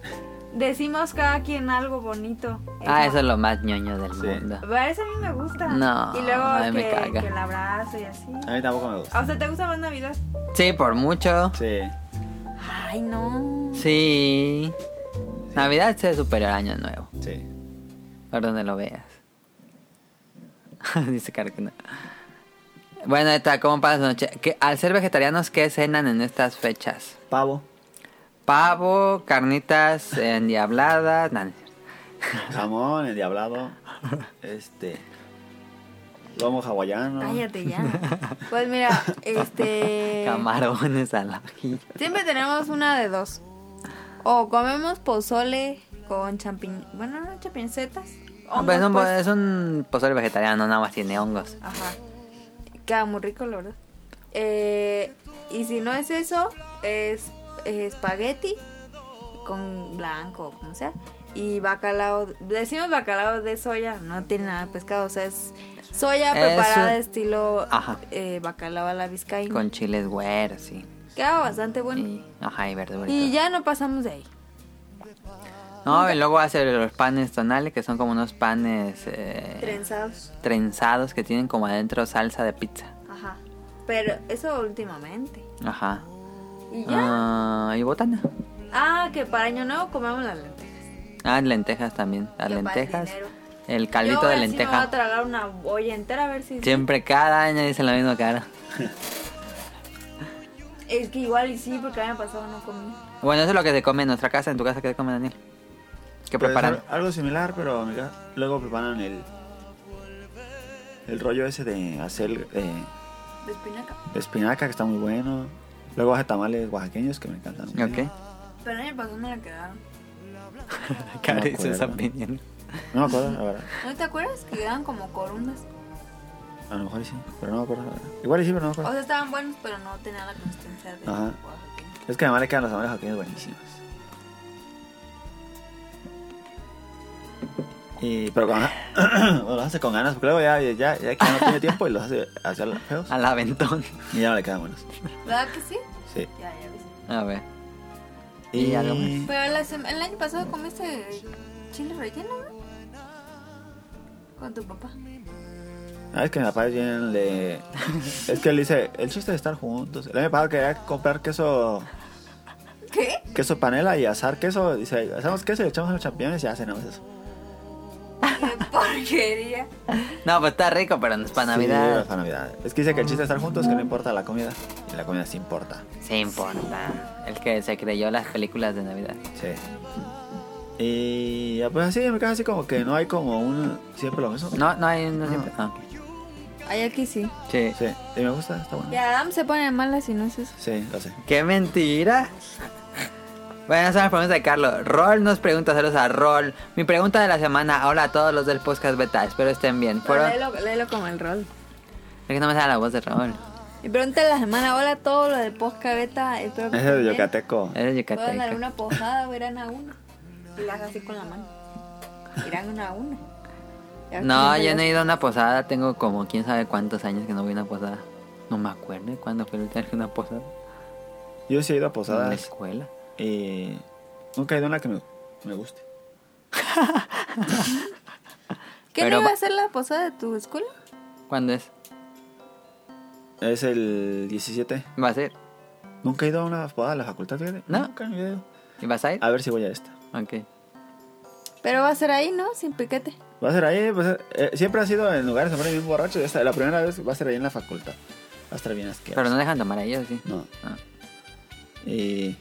D: Decimos cada quien algo bonito.
B: Ah, eso es lo más ñoño del
C: Sí.
B: mundo.
D: Pero Eso a mí me gusta.
B: No,
D: Y luego
B: ay, me
D: que,
B: caga.
D: que el abrazo y así.
C: A mí tampoco me gusta.
D: O sea, ¿te gusta más Navidad?
B: Sí, por mucho.
C: Sí.
D: Ay, no.
B: Sí. Navidad se supera al año nuevo.
C: Sí.
B: O Por donde lo veas. [laughs] Dice Caro que no. Bueno, ahí está, ¿cómo pasa su noche? ¿Qué- al ser vegetarianos, ¿qué cenan en estas fechas? [laughs]
C: Pavo.
B: Pavo, carnitas
C: [laughs]
B: eh, endiabladas. nah, no es cierto.
C: Jamón, endiablado. Este. Lomo hawaiano.
D: Cállate ya.
B: [laughs]
D: Pues mira, este.
B: Camarones al ajillo.
D: [laughs] Siempre tenemos una de dos. O comemos pozole con champiñones. Bueno, no pues, champiñonetas.
B: Ah, pero es, un, es un pozole vegetariano, nada más tiene hongos.
D: Ajá. Queda muy rico, la verdad. Eh, y si no es eso, es es espagueti con blanco, como sea. Y bacalao. Decimos bacalao de soya, no tiene nada de pescado, o sea, es soya
B: Es-
D: preparada estilo
B: Ajá.
D: eh, bacalao a la vizcaína.
B: Con chiles güeros, sí.
D: Queda bastante bueno.
B: Y, ajá, y verduras.
D: Y ya no pasamos de ahí.
B: No, y luego hace los panes tonales, que son como unos panes eh,
D: Trenzados.
B: trenzados que tienen como adentro salsa de pizza.
D: Ajá. Pero eso últimamente.
B: Ajá.
D: Y ya.
B: Ah, y botana.
D: Ah, que para año nuevo comemos las lentejas.
B: Ah, lentejas también. Las
D: Que para el
B: lentejas.
D: dinero.
B: El
D: Yo
B: caldito
D: ahora
B: de
D: sí me voy
B: lenteja.
D: a tragar una olla entera a ver si.
B: Siempre cada año dicen la misma cara.
D: Es que igual y sí, porque el año pasado no comí.
B: Bueno, eso es lo que se come en nuestra casa. En tu casa, ¿qué se come, Daniel? ¿Qué
C: Pues,
B: preparan?
C: al- algo similar, pero amiga, luego preparan el. El rollo ese de hacer. eh,
D: De espinaca.
C: de espinaca, que está muy bueno. Luego hace tamales oaxaqueños, que me
B: [laughs]
C: encantan.
B: Ok.
D: Pero el año pasado me la quedaron.
B: [laughs] Cara
C: me
B: hizo esa
C: acuerdo.
B: opinión.
C: No me acuerdo, la verdad.
D: ¿No te acuerdas? Que quedaban como corundas.
C: A lo mejor sí, pero no me acuerdo. la verdad. Igual sí, pero
B: Ah.
C: no me
D: O
C: acuerdo.
D: sea, estaban buenos, pero no tenían la consistencia de.
C: Ajá.
D: Oaxaqueño.
C: Es que además le quedan los tamales oaxaqueños buenísimos. Y, pero con, [clears throat] bueno, los hace con ganas, porque luego ya, ya, ya que no tiene tiempo y los hace hacer
B: [laughs]
C: feos.
B: Al aventón.
C: Y ya no le quedan buenos.
D: ¿Verdad que sí?
C: Sí.
D: Ya, ya viste.
B: A ver.
C: Y,
B: Y algo más.
D: Pero la sem- el año pasado comiste chile relleno, ¿no? Con tu papá.
C: Ah, es que mi papá es bien le... Es que él dice, el chiste de estar juntos. El año pasado quería comprar queso
D: ¿Qué? [laughs]
C: queso panela y asar queso. Dice, hacemos queso y le echamos los champiñones y ya cenamos eso.
D: Qué porquería.
B: No, pues está rico, pero no es para
C: Sí,
B: Navidad.
C: para Navidad. Es que dice que el chiste de estar juntos es que no importa la comida. Y la comida sí importa.
B: Sí importa. El que se creyó las películas de Navidad.
C: Sí. Y ya, pues así, me queda así como que no hay como un... Siempre lo mismo.
B: No, no hay no siempre. Ah,
D: Ay, aquí sí.
B: sí.
C: Sí, y me gusta, está bueno.
D: Y Adam se pone mala si no es eso.
C: Sí, lo sé.
B: ¡Qué mentira! Bueno, son las preguntas de Carlos. Rol nos pregunta, saludos a Rol. Mi pregunta de la semana, hola a todos los del podcast beta, espero estén bien. Fueron... Es
D: Léelo, léelo como el rol.
B: que no me sale la voz de Rol.
D: Y pregunta de la semana, hola a todos los de Posca Beta, espero que
C: Es el
D: estén bien.
C: yucateco.
B: Es de
D: Puedan dar
B: Yucateca.
D: una posada o irán a una. Y las así con la mano. Irán una a una. Ya
B: No,
D: ves que
B: yo no he
D: me
B: ido a una posada, tengo como quién sabe cuántos años que no voy a una posada. No me acuerdo cuándo fue el última vez que una posada.
C: Yo sí he ido a
B: En la
C: posadas
B: escuela.
C: y... Nunca he ido a una que me, me guste.
D: lo- ¿Qué
B: Pero
D: no iba
B: va-
D: a ser la posada de tu escuela?
B: ¿Cuándo es?
C: Es el 17.
B: ¿Va a ser?
C: Nunca he ido a una posada de la facultad, fíjate.
B: No.
C: Nunca he ido.
B: ¿Y vas a ir?
C: A ver si voy a esta.
B: Ok.
D: Pero va a ser ahí, ¿no? Sin piquete.
C: Va a ser ahí, pues, eh, siempre ha sido en lugares siempre bien borracho. Esta- la primera vez va a ser ahí en la facultad. Va a estar bien asqueroso.
B: Pero no dejan tomar a ellos, sí.
C: No.
B: Ah.
C: Y,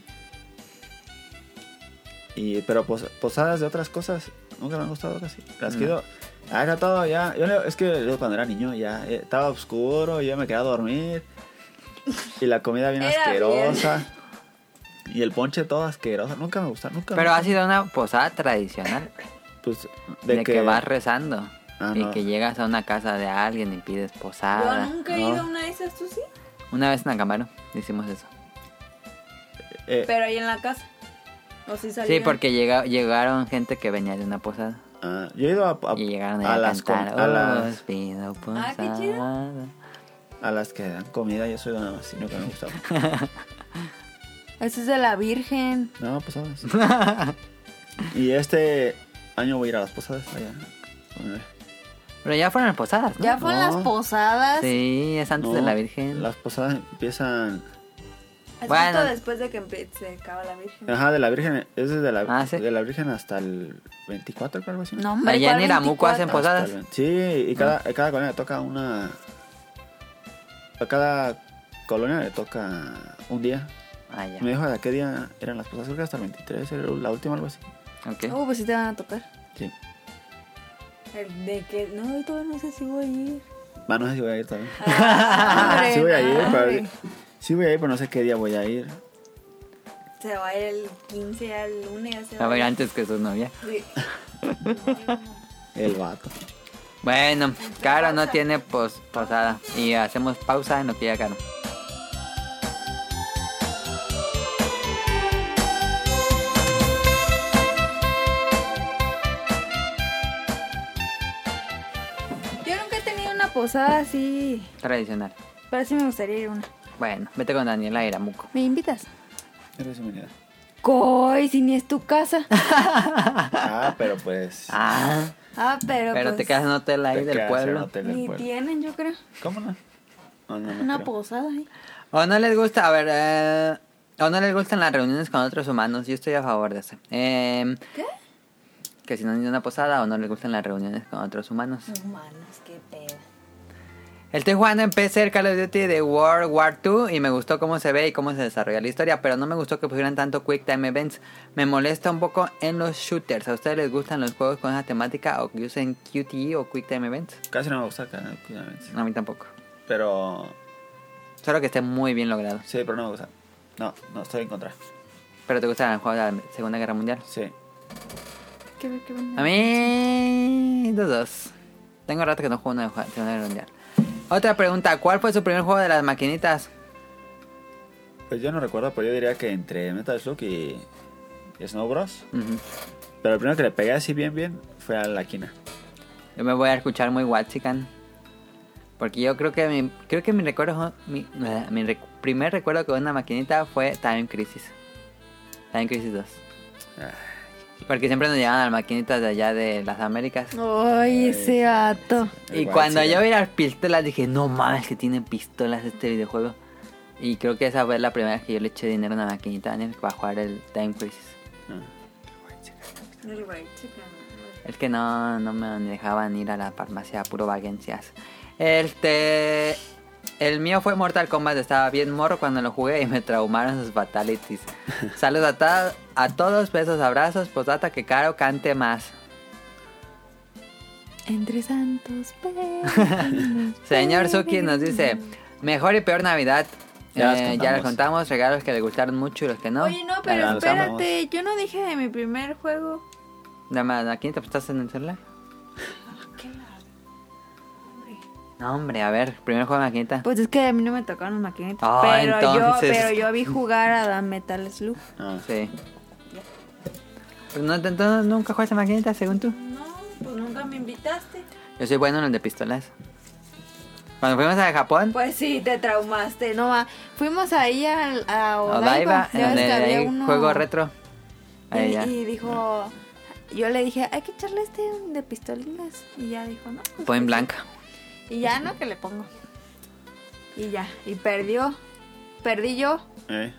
C: y- pero pos- posadas de otras cosas nunca me han gustado casi. Las
B: Mm.
C: que he ido- ah, era todo ya. Yo, le- es que yo cuando era niño ya eh, estaba oscuro, yo me quedaba a dormir. Y la comida bien
D: Era
C: asquerosa. Y el ponche todo asqueroso. Nunca me gustó, nunca.
B: Pero
C: me-
B: ha sido una posada tradicional.
C: pues,
B: De, que... vas rezando.
C: Ah,
B: y
C: no.
B: que llegas a una casa de alguien y pides posada.
D: nunca he
C: no.
D: ido a una de esas, ¿tú sí?
B: Una vez en Acambaro hicimos eso.
C: eh,
D: Pero ahí en la casa. O si
B: Sí,
D: salieron.
B: porque llega- llegaron gente que venía de una posada.
C: ah, yo he ido a, a-
B: y llegaron ahí
C: a
B: a,
C: las com-
B: cantar. oh.
C: a
B: "Os
C: las-
B: pido
D: Ah, qué
B: posada".
C: a las que dan comida. Yo soy nada más, sino que me gustaba.
B: [laughs]
D: Eso es de la Virgen.
C: No, posadas.
B: [laughs]
C: y este año voy a ir a las posadas allá. Bueno,
B: Pero ya fueron las posadas, ¿no?
D: Ya fueron
C: No.
D: las posadas.
B: Sí, es antes de
C: no,
B: la Virgen.
C: Las posadas empiezan
D: Es
B: Bueno.
D: justo después de que empe- se acaba la Virgen.
C: Ajá, de la Virgen, es de la,
B: Ah, sí.
C: de la Virgen hasta el 24, creo algo así.
D: No, hombre,
B: Allá en
D: ¿cuál
B: Iramuco
D: 24?
B: hacen posadas. Ah.
C: Hasta el 20. Sí, y cada, cada colonia le toca una... A cada colonia le toca un día.
B: Ah, ya.
C: Me dijo de qué día eran las posadas, creo que hasta el 23, era la última algo así.
B: Ok.
D: Oh, pues sí te van a tocar.
C: Sí.
D: El de que. No, yo todavía no sé si voy
B: [laughs]
D: a ir.
C: Va, no sé si voy a ir también.
D: Ah,
C: Ah,
D: Hombre,
C: sí voy a ir,
D: no,
C: pero...
D: hombre.
C: Sí voy a ir, pero no sé qué día voy a ir.
D: Se va a ir el 15 al lunes. se
B: A ver,
D: ir.
B: antes que su novia.
D: Sí.
C: El vato.
B: Bueno, Caro no tiene pos- posada. Y hacemos pausa en lo que llega Caro.
D: Yo nunca he tenido una posada así.
B: Tradicional.
D: Pero sí me gustaría ir a una.
B: Bueno, vete con Daniela a Iramuco.
D: ¿Me invitas?
C: Eres humanidad.
D: Coy, si ni es tu casa.
C: Ah, pero pues...
B: [laughs] Ah,
D: [laughs] Ah, pero.
B: pero
D: pues,
B: te quedas en un hotel ahí
C: te
B: del
C: quedas en un
B: pueblo.
C: hotel del
D: Ni pues.
C: pueblo.
D: tienen, yo creo.
C: ¿Cómo no? No, no, no
D: Una
C: creo.
D: posada ahí.
B: O no les gusta, a ver, eh, o no les gustan las reuniones con otros humanos. Yo estoy a favor de eso. Eh,
D: ¿Qué?
B: Que si no ni una posada o no les gustan las reuniones con otros humanos.
E: Humanos, qué pedo.
B: Estoy jugando en PC el Call of Duty de World War II y me gustó cómo se ve y cómo se desarrolla la historia, pero no me gustó que pusieran tanto Quick Time Events. Me molesta un poco en los shooters. ¿A ustedes les gustan los juegos con esa temática o que usen QTE o Quick Time Events?
C: Casi no me gusta acá, no, cuidadamente.
B: No, a mí tampoco.
C: Pero...
B: Solo que esté muy bien logrado.
C: Sí, pero no me gusta. No, no, estoy en contra.
B: Pero te gustan los juegos de la Segunda Guerra Mundial.
C: Sí.
D: Qué, qué bueno.
B: A mí... Dos, dos. Tengo rato que no juego una de jue- Segunda Guerra Mundial. Otra pregunta, ¿cuál fue su primer juego de las maquinitas?
C: Pues yo no recuerdo, pero yo diría que entre Metal Slug y, y Snow Bros.
B: Ujú.
C: Pero el primero que le pegué así bien, bien fue a la quina.
B: Yo me voy a escuchar muy Wachikan. Porque yo creo que mi, creo que mi recuerdo mi, ah, mi rec- primer recuerdo con una maquinita fue Time Crisis. Time Crisis 2. Porque siempre nos llevaban a las maquinitas de allá de las Américas.
D: Ay, ese gato.
C: El
B: y
C: White
B: cuando
C: Sea.
B: yo vi las pistolas dije, no mames que tiene pistolas este videojuego. Y creo que esa fue la primera vez que yo le eché dinero a una maquinita Daniel, para jugar el Time Crisis.
D: El white chicken.
B: Es que no, no me dejaban ir a la farmacia a puro vagencias. Este. El mío fue Mortal Kombat, estaba bien morro cuando lo jugué y me traumaron sus
C: [laughs]
B: fatalities. Saludos a, ta- a todos, besos, abrazos, postdata que Caro cante más.
D: Entre santos
B: [laughs] Señor Suki nos dice, mejor y peor Navidad.
C: Ya las
B: Eh, Ya
C: contamos.
B: les contamos, regalos que le gustaron mucho y los que no.
D: Oye, no, pero
C: Avanzamos.
D: espérate. Yo no dije de mi primer juego.
B: Nada más, ¿aquí te estás en el celular? No, hombre, a ver, primer juego de maquinita.
D: Pues es que a mí no me tocaron los maquinitas.
B: Ah,
D: pero, yo,
B: entonces.
D: pero yo vi jugar a la Metal Slug.
C: Ah,
B: Sí. Pero no, entonces nunca jugaste maquinita, según tú.
D: No, pues nunca me invitaste.
B: Yo soy bueno en el de pistolas. Cuando fuimos a Japón,
D: Pues sí, te traumaste, no va. Fuimos ahí al, a Odaiba,
B: Odaiba,
D: ya ves
B: en
D: que
B: el
D: había
B: ahí,
D: uno-
B: juego retro.
D: Y,
B: Ahí ya.
D: y dijo, yo le dije, hay que echarle este de pistolinas. Y ya dijo, no. pues,
B: Point
D: pues,
B: blanca.
D: Y ya no, que le pongo. Y ya, y perdió. Perdí yo.
C: eh.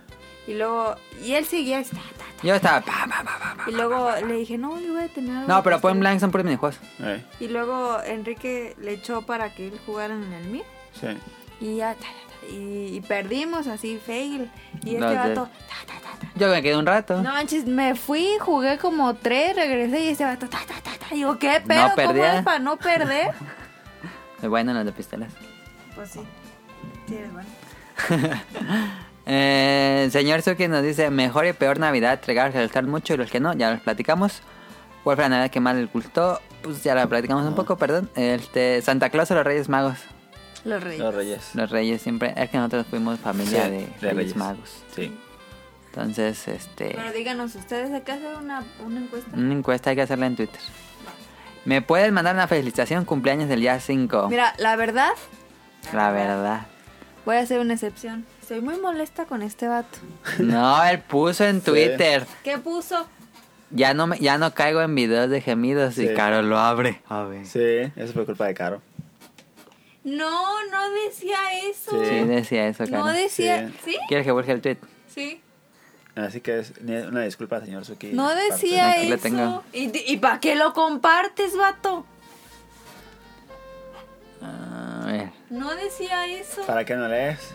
D: Y luego, y él seguía así, ta, ta,
B: Yo estaba. pa, pa, pa, pa, pa.
D: ta. Y luego le dije, no, yo voy a tener. algo
B: No, pero
D: de
B: Point
D: pistola".
B: Blank son puros minijuegos.
C: eh,
D: Y luego Enrique le echó para que él jugara en el mío.
C: sí.
D: Y ya, ta, ta, ta. Y, y perdimos así, fail. Y este
B: Los de-
D: vato, ta, ta, ta, ta.
B: Yo me quedé un rato.
D: No manches, me fui, jugué como tres, regresé y este vato, ta, ta, ta, ta. Digo, ¿qué
B: No
D: pedo? ¿Cómo
B: perdía.
D: es para no perder?
B: Soy bueno en el de pistolas. [laughs]
D: pues sí. Sí, eres bueno.
B: Eh, señor Suki nos dice: Mejor y peor Navidad, regalos que le gustaron mucho y los que no, ya los platicamos. ¿Cuál fue la Navidad que más les gustó? Pues ya la platicamos un poco, perdón. Este, Santa Claus o los Reyes Magos.
D: Los reyes.
C: Los Reyes.
B: Los Reyes siempre. Es que nosotros fuimos familia
C: Sí,
B: de, Reyes, Magos.
C: Sí.
B: Entonces, este.
D: Pero díganos, ¿ustedes acá hacen una, una encuesta?
B: Una encuesta hay que hacerla en Twitter. ¿Me pueden mandar una felicitación cumpleaños del día 5?
D: Mira, la verdad,
B: La verdad.
D: voy a hacer una excepción. Estoy muy molesta con este vato.
B: No, él puso
C: [laughs]
B: en Twitter.
D: ¿Qué puso?
B: Ya no me, ya no caigo en videos de gemidos y
C: Sí.
B: Caro lo abre. A ver. Sí,
C: Sí, eso fue culpa de Caro.
D: No, no decía eso.
C: Sí.
B: decía eso, Caro.
D: No decía,
C: Sí.
D: ¿sí?
B: ¿Quieres que busque el tweet?
D: Sí.
C: Así que es ni- una disculpa, señor Suki.
D: No
C: Parte-
D: decía
B: Aquí la
D: eso.
B: tengo.
D: ¿Y, di- y para qué lo compartes, vato?
B: A ver.
D: No decía eso.
C: ¿Para qué no lees?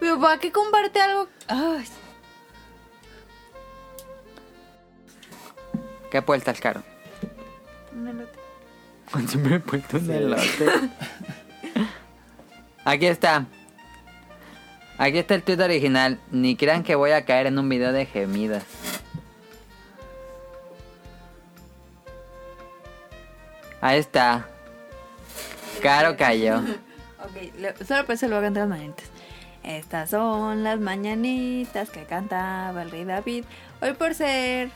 D: Pero ¿para qué comparte algo? Ay,
B: ¿Qué puertas, Caro? [laughs]
D: un elote.
B: Consumir puertas de
C: Sí.
B: elote.
C: [laughs]
B: Aquí está. Aquí está el tweet original. Ni crean que voy a caer en un video de gemidas. Ahí está. Caro cayó.
D: Ok, le- solo por eso lo voy a cantar las mañanitas. Estas son las mañanitas que cantaba el rey David. Hoy por ser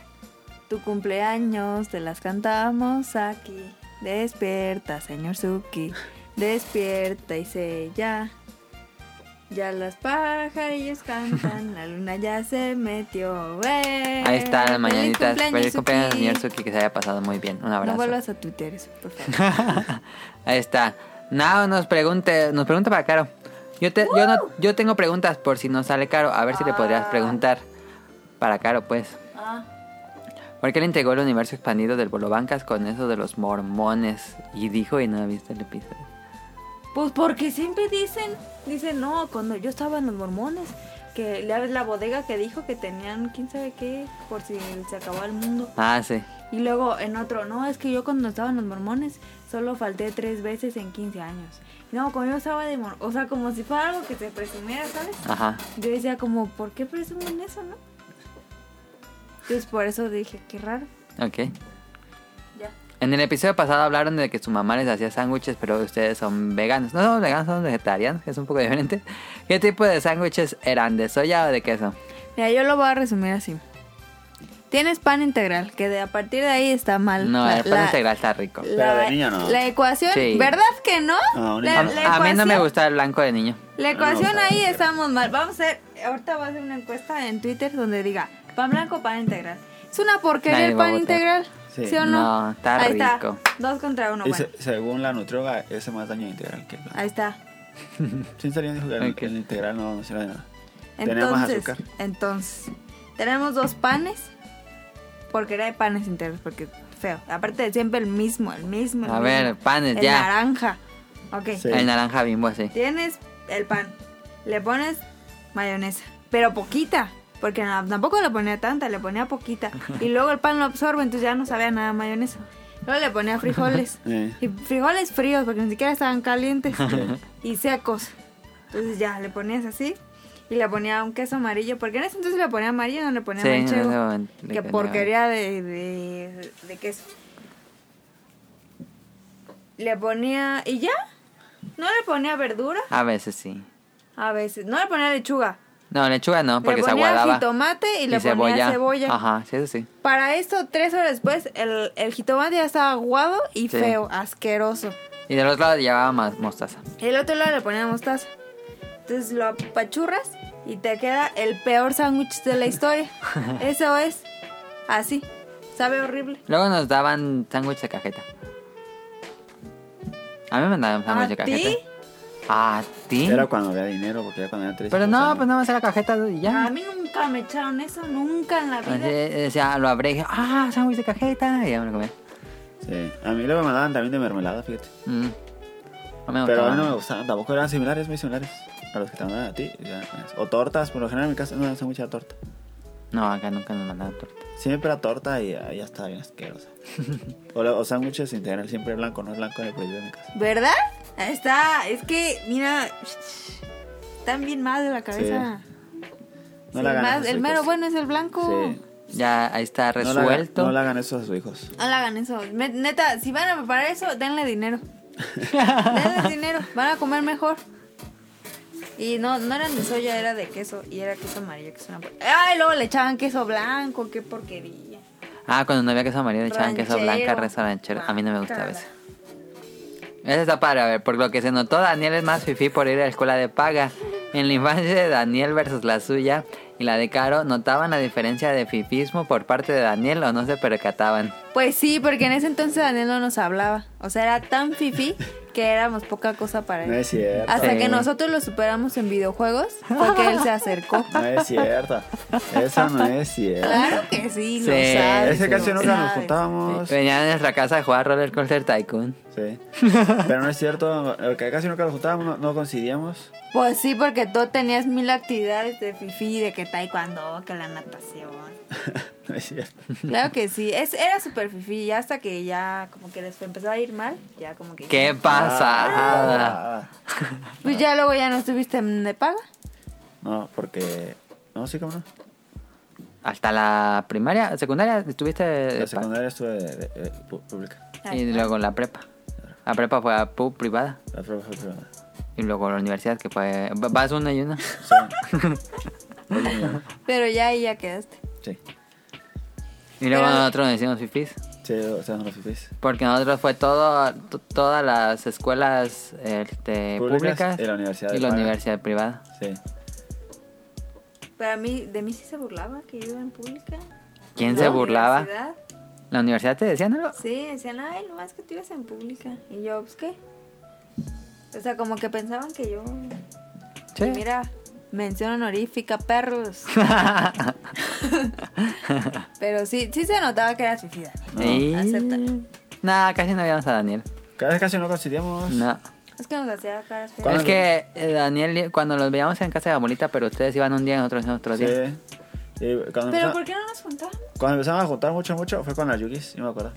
D: tu cumpleaños, te las cantamos aquí. Despierta, señor Suki. Despierta y sé ya. Ya las pajarillos cantan, la luna ya se metió. ¡Eh!
B: Ahí está las
D: ¡Feliz
B: mañanitas. Feliz cumpleaños,
D: Suki!
B: señor Suki, que se haya pasado muy bien. Un abrazo.
D: No vuelvas a tuitear eso, por favor.
B: [laughs] Ahí está. Nao nos pregunte, nos pregunta para Caro. Yo te, yo no, yo tengo preguntas por si no sale Caro, a ver si le podrías
D: Ah.
B: preguntar para Caro, pues. ¿Por qué le integró el universo expandido del Bolobancas con eso de los mormones? Y dijo y no ha visto el episodio.
D: Pues porque siempre dicen, dicen, no, cuando yo estaba en los mormones, que la, la bodega que dijo que tenían quién sabe qué, por si se acababa el mundo.
B: Ah, sí.
D: Y luego en otro, no, es que yo cuando estaba en los mormones solo falté tres veces en 15 años. No, cuando yo estaba de mor- o sea, como si fuera algo que se presumiera, ¿sabes?
B: Ajá.
D: Yo decía como, ¿por qué presumen eso, no? Entonces por eso dije, qué raro.
B: Ok.
D: Ya.
B: En el episodio pasado hablaron de que su mamá les hacía sándwiches, pero ustedes son veganos. No somos veganos, somos vegetarianos, que es un poco diferente. ¿Qué tipo de sándwiches eran? ¿De soya o de queso?
D: Mira, yo lo voy a resumir así. Tienes pan integral, que de, a partir de ahí está mal.
B: No,
D: La-
B: el pan
D: la-
B: integral está rico.
C: Pero de niño no.
D: La ecuación,
B: Sí.
D: ¿verdad que no?
C: No,
D: la,
B: A,
C: niño.
D: la
B: a mí no me
D: ecuación-
B: gusta el blanco de niño.
D: La
C: no me
D: ecuación
C: gusta.
D: ahí estamos mal. Vamos a hacer, ahorita voy a hacer una encuesta en Twitter donde diga pan blanco, pan integral. Es una porquería
B: Nadie
D: el
B: va a votar.
D: pan integral. Sí.
C: Sí.
D: o no?
B: No, está
D: ahí
B: rico.
D: Está. Dos contra uno.
C: Y
D: Bueno,
C: se- según la nutrióloga, ese más daño integral que el blanco.
D: ahí está.
C: Sin salir dijo que el-
B: Ok. ¿eh?
C: el integral no, no sirve de nada. Tenía más
D: Entonces,
C: azúcar.
D: entonces, tenemos dos panes. Porquería de panes enteros, porque feo. Aparte de siempre el mismo, el mismo. el
B: A
D: mismo.
B: ver, panes,
D: el
B: ya.
D: naranja. Ok.
C: Sí.
B: El naranja bimbo, sí.
D: Tienes el pan. Le pones mayonesa, pero poquita. Porque na- tampoco le ponía tanta, le ponía poquita. Y luego el pan lo absorbe, entonces ya no sabía nada de mayonesa. Luego le ponía [laughs] frijoles.
C: Eh.
D: Y frijoles fríos, porque ni siquiera estaban calientes. [laughs] y secos. Entonces ya, le ponías así. Y le ponía un queso amarillo. Porque en ese entonces le ponía amarillo, no le ponía
B: Sí, en
D: manchego.
B: ese momento le
D: Qué
B: ponía-
D: porquería de, de, de queso. Le ponía... ¿Y ya? No le ponía verdura.
B: A veces sí.
D: A veces. No le ponía lechuga.
B: No, lechuga no, porque
D: le
B: se
D: ponía
B: aguadaba.
D: jitomate y le ponía cebolla.
B: Ajá, sí, eso sí.
D: Para esto, tres horas después, el, el jitomate ya estaba aguado y
B: Sí.
D: feo, asqueroso.
B: Y del otro lado llevaba más mostaza.
D: El otro lado le ponía mostaza. Entonces lo apachurras y te queda el peor sándwich de
C: [laughs]
D: la historia. Eso es así. Sabe horrible.
B: Luego nos daban sándwich de cajeta. A mí me daban
D: ¿A
B: sándwich de
D: ti?
B: cajeta. ¿A ti?
C: Era cuando había dinero, porque ya cuando era triste.
B: Pero no, pues
C: no.
B: nada más era cajeta y
D: A
B: ya.
D: mí nunca me echaron eso, nunca en la
B: Así,
D: vida.
B: decía, lo abrí y dije, ah, sándwich de cajeta. Y ya me lo comí. pues
C: Sí. A mí luego me mandaban también de mermelada, fíjate.
B: Mm. No me
C: Pero a
B: gustaba.
C: mí no me gustaban, tampoco eran similares, muy similares a los que te mandaban a ti. ya, pues. O tortas, por lo general en mi casa no hacía mucha torta.
B: No, acá nunca nos mandaban torta.
C: Siempre era torta y ah, ya estaba bien asquerosa. o, la- o sándwiches integral, siempre blanco, no es blanco en el prohibido en mi casa.
D: ¿Verdad? Ahí está. Es que, mira, están bien mal de la cabeza.
C: No
D: Sí,
C: le hagan
D: más-
C: eso a sus
D: el mero
C: hijos.
D: bueno es el blanco.
C: Sí.
B: Ya, ahí está
C: No le, hagan,
B: resuelto.
C: no le hagan eso a sus hijos.
D: No le hagan eso. Me- neta, si van a preparar eso,
C: [laughs]
D: denle dinero. denle dinero. Van a comer mejor. Y no, no eran de soya, era de queso. Y era queso amarillo, que es una por- Ay, luego le echaban queso blanco, qué porquería.
B: Ah, cuando no había queso amarillo le echaban queso
D: Ranchero.
B: blanca, resto ranchero. A mí no me gustaba
D: Guácala.
B: eso. Eso está padre, a ver, por lo que se notó, Daniel es más fifí por ir a la escuela de paga. En la infancia de Daniel versus la suya y la de Caro, notaban la diferencia de fifismo por parte de Daniel o no se percataban.
D: Pues sí, porque en ese entonces Daniel no nos hablaba. O sea, era tan fifi que éramos poca cosa para
C: No
D: él.
C: es cierto.
D: Hasta
B: Sí.
D: que nosotros lo superamos en videojuegos, fue que él
C: [laughs]
D: se acercó.
C: No es cierto. Eso no es cierto.
D: Claro que sí, lo
B: Sí.
D: sabes.
C: Ese casi
D: lo
C: nunca nos
D: sabes.
C: juntábamos.
B: Venían de nuestra casa a jugar Roller Coaster Tycoon.
C: Sí. Pero no es cierto. que Casi nunca nos juntábamos, no, no coincidíamos.
D: Pues sí, porque tú tenías mil actividades de fifi, de que taekwondo, que la
B: [laughs]
D: natación.
C: No es cierto.
D: Claro que sí, es, era súper fifi, ya hasta que ya como que les fue- empezó a ir mal, ya como que...
B: ¡Qué pasada!
C: Ah,
D: Pues ya luego ya no estuviste en de paga.
C: No, porque. No, sí, cómo no.
B: Hasta la primaria, secundaria, estuviste. de
C: La
B: pa-
C: secundaria estuve de, de- de pu- pública.
B: Y luego la prepa. La prepa fue a pub privada.
C: La prueba fue privada.
B: Y luego la universidad, que fue. va- Vas una y una.
C: Sí. Oye, mira,
D: Pero ya ahí ya quedaste.
C: Sí.
B: Y luego
D: Pero-
B: nosotros nos hicimos fifís.
C: Sí, o sea, no lo supiste.
B: Porque nosotros fue todo, to- todas las escuelas este,
C: Públicas
B: públicas,
C: y la universidad
B: y
C: de
B: la
C: paga.
B: universidad privada.
C: Sí.
D: Pero a mí, de mí sí se burlaba que yo iba en pública.
B: ¿Quién
D: ¿La
B: se burlaba?
D: universidad?
B: ¿La universidad te decían algo?
D: Sí, decían, ay, nomás que tú ibas en pública. Y yo, pues, ¿qué? O sea, como que pensaban que yo...
B: Sí. [laughs]
D: Y Mira, mención honorífica, perros. Pero sí, sí se notaba que era suicida.
B: Sí.
D: Acéptalo.
B: No, casi no veíamos a Daniel.
C: Cada vez casi no coincidíamos.
B: No.
D: Es que nos hacía caras feas.
C: ¿Cuándo?
B: Es que eh, Daniel, cuando los veíamos en casa de la abuelita, pero ustedes iban un día y nosotros en otro
C: Sí.
B: día.
C: Y cuando,
D: Pero
C: empezaba-
D: ¿por qué no nos juntábamos?
C: cuando empezaban a juntar mucho, mucho, fue con las Yukis, yo me acuerdo.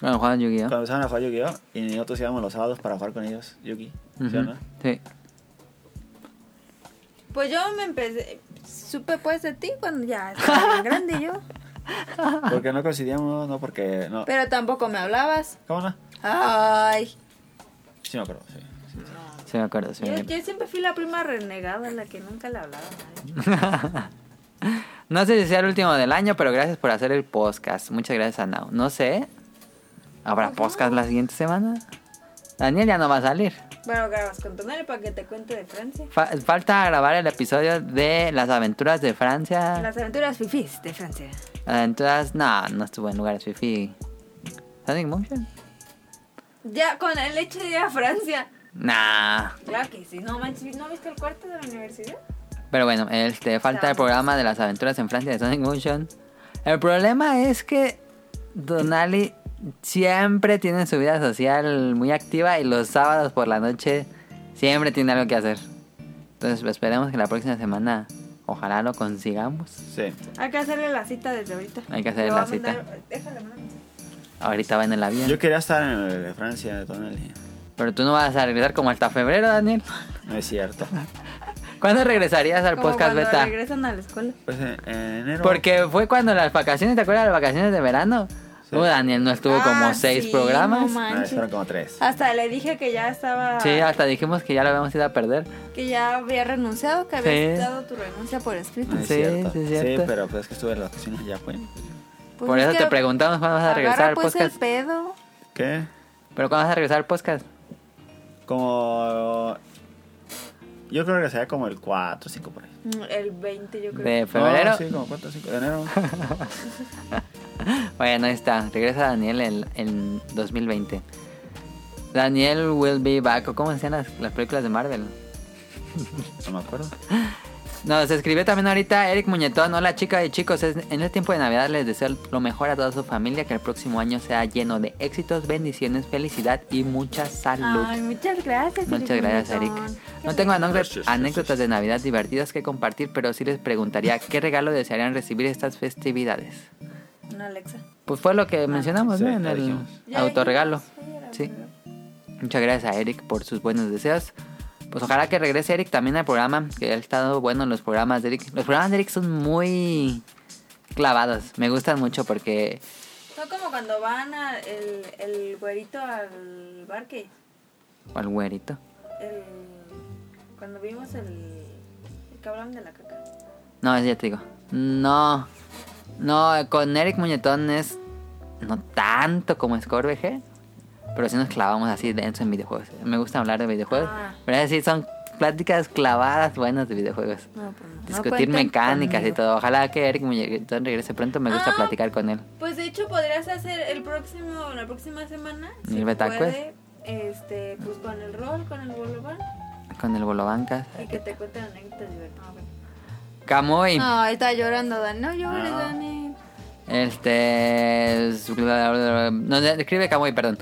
B: Cuando jugaban Yu-Gi-Oh!
C: Cuando empezaban a jugar Yu-Gi-Oh! Y nosotros íbamos los sábados para jugar con ellos, Yuki. ¿Sí o
B: Ujú.
C: no?
B: Sí.
D: Pues yo me empecé, supe pues de ti cuando
B: [laughs]
D: ya estaba bien grande yo.
C: Porque no coincidíamos, no porque. No.
D: Pero tampoco me hablabas.
C: ¿Cómo no?
D: Ay.
C: Sí, me acuerdo, sí.
B: Sí, me acuerdo. Sí.
D: Yo, yo siempre fui la prima renegada, la que nunca le hablaba a nadie.
B: No sé si sea el último del año, pero gracias por hacer el podcast. Muchas gracias a Nao. No sé. ¿Habrá podcast la siguiente semana? Daniel ya no va a salir.
D: Bueno, grabas con Tonali para que te cuente de Francia.
B: Fa- falta grabar el episodio de las aventuras de Francia.
D: Las aventuras fifís de Francia.
B: Aventuras, no, no estuvo en lugares fifi. ¿Sonic Motion?
D: Ya, con el hecho de ir a Francia.
B: Nah.
D: Claro que sí, no manches, ¿no viste el cuarto de la universidad?
B: Pero bueno, este, falta el programa de las aventuras en Francia de Sonic Motion. El problema es que Donali siempre tiene su vida social muy activa y los sábados por la noche siempre tiene algo que hacer. Entonces esperemos que la próxima semana ojalá lo consigamos.
C: Sí.
D: Hay que hacerle la cita desde ahorita.
B: Hay que hacerle
D: Le voy
B: la
D: a mandar- Déjale, mano.
B: Ahorita va en el avión.
C: Yo quería estar en el de Francia, de Tonali.
B: Pero tú no vas a regresar como hasta febrero, Daniel.
C: No es cierto.
B: ¿Cuándo regresarías al
D: Como
B: podcast
D: cuando
B: beta?
D: regresan a la escuela.
C: Pues en, en enero.
B: Porque fue cuando las vacaciones, ¿te acuerdas de las vacaciones de verano?
C: Sí.
B: Uh, Daniel no estuvo
D: Ah,
B: como seis
D: sí,
B: programas.
D: no
C: No,
D: manches.
C: Ah,
D: Ah,
C: fueron como tres.
D: Hasta le dije que ya estaba.
B: Sí, hasta dijimos que ya lo habíamos ido a perder.
D: Que ya había renunciado, que habías
B: Sí.
D: dado tu renuncia por escrito.
C: No es
B: Sí,
C: cierto.
B: sí es cierto.
C: Sí, pero pues es que estuve en las oficinas ya, pues.
D: Pues
B: Por
D: es
B: eso
D: que
B: te preguntamos cuándo vas a regresar
D: agarra,
B: al
D: pues,
B: podcast.
D: el pedo.
C: ¿Qué?
B: Pero cuándo vas a regresar al podcast.
C: Como. Yo creo que sería como el 4 5 por ahí.
D: Mm, El 20, yo creo.
B: De febrero.
C: No, sí, como 4 5 de enero.
B: Bueno, ahí está. Regresa Daniel en, en 2020. Daniel will be back. ¿o ¿Cómo decían las, las películas de Marvel?
C: No me acuerdo.
B: Nos escribió también ahorita Eric Muñetón. Hola chicas y chicos, Es- en este tiempo de Navidad les deseo lo mejor a toda su familia, que el próximo año sea lleno de éxitos, bendiciones, felicidad y mucha salud.
D: Ay, muchas gracias.
B: Muchas
D: Eric
B: gracias, Eric.
D: Muñetón.
B: No tengo anegdo-
C: Gracias,
B: anécdotas de Navidad divertidas que compartir, pero sí les preguntaría qué regalo desearían recibir estas festividades.
D: Una Alexa.
B: Pues fue lo que mencionamos,
C: sí,
B: ¿no? En
C: ya
B: el
C: dijimos.
D: Ya
B: autorregalo.
D: dijimos,
B: Sí.
D: era
B: Muchas gracias a Eric por sus buenos deseos. Pues ojalá que regrese Eric también al programa, que ha estado bueno en los programas de Eric. Los programas de Eric son muy clavados, me gustan mucho porque...
D: Son como cuando van a el, el güerito al bar que
B: Al güerito.
D: el, cuando vimos el, el que hablaban de la caca.
B: No, ya te digo. No. No, con Eric Muñetón es. No tanto como Scorbg. Pero sí nos clavamos así denso en videojuegos. Me gusta hablar de videojuegos.
D: Ah.
B: Pero es así, son pláticas clavadas buenas de videojuegos.
D: No, pues no. No
B: Discutir
D: cuenten
B: mecánicas y
D: conmigo.
B: todo. Ojalá que Eric Muñetón regrese pronto. Me gusta
D: Ah.
B: platicar con él.
D: Pues de hecho podrías hacer el próximo, la próxima semana,
B: ¿Y el Betacuest?
D: puede, este, pues con el rol, con el bolobán
B: Con el Bolobancas.
D: y que te cuenten anécdotas divertidas.
B: Camuy.
D: No, ahí está llorando Dani, no llores
C: No.
D: Dani.
B: Este. es- No, escribe Camuy, perdón.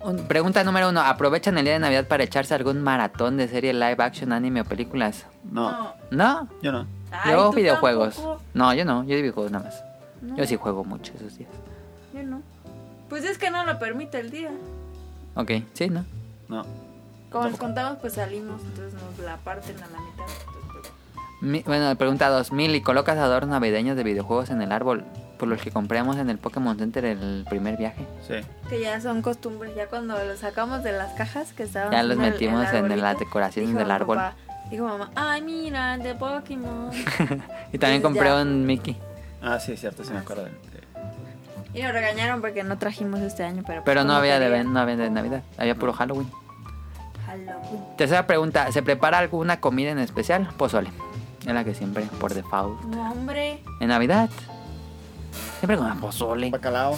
B: Un- Pregunta número uno. ¿Aprovechan el día de Navidad para echarse algún maratón de serie live action, anime o películas?
C: No,
B: ¿No?
C: yo no.
D: Ay,
B: yo
D: tú
B: videojuegos.
D: tampoco.
B: No, yo no. Yo de videojuegos nada más.
D: No.
B: Yo sí juego mucho esos días.
D: Yo no. Pues es que no lo permite el día.
B: Ok, sí, ¿no?
C: No.
D: Como les contamos, pues salimos, entonces nos la parten a la mitad. entonces, pues,
B: Mi- bueno, pregunta 2000. ¿Y colocas adornos navideños de videojuegos en el árbol? Por los que compramos en el Pokémon Center el primer viaje.
C: Sí.
D: pues, que ya son costumbres, ya cuando los sacamos de las cajas que estaban.
B: Ya los
D: encima del-
B: metimos en
D: arbolito,
B: las decoraciones
D: dijo
B: del
D: mi
B: árbol.
D: papá- dijo mamá, ay mira, de
B: [laughs]
D: Pokémon.
B: y también
D: Ya.
B: compré un Mickey.
C: Ah, sí, cierto, sí me acuerdo. de-
D: Y nos regañaron porque no trajimos este año, pero...
B: Pero no había, de,
D: venta
B: no había de Navidad. Había puro Halloween. Tercera pregunta. ¿Se prepara alguna comida en especial? Pozole. Es la que siempre, por default.
D: No, hombre.
B: En Navidad. Siempre con pozole.
C: Bacalao.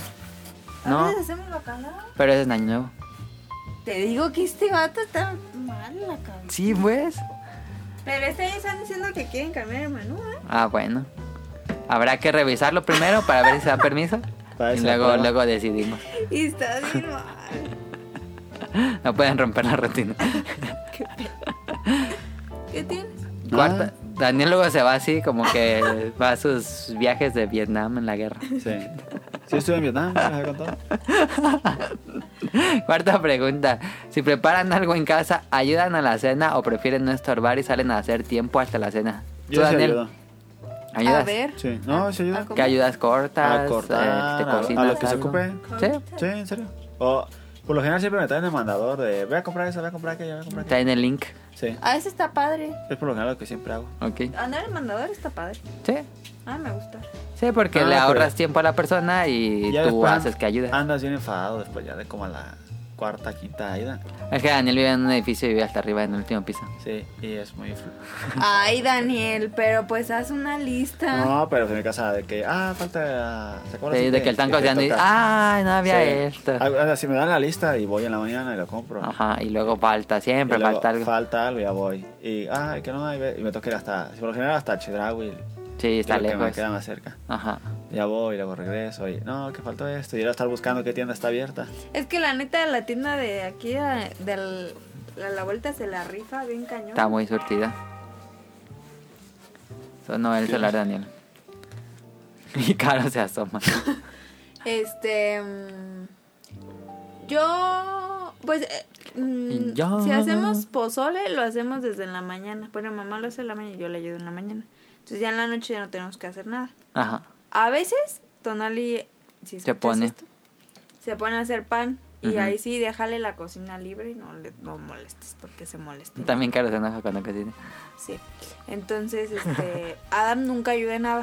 D: ¿A
B: No,
D: veces hacemos bacalao?
B: pero ese es en Año Nuevo.
D: Te digo que este vato está mal la cabeza.
B: Sí, pues.
D: Pero este año están diciendo que quieren cambiar el menú, ¿eh?
B: Ah, bueno. Habrá que revisarlo primero para ver si se da [laughs] permiso.
C: Para ver
B: y
C: si se
B: luego,
C: aprueba.
B: luego decidimos.
D: ¿eh? Y está bien mal.
B: No pueden romper la rutina.
D: ¿Qué tienes?
B: Cuarta, Daniel luego se va así, como que va a sus viajes de Vietnam en la guerra. [laughs]
C: Sí. Sí, estuve en Vietnam, ¿me había contado?
B: [laughs] Cuarta pregunta. Si preparan algo en casa, ¿ayudan a la cena o prefieren no estorbar y salen a hacer tiempo hasta la cena? Tú,
C: Yo sí
B: Daniel,
C: ayudo.
B: ¿ayudas?
D: A ver.
C: Sí. No, sí ayuda.
D: ¿Algo?
B: ¿Qué ayudas cortas?
C: A
B: eh,
C: cortar,
B: te
C: a- a
B: cocinas
C: lo que se
B: algo?
C: ocupe.
B: Sí.
C: Sí, en serio. O por lo general siempre me traen el mandador de voy a comprar eso, voy a comprar aquello, voy a comprar
B: Está
C: aquello.
B: en el link.
C: Sí.
D: A Ah, ese está padre.
C: Es por lo general lo que siempre hago.
B: Ok.
D: Andar en mandador está padre.
B: Sí.
D: Ah, me gusta.
B: Sí, porque
C: No,
B: le
C: pero-
B: ahorras tiempo a la persona y
C: Ah, ya
B: tú
C: después Ah.
B: haces que ayude.
C: Andas bien enfadado después ya de como a la cuarta, quinta ida.
B: Es que Daniel vive en un edificio y vive hasta arriba en el último piso.
C: Sí, y es muy... fl-
D: Ay, Daniel, pero pues haz una lista.
C: [laughs] No, pero en mi casa de que, ah, falta... ¿se acuerdan
B: Sí, de
C: siempre?
B: que el tanco
C: te
B: se anda y
C: toca?
B: ¡ay, no "Ah, había
C: Sí.
B: esto!
C: Ah, o sea, si me dan la lista y voy en la mañana y lo compro.
B: Ajá, y luego falta,
C: Y
B: siempre
C: luego
B: falta algo.
C: Falta algo, ya voy. Y, ah, que no hay, ve- y me toca ir hasta, por lo general hasta Chedraui.
B: sí, está
C: que me
B: lejos.
C: queda más cerca.
B: Ajá.
C: Ya voy, luego regreso y, no, que faltó esto. Y era estar buscando qué tienda está abierta.
D: Es que la neta, la tienda de aquí, a- del- a la vuelta se la rifa bien cañón.
B: Está muy surtida. Sonó el celular de Daniel. [laughs] Y Caro se asoma.
D: Este. mm, Yo. Pues. eh, mm,
B: Ya.
D: Si hacemos pozole, lo hacemos desde la mañana. Bueno, mamá lo hace en la mañana y yo le ayudo en la mañana. Entonces ya en la noche ya no tenemos que hacer nada.
B: Ajá.
D: A veces, Tonali. Si
B: Se
D: escuchas
B: pone.
D: esto, se pone a hacer pan. Y
B: Ujú.
D: ahí sí, déjale la cocina libre y no, le, no molestes porque se molesta.
B: También Caro se enoja cuando cocina.
D: Sí. Entonces, este, [laughs] Adam nunca ayuda en nada.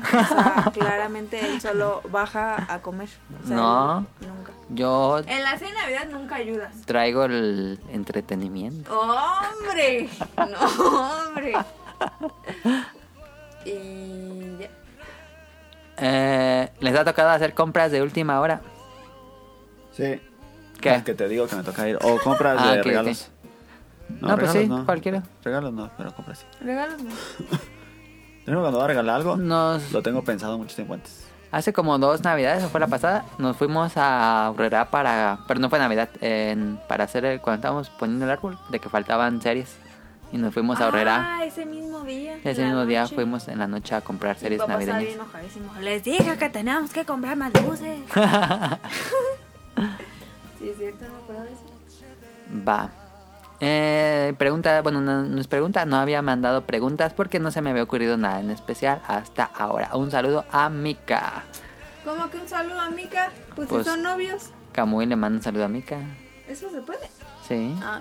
B: [laughs]
D: O sea, claramente él solo baja a comer. O sea,
B: No.
D: él Nunca.
B: Yo
D: En la cena de Navidad nunca ayudas.
B: traigo el entretenimiento.
D: ¡Hombre! ¡No,
B: [laughs]
D: hombre! Y ya.
B: Eh, ¿Les ha tocado hacer compras de última hora?
C: Sí.
B: ¿Qué?
C: Es que te digo que me toca ir. O compras
B: [laughs] Ah,
C: de
B: ok,
C: regalos.
B: No, pues sí,
C: regalos no.
B: cualquiera.
C: Regalos no, pero compras sí.
D: Regálame.
C: Tengo cuando va a regalar algo,
B: Nos,
C: lo tengo pensado mucho tiempo antes.
B: hace como dos navidades, o fue la pasada, nos fuimos a Urrera para... Pero no fue Navidad, en- para hacer el... Cuando estábamos poniendo el árbol, de que faltaban series. Y nos fuimos a Urrera.
D: Ah, ese mismo día.
B: Ese
D: en la
B: mismo día
D: noche.
B: fuimos en la noche a comprar
D: Mi
B: series
D: papá estaba
B: navideñas.
D: bien enojadísimo. Les dije que teníamos que comprar más
B: [laughs]
D: luces. sí, es cierto, no me acuerdo de eso.
B: Va. Eh, pregunta, bueno, no, nos pregunta, no había mandado preguntas porque no se me había ocurrido nada en especial hasta ahora. Un saludo a Mika.
D: ¿Cómo que un saludo a Mika? Pues,
B: Pues-
D: si son novios,
B: Camuy le manda un saludo a Mika.
D: eso se puede.
B: Sí,
D: Ah.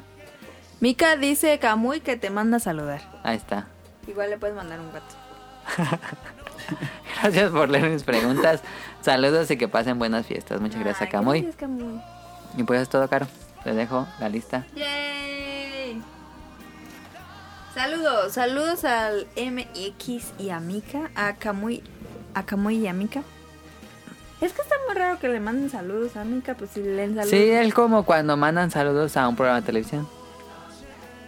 D: Mika dice Camuy que te manda a saludar.
B: ahí está. [laughs]
D: Igual le puedes mandar un gato.
B: Gracias por leer mis preguntas. Saludos y que pasen buenas fiestas. Muchas gracias,
D: Ay,
B: Camuy.
D: Gracias, Camuy.
B: Y pues es todo, Caro. Te dejo la lista.
D: ¡Yay! Saludos, saludos al MX y a Mika, a Kamui, a Kamui y a Mika. Es que está muy raro que le manden saludos a Mika, pues si le leen saludos.
B: Sí, es como cuando mandan saludos a un programa de televisión.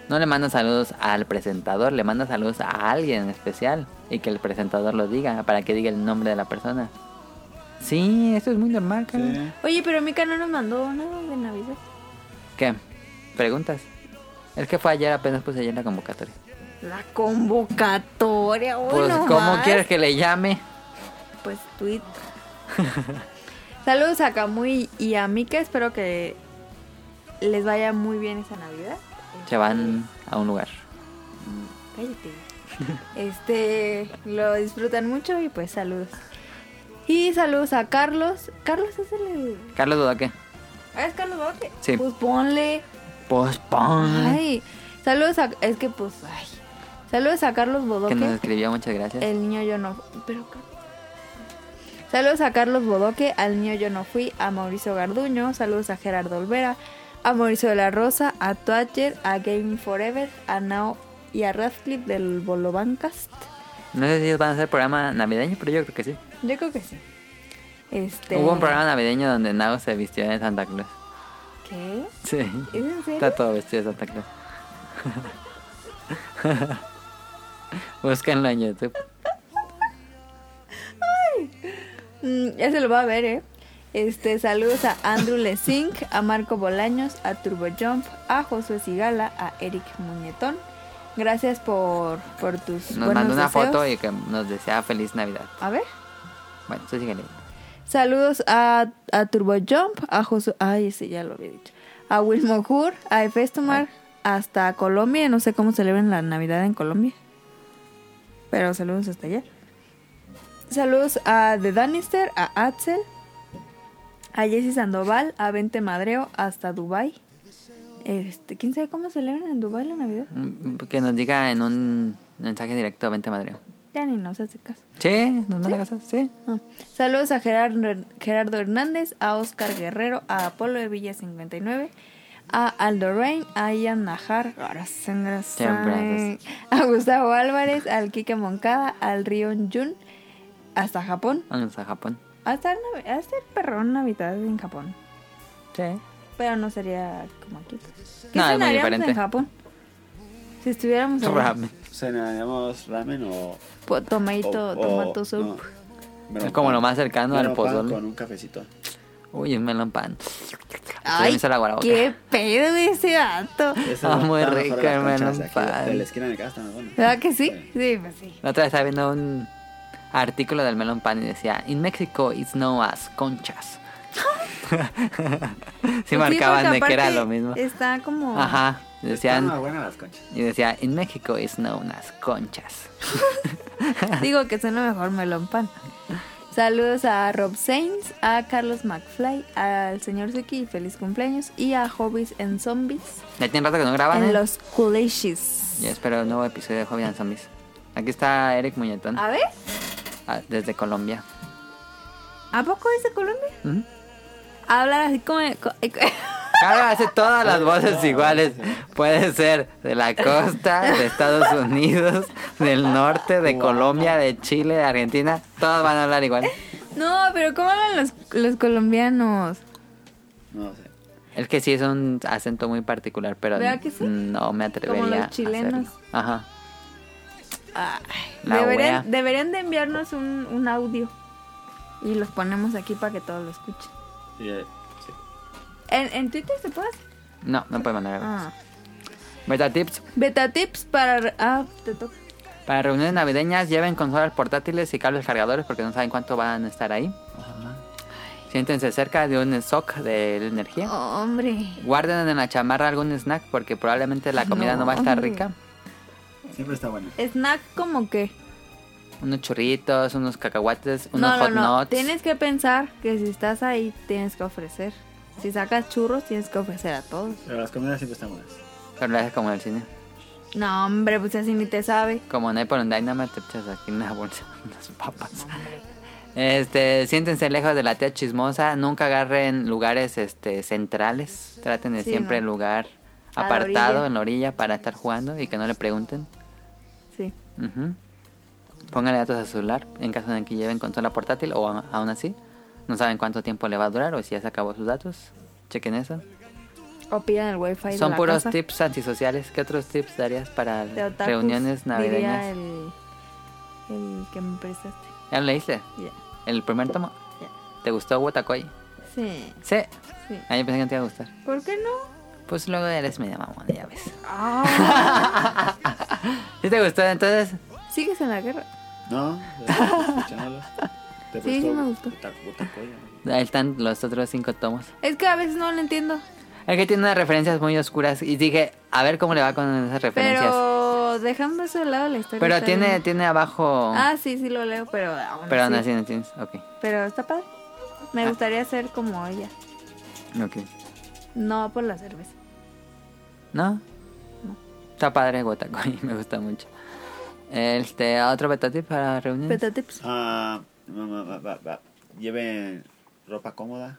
B: No le mandan saludos al presentador, le mandan saludos a alguien en especial y que el presentador lo diga para que diga el nombre de la persona. Sí, eso es muy normal, Carmen.
C: Sí.
D: Oye, pero Mika no nos mandó nada de Navidad.
B: ¿Qué? ¿Preguntas? Es que fue ayer, apenas puse ayer la convocatoria.
D: La convocatoria, hoy
B: Pues,
D: nomás.
B: ¿cómo quieres que le llame?
D: Pues tweet. Saludos a Kamui y a Mika, espero que les vaya muy bien esta Navidad.
B: Se van a un lugar.
D: Cállate. Este, lo disfrutan mucho y pues saludos. Y saludos a Carlos. Carlos es el...
B: Carlos Dudaque.
D: Ah, ¿Es Carlos Duarte?
B: Sí.
D: Pues ponle...
B: Pues pon.
D: Ay, saludos a... Es que pues... Ay. Saludos a Carlos
B: Que
D: Bodoque.
B: nos escribió, muchas gracias.
D: El niño yo no... Pero... Car- Saludos a Carlos Bodoque, al niño yo no fui, a Mauricio Garduño, saludos a Gerardo Olvera, a Mauricio de la Rosa, a Twatcher, a Game Forever, a Nao y a Radcliffe del Bolobancast.
B: No sé si ellos van a hacer programa navideño, pero yo creo que sí.
D: Yo creo que sí. Este...
B: Hubo un programa navideño donde Nao se vistió de Santa Claus.
D: ¿Qué?
B: Sí.
D: ¿Es en serio?
B: Está todo vestido de Santa Claus. [laughs] Búsquenlo en YouTube.
D: Mm, ya se lo va a ver, ¿eh? Este, saludos a Andrew Lezink, a Marco Bolaños, a Turbo Jump, a Josué Sigala, a Eric Muñetón. Gracias por, por tus
B: Nos
D: buenos
B: mandó una
D: deseos.
B: foto y que nos desea feliz Navidad.
D: A ver.
B: Bueno, tú síguele.
D: Saludos a, a Turbo Jump, a Josué... Ay, ese ya lo había dicho. A Wilmo Hur, a Efestomar, hasta Colombia. No sé cómo celebran la Navidad en Colombia. Pero saludos hasta allá. Saludos a The Danister, a Axel, a Jesse Sandoval, a Vente Madreo, hasta Dubai. Este, ¿Quién sabe cómo celebran en Dubai la Navidad?
B: Mm, Que nos diga en un mensaje directo a 20 Madrid.
D: Ya ni nos hace caso.
B: Sí, ¿nos manda casas? Sí.
D: Ah. Saludos a Gerardo, Gerardo Hernández, a Oscar Guerrero, a Apolo de Villa 59, a Aldo Rain, a Ian Najar, Garazán, Garazán,
B: Siempre haces.
D: a Gustavo Álvarez, al Quique Moncada, al Rion Jun, hasta Japón.
B: Vamos a Japón.
D: Hasta, Nav- hasta el perrón Navidad en Japón.
B: Sí.
D: Pero no sería como aquí. ¿Qué
B: No, es muy
D: cenaríamos
B: diferente.
D: en Japón? Si estuviéramos
B: [laughs]
D: en
B: Ramen.
C: ¿Cenaríamos ramen o...?
D: po-
C: o-
D: tomato,
C: o-
D: tomato soup.
C: Oh, no, melón
B: Es como
C: pan.
B: lo más cercano al
C: Melón pan
B: pozole. Ah,
C: Con un cafecito.
B: Uy, un melón pan. Se me
D: Ay,
B: hizo el agua a la boca.
D: qué pedo ese dato.
C: Esa
B: Ah,
C: es la-
B: muy
C: está mejor
B: rico
C: las
B: el
C: conchas
B: melón
C: de aquí,
B: pan.
C: De la esquina de mi casa está muy bueno.
D: ¿Verdad que sí? Sí, pues sí.
B: La otra vez estaba viendo un artículo del melón pan y decía: In Mexico it's known as
D: [laughs]
B: conchas. sí, marcaban de que era lo mismo.
D: Está como.
B: Ajá.
C: Están
B: Decían,
C: más buenas las conchas.
B: y decía: In Mexico it's known as conchas.
D: Digo que suena mejor melón pan. Saludos a Rob Sainz, a Carlos McFly, al señor Suki, feliz cumpleaños, y a Hobbies and Zombies
B: Ya tiene rato que no graban.
D: en
B: ¿eh?
D: los Coolages.
B: Yo espero un nuevo episodio de Hobby and Zombies. Aquí está Eric Muñetón,
D: A ver,
B: ah, desde Colombia.
D: ¿a poco es de Colombia?
B: Ujú.
D: Hablar así como. de co- [laughs]
B: Claro, hace todas las voces iguales. Puede ser de la costa, de Estados Unidos, del norte, de Colombia, de Chile, de Argentina. Todos van a hablar igual.
D: No, pero ¿cómo hablan los, los colombianos?
C: No sé.
B: Es que sí es un acento muy particular, pero
D: ¿Verdad que sí?
B: no me atrevería
D: Como los
B: a hacerlo.
D: chilenos.
B: Ajá.
D: Ay,
B: La wea.
D: deberían, deberían de enviarnos un, un audio y los ponemos aquí para que todos lo escuchen.
C: Y, eh, sí.
D: ¿En, en Twitter se puede hacer?
B: No, no puede mandar.
D: Ah.
B: Meta tips.
D: Beta tips para... Ah, te toca.
B: Para reuniones navideñas lleven consolas portátiles y cables cargadores porque no saben cuánto van a estar ahí. Siéntense cerca de un SOC de energía.
D: hombre.
B: Guarden en la chamarra algún snack porque probablemente la comida no, va a estar
D: hombre.
B: rica.
C: Siempre está bueno.
D: Snack como que...
B: Unos churritos, unos cacahuates, unos
D: No, no,
B: hot
D: no.
B: nuts.
D: Tienes que pensar que si estás ahí tienes que ofrecer. Si sacas churros tienes que ofrecer a todos.
C: Pero las comidas siempre están buenas.
B: Pero lo haces como en el cine.
D: No, hombre, pues así ni te sabe.
B: Como en Apple and Dynamite te echas aquí una bolsa [laughs] unas papas. Este, siéntense lejos de la tía chismosa, nunca agarren lugares este centrales, traten de
D: Sí,
B: siempre
D: no.
B: lugar
D: A la
B: apartado
D: orilla.
B: en la orilla para estar jugando y que no le pregunten. Ujú. Pónganle datos a su celular en caso de que lleven consola portátil o a- aún así. No saben cuánto tiempo le va a durar o si ya se acabó sus datos. Chequen eso.
D: O pidan el wifi de
B: Son
D: la
B: puros
D: casa.
B: tips antisociales. ¿Qué otros tips darías para
D: de otakus,
B: reuniones navideñas?
D: diría el, el que me prestaste.
B: ¿Ya lo leíste?
D: Ya.
B: ¿El primer tomo?
D: Ya.
B: ¿Te gustó Wotakoi?
D: Sí,
B: Sí.
D: sí.
B: A mí pensé que no te iba a gustar.
D: ¿Por
B: [laughs]
D: qué no?
B: Pues luego eres media mamona, ya ves.
D: Ah,
B: ¿Sí te gustó entonces?
D: Sigues en la guerra.
C: No, escuchándolos. Te
D: [laughs] Sí, sí me gustó.
C: ta- puta colla.
B: Ahí están los otros cinco tomos.
D: Es que a veces no lo entiendo.
B: Es que tiene unas referencias muy oscuras y dije, a ver cómo le va con esas referencias.
D: Pero dejando eso de lado la historia.
B: Pero
D: está
B: tiene,
D: bien.
B: tiene abajo.
D: Ah, sí, sí lo leo, pero aún
B: pero aún
D: así.
B: así Ah. no tienes. Ok.
D: Pero está padre. Me gustaría ser como ella.
B: Ok.
D: No por la cerveza.
B: ¿No? Está padre Wotakoi, [laughs] me gusta mucho. Este, otro betatip para reuniones.
D: Peta tips.
C: Ah, ma- ma- ma- ma- ma- Lleven ropa cómoda.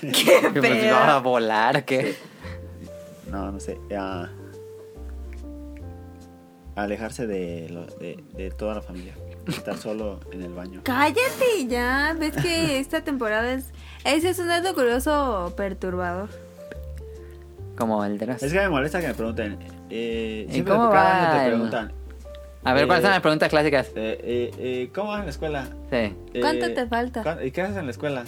D: Qué
B: Que [laughs] pues, va a volar, que.
C: No, no sé. ah, alejarse de, lo- de, de toda la familia. Estar solo en el baño.
D: Cállate ya. Ves
B: [laughs]
D: que esta temporada es. Ese es un dato curioso perturbador.
B: Como el de los.
C: Es que me molesta que me pregunten. Eh,
B: ¿Y
C: siempre
B: cómo
C: cada
B: va
C: año te
B: el-
C: preguntan.
B: A ver, ¿cuáles son
C: eh,
B: las preguntas clásicas?
C: eh, eh, eh, ¿Cómo vas en la escuela?
B: Sí.
C: Eh,
D: ¿Cuánto te falta?
C: ¿cuán- ¿Y qué haces en la escuela?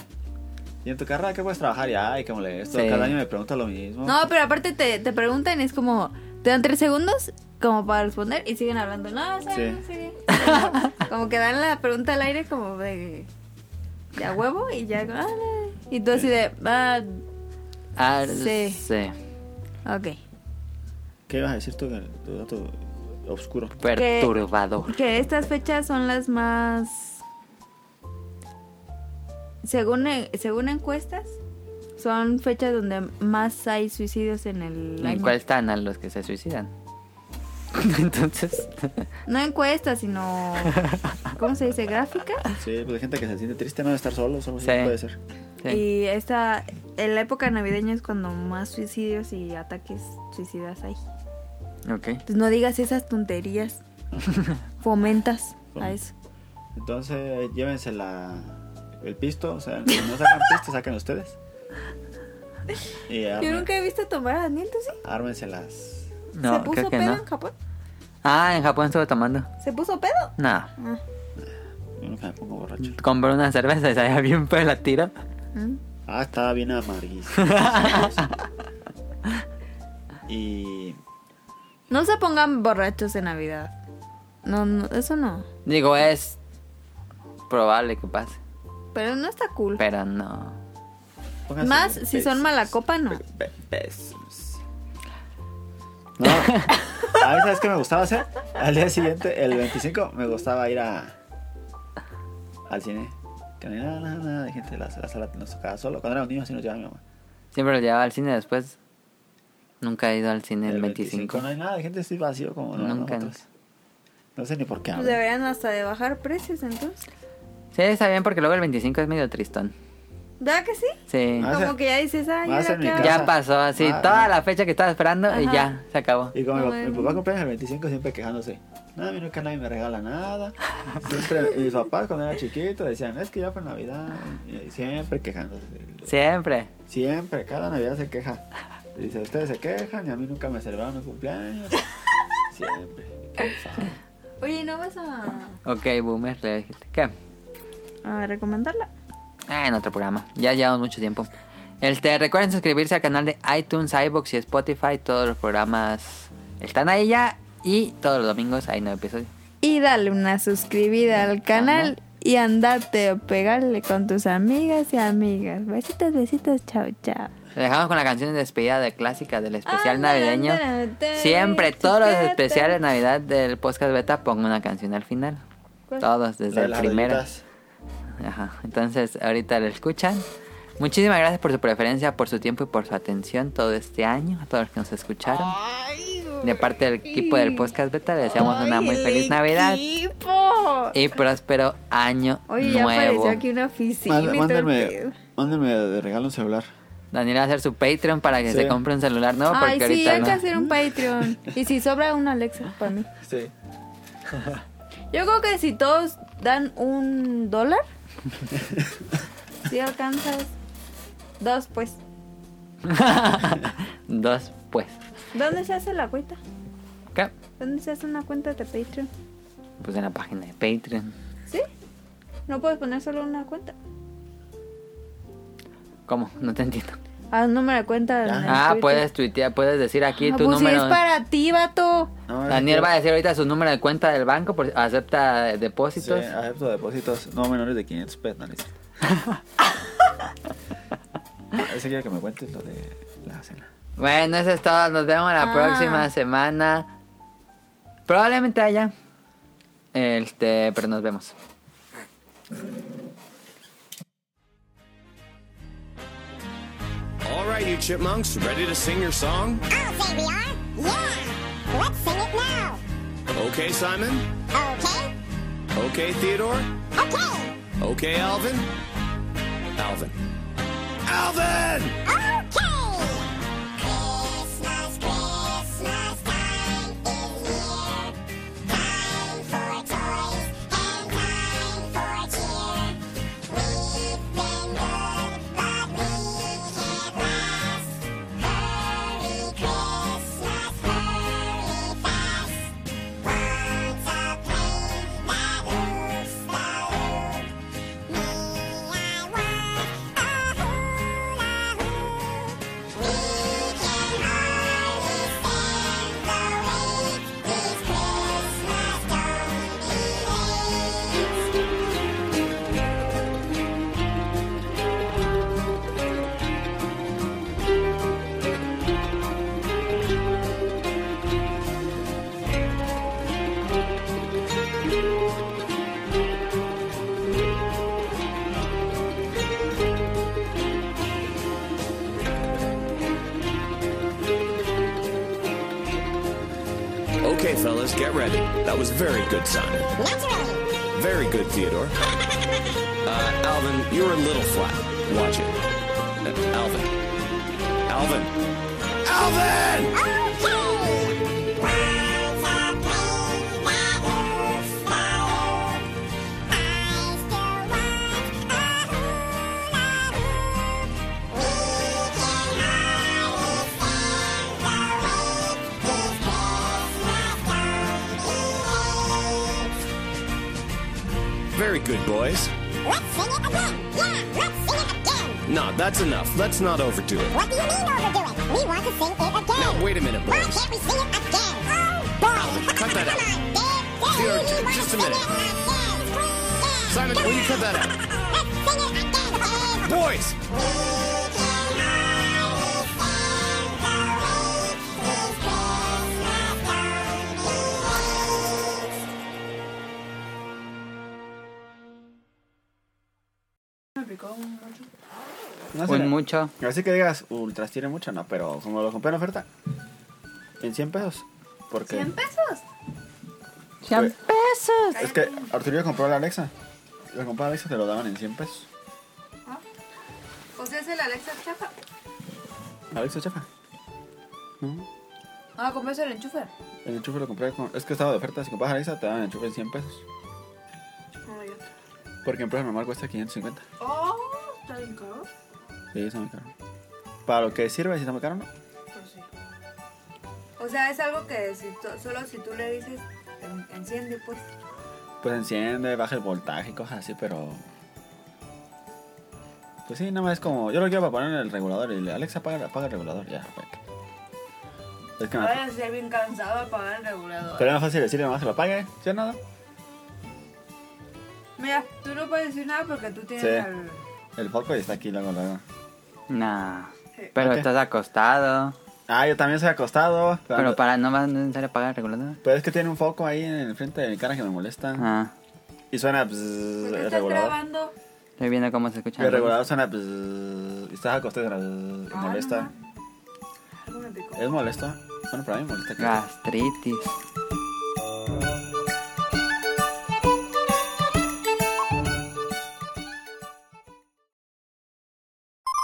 C: ¿Y en tu carrera qué puedes trabajar? Y ay, qué molesto.
B: Sí.
C: Cada año me pregunto lo mismo.
D: No, pero aparte te, te preguntan y es como. Te dan tres segundos como para responder y siguen hablando. No, sí,
C: Sí.
D: sí. Como que dan la pregunta al aire como de. De a huevo y ya. ah, Y tú así de. Ah,
B: Ah,
D: sí.
B: sí.
D: ok.
C: ¿Qué ibas a decir tú? Tu dato oscuro.
B: Perturbador.
D: Que estas fechas son las más. Según, e, según encuestas, son fechas donde más hay suicidios en el
B: ¿En
D: año.
B: cuál están a los que se suicidan? [laughs] Entonces,
D: No
B: [laughs]
D: encuestas, sino. ¿Cómo se dice? Gráfica.
C: Sí, pues hay gente que se siente triste no de estar solo, solo
B: Sí.
C: puede ser.
B: sí.
D: Y esta. En la época navideña es cuando más suicidios y ataques suicidas hay.
B: Ok.
D: Entonces no digas esas
B: [laughs]
D: tonterías. Fomentas a eso.
C: Entonces, llévense la, el pisto, o sea, si no sacan pisto, sacan ustedes. Y
D: Yo
C: armen-
D: nunca he visto tomar a Daniel, ¿tú sí?
C: ármense las...
B: No,
D: ¿Se puso
B: creo que
D: pedo
B: no.
D: en Japón?
B: Ah, en Japón estuvo tomando.
D: ¿Se puso pedo?
B: No.
C: Yo nunca me pongo borracho.
B: Compró una cerveza y sabía bien pero la tiro.
D: Mm.
C: Ah, estaba bien amarguísimo.
D: [laughs]
C: y...
D: No se pongan borrachos en Navidad. No, no, eso no.
B: Digo, es probable que pase,
D: Pero no está cool.
B: pero no.
C: pónganse
D: Más si son
C: besos.
D: mala copa, no.
C: Be- besos. No. A veces, ¿sabes qué me gustaba hacer? Al día siguiente, el 25, me gustaba ir a... Al cine. Que no había nada, nada, nada de gente. La, la sala nos tocaba solo. Cuando éramos niños, así nos llevaba mi mamá.
B: Siempre lo llevaba al cine después. Nunca he ido al cine el 25.
C: No hay nada, de gente así vacío como no,
B: Nunca,
C: nosotros. No sé ni por qué
D: Pues
C: hablan.
D: deberían hasta de bajar precios entonces.
B: Sí, está bien porque luego el 25 es medio tristón.
D: ¿Verdad que sí?
B: Sí.
C: Ah,
D: Como
C: sí.
D: que ya dices, ay,
C: Más
D: ¿ahora
C: en
D: qué
C: mi
D: hago?
C: casa.
B: Ya pasó así,
C: Ah,
B: toda
C: ah.
B: la fecha que estaba esperando y
D: Ajá.
B: ya, se acabó.
C: Y como
D: No,
C: mi,
D: bueno.
C: mi papá cumpleaños el 25 siempre quejándose. No, a mí nunca nadie me regala nada. Siempre, y mis papás cuando era chiquito decían, es que ya fue Navidad. Y siempre quejándose.
B: Siempre.
C: Siempre, cada Navidad se queja. Dice, ustedes se quejan y a mí nunca me celebraron mi cumpleaños. Siempre. Cansado.
D: Oye, ¿no vas a,
B: Ok, boomer, le dijiste. ¿Qué?
D: a recomendarla?
B: Ah, en otro programa. Ya llevamos mucho tiempo. Este, recuerden suscribirse al canal de iTunes, iBox y Spotify. Todos los programas están ahí ya. Y todos los domingos hay nuevo episodio.
D: Y dale una suscribida
B: Ah,
D: al canal y andarte o pegarle con tus amigas y amigas. Besitos, besitos, chao, chao.
B: Lo dejamos con la canción de despedida de clásica del especial
D: Ándale,
B: navideño.
D: Ah, ándale, ándale,
B: Siempre, todos los
D: chiquete.
B: especiales de Navidad del podcast beta pongo una canción al final.
D: ¿Cuál?
B: Todos,
C: La
B: desde
C: de
B: el
C: las
B: primero.
C: rayitas.
B: Ajá. Entonces, ahorita lo escuchan. Muchísimas gracias por su preferencia, por su tiempo y por su atención todo este año. A todos los que nos escucharon. De parte del equipo del podcast beta, les deseamos una muy feliz Navidad
D: ¡Equipo!
B: y próspero año
D: Oye, ya
B: nuevo.
D: apareció aquí una oficina.
C: Má-
D: y todo el
C: Mándenme,
D: pedo.
C: mándenme de regalo un celular.
B: Daniel va a hacer su Patreon para que
C: Sí.
B: se compre un celular nuevo. Porque
D: Ay, sí,
B: ahorita
D: hay que
B: no.
D: hacer un Patreon. Y si sobra un Alexa para mí.
C: Sí.
D: Yo creo que si todos dan un dólar, si alcanzas dos, pues.
B: [laughs] Dos, pues.
D: ¿Dónde se hace la cuenta?
B: ¿Qué?
D: ¿Dónde se hace una cuenta de Patreon?
B: Pues en la página de Patreon.
D: ¿Sí? No puedes poner solo una cuenta.
B: ¿Cómo? No te entiendo.
D: Haz Ah, un número de cuenta. en el
B: Ah,
D: Twitter.
B: puedes tuitear, puedes decir aquí
D: Ah,
B: tu
D: pues
B: número.
D: Si es para ti, vato.
C: No, es
B: Daniel
C: que-
B: va a decir ahorita su número de cuenta del banco, por, acepta
C: Sí,
B: depósitos.
C: acepto depósitos no menores de 500 pesos. No, no es [laughs] cierto. Ah, Ese quiere que me cuentes lo de la cena.
B: Bueno, eso es todo. Nos vemos la
D: Ah.
B: próxima semana. Probablemente allá. Este, pero nos vemos.
H: All right, you chipmunks, ready to sing your song?
I: I'll say we are. Yeah. Let's sing it now.
H: Okay, Simon?
I: Okay.
H: Okay, Theodore?
I: Okay.
H: Okay, Alvin? Alvin. Alvin!
I: Okay. Christmas, Christmas time is here. Time for toys and time for cheer. We've been good, but we can't last. Hurry, Christmas, hurry fast. Once a plane that loops the loop. Me, I want a hula hoop. We can hardly stand the wait. It's Christmas, don't be late.
H: Okay, fellas, get ready. That was very good, Simon.
I: Naturally.
H: Very good, Theodore. Uh, Alvin, you were a little flat. Watch it. Uh, Alvin. Alvin. Alvin!
I: Okay. Once a plane that loops the loop. I still want a hula hoop. We can hardly stand the wait. It's Christmas, don't be late.
H: Very good, boys.
I: Let's sing it again. Yeah, let's sing it again.
H: No, that's enough. Let's not overdo it.
I: What do you mean overdo it? We want to sing it again.
H: Now, wait a minute,
I: Why
H: boys.
I: can't we sing it again? Oh, boy.
H: Cut that out.
I: Come on,
H: Here,
I: Dave. Dave,
H: ju-
I: we want
H: just
I: to
H: a
I: sing
H: minute.
I: it again. Yeah,
H: Simon,
I: come
H: will you
I: on.
H: cut that out?
I: Let's sing it again, boys.
H: Boys!
I: We can hardly stand the wait. It's Christmas, don't be late.
C: Una
B: Un
C: cena.
B: mucho.
C: Así que digas, ultras tiene mucho, no, pero como lo compré en oferta, en 100 pesos. Porque
D: ¿100 pesos?
B: ¡Cien pesos!
C: es que Arturo compró la Alexa. La compró la Alexa, te lo daban en 100 pesos.
D: O sea, Pues es el Alexa Chafa.
C: Alexa, chafa.
D: Ah, ¿cómo es el enchufe?
C: El enchufe lo compré con. Es que estaba de oferta. Si compras Alexa, te daban el enchufe en 100 pesos. Porque en precio normal cuesta 550.
J: Oh, está bien caro.
C: Sí, está muy caro. Para lo que sirve, si está muy caro, no.
J: Pues sí.
D: O sea, es algo que si tú- solo si tú le dices, en- enciende, pues.
C: Pues enciende, baja el voltaje y cosas así, pero. Pues sí, nada más es como. Yo lo quiero para poner en el regulador y le Alexa, apaga, apaga el regulador, ya. apaga. Es que nada.
J: Ahora estoy bien cansado de pagar el regulador.
C: Pero es más fácil decirle, nada más se lo apague, ¿sí o nada?
D: Mira, tú no puedes decir nada porque tú tienes
C: Sí.
D: al-
C: El foco está aquí, luego, luego.
B: No. Pero
C: Ok.
B: estás acostado.
C: Ah, yo también soy acostado.
B: Pero para no más no es necesario pagar el regulador.
C: pero es que tiene un foco ahí en el frente de mi cara que me molesta.
B: Ah,
C: Y suena. bzzz,
D: ¿Por qué
C: Pues, el
D: estás
C: regulador.
D: grabando?
B: estoy viendo cómo se escucha.
C: El regulador suena. bzzz, y estás acostado y suena. bzzz, y
D: Ah,
C: molesta.
J: Algo me picó.
C: Es molesto. Bueno, para mí molesta.
B: Ah.
C: que-
B: Gastritis.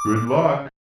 F: Good luck.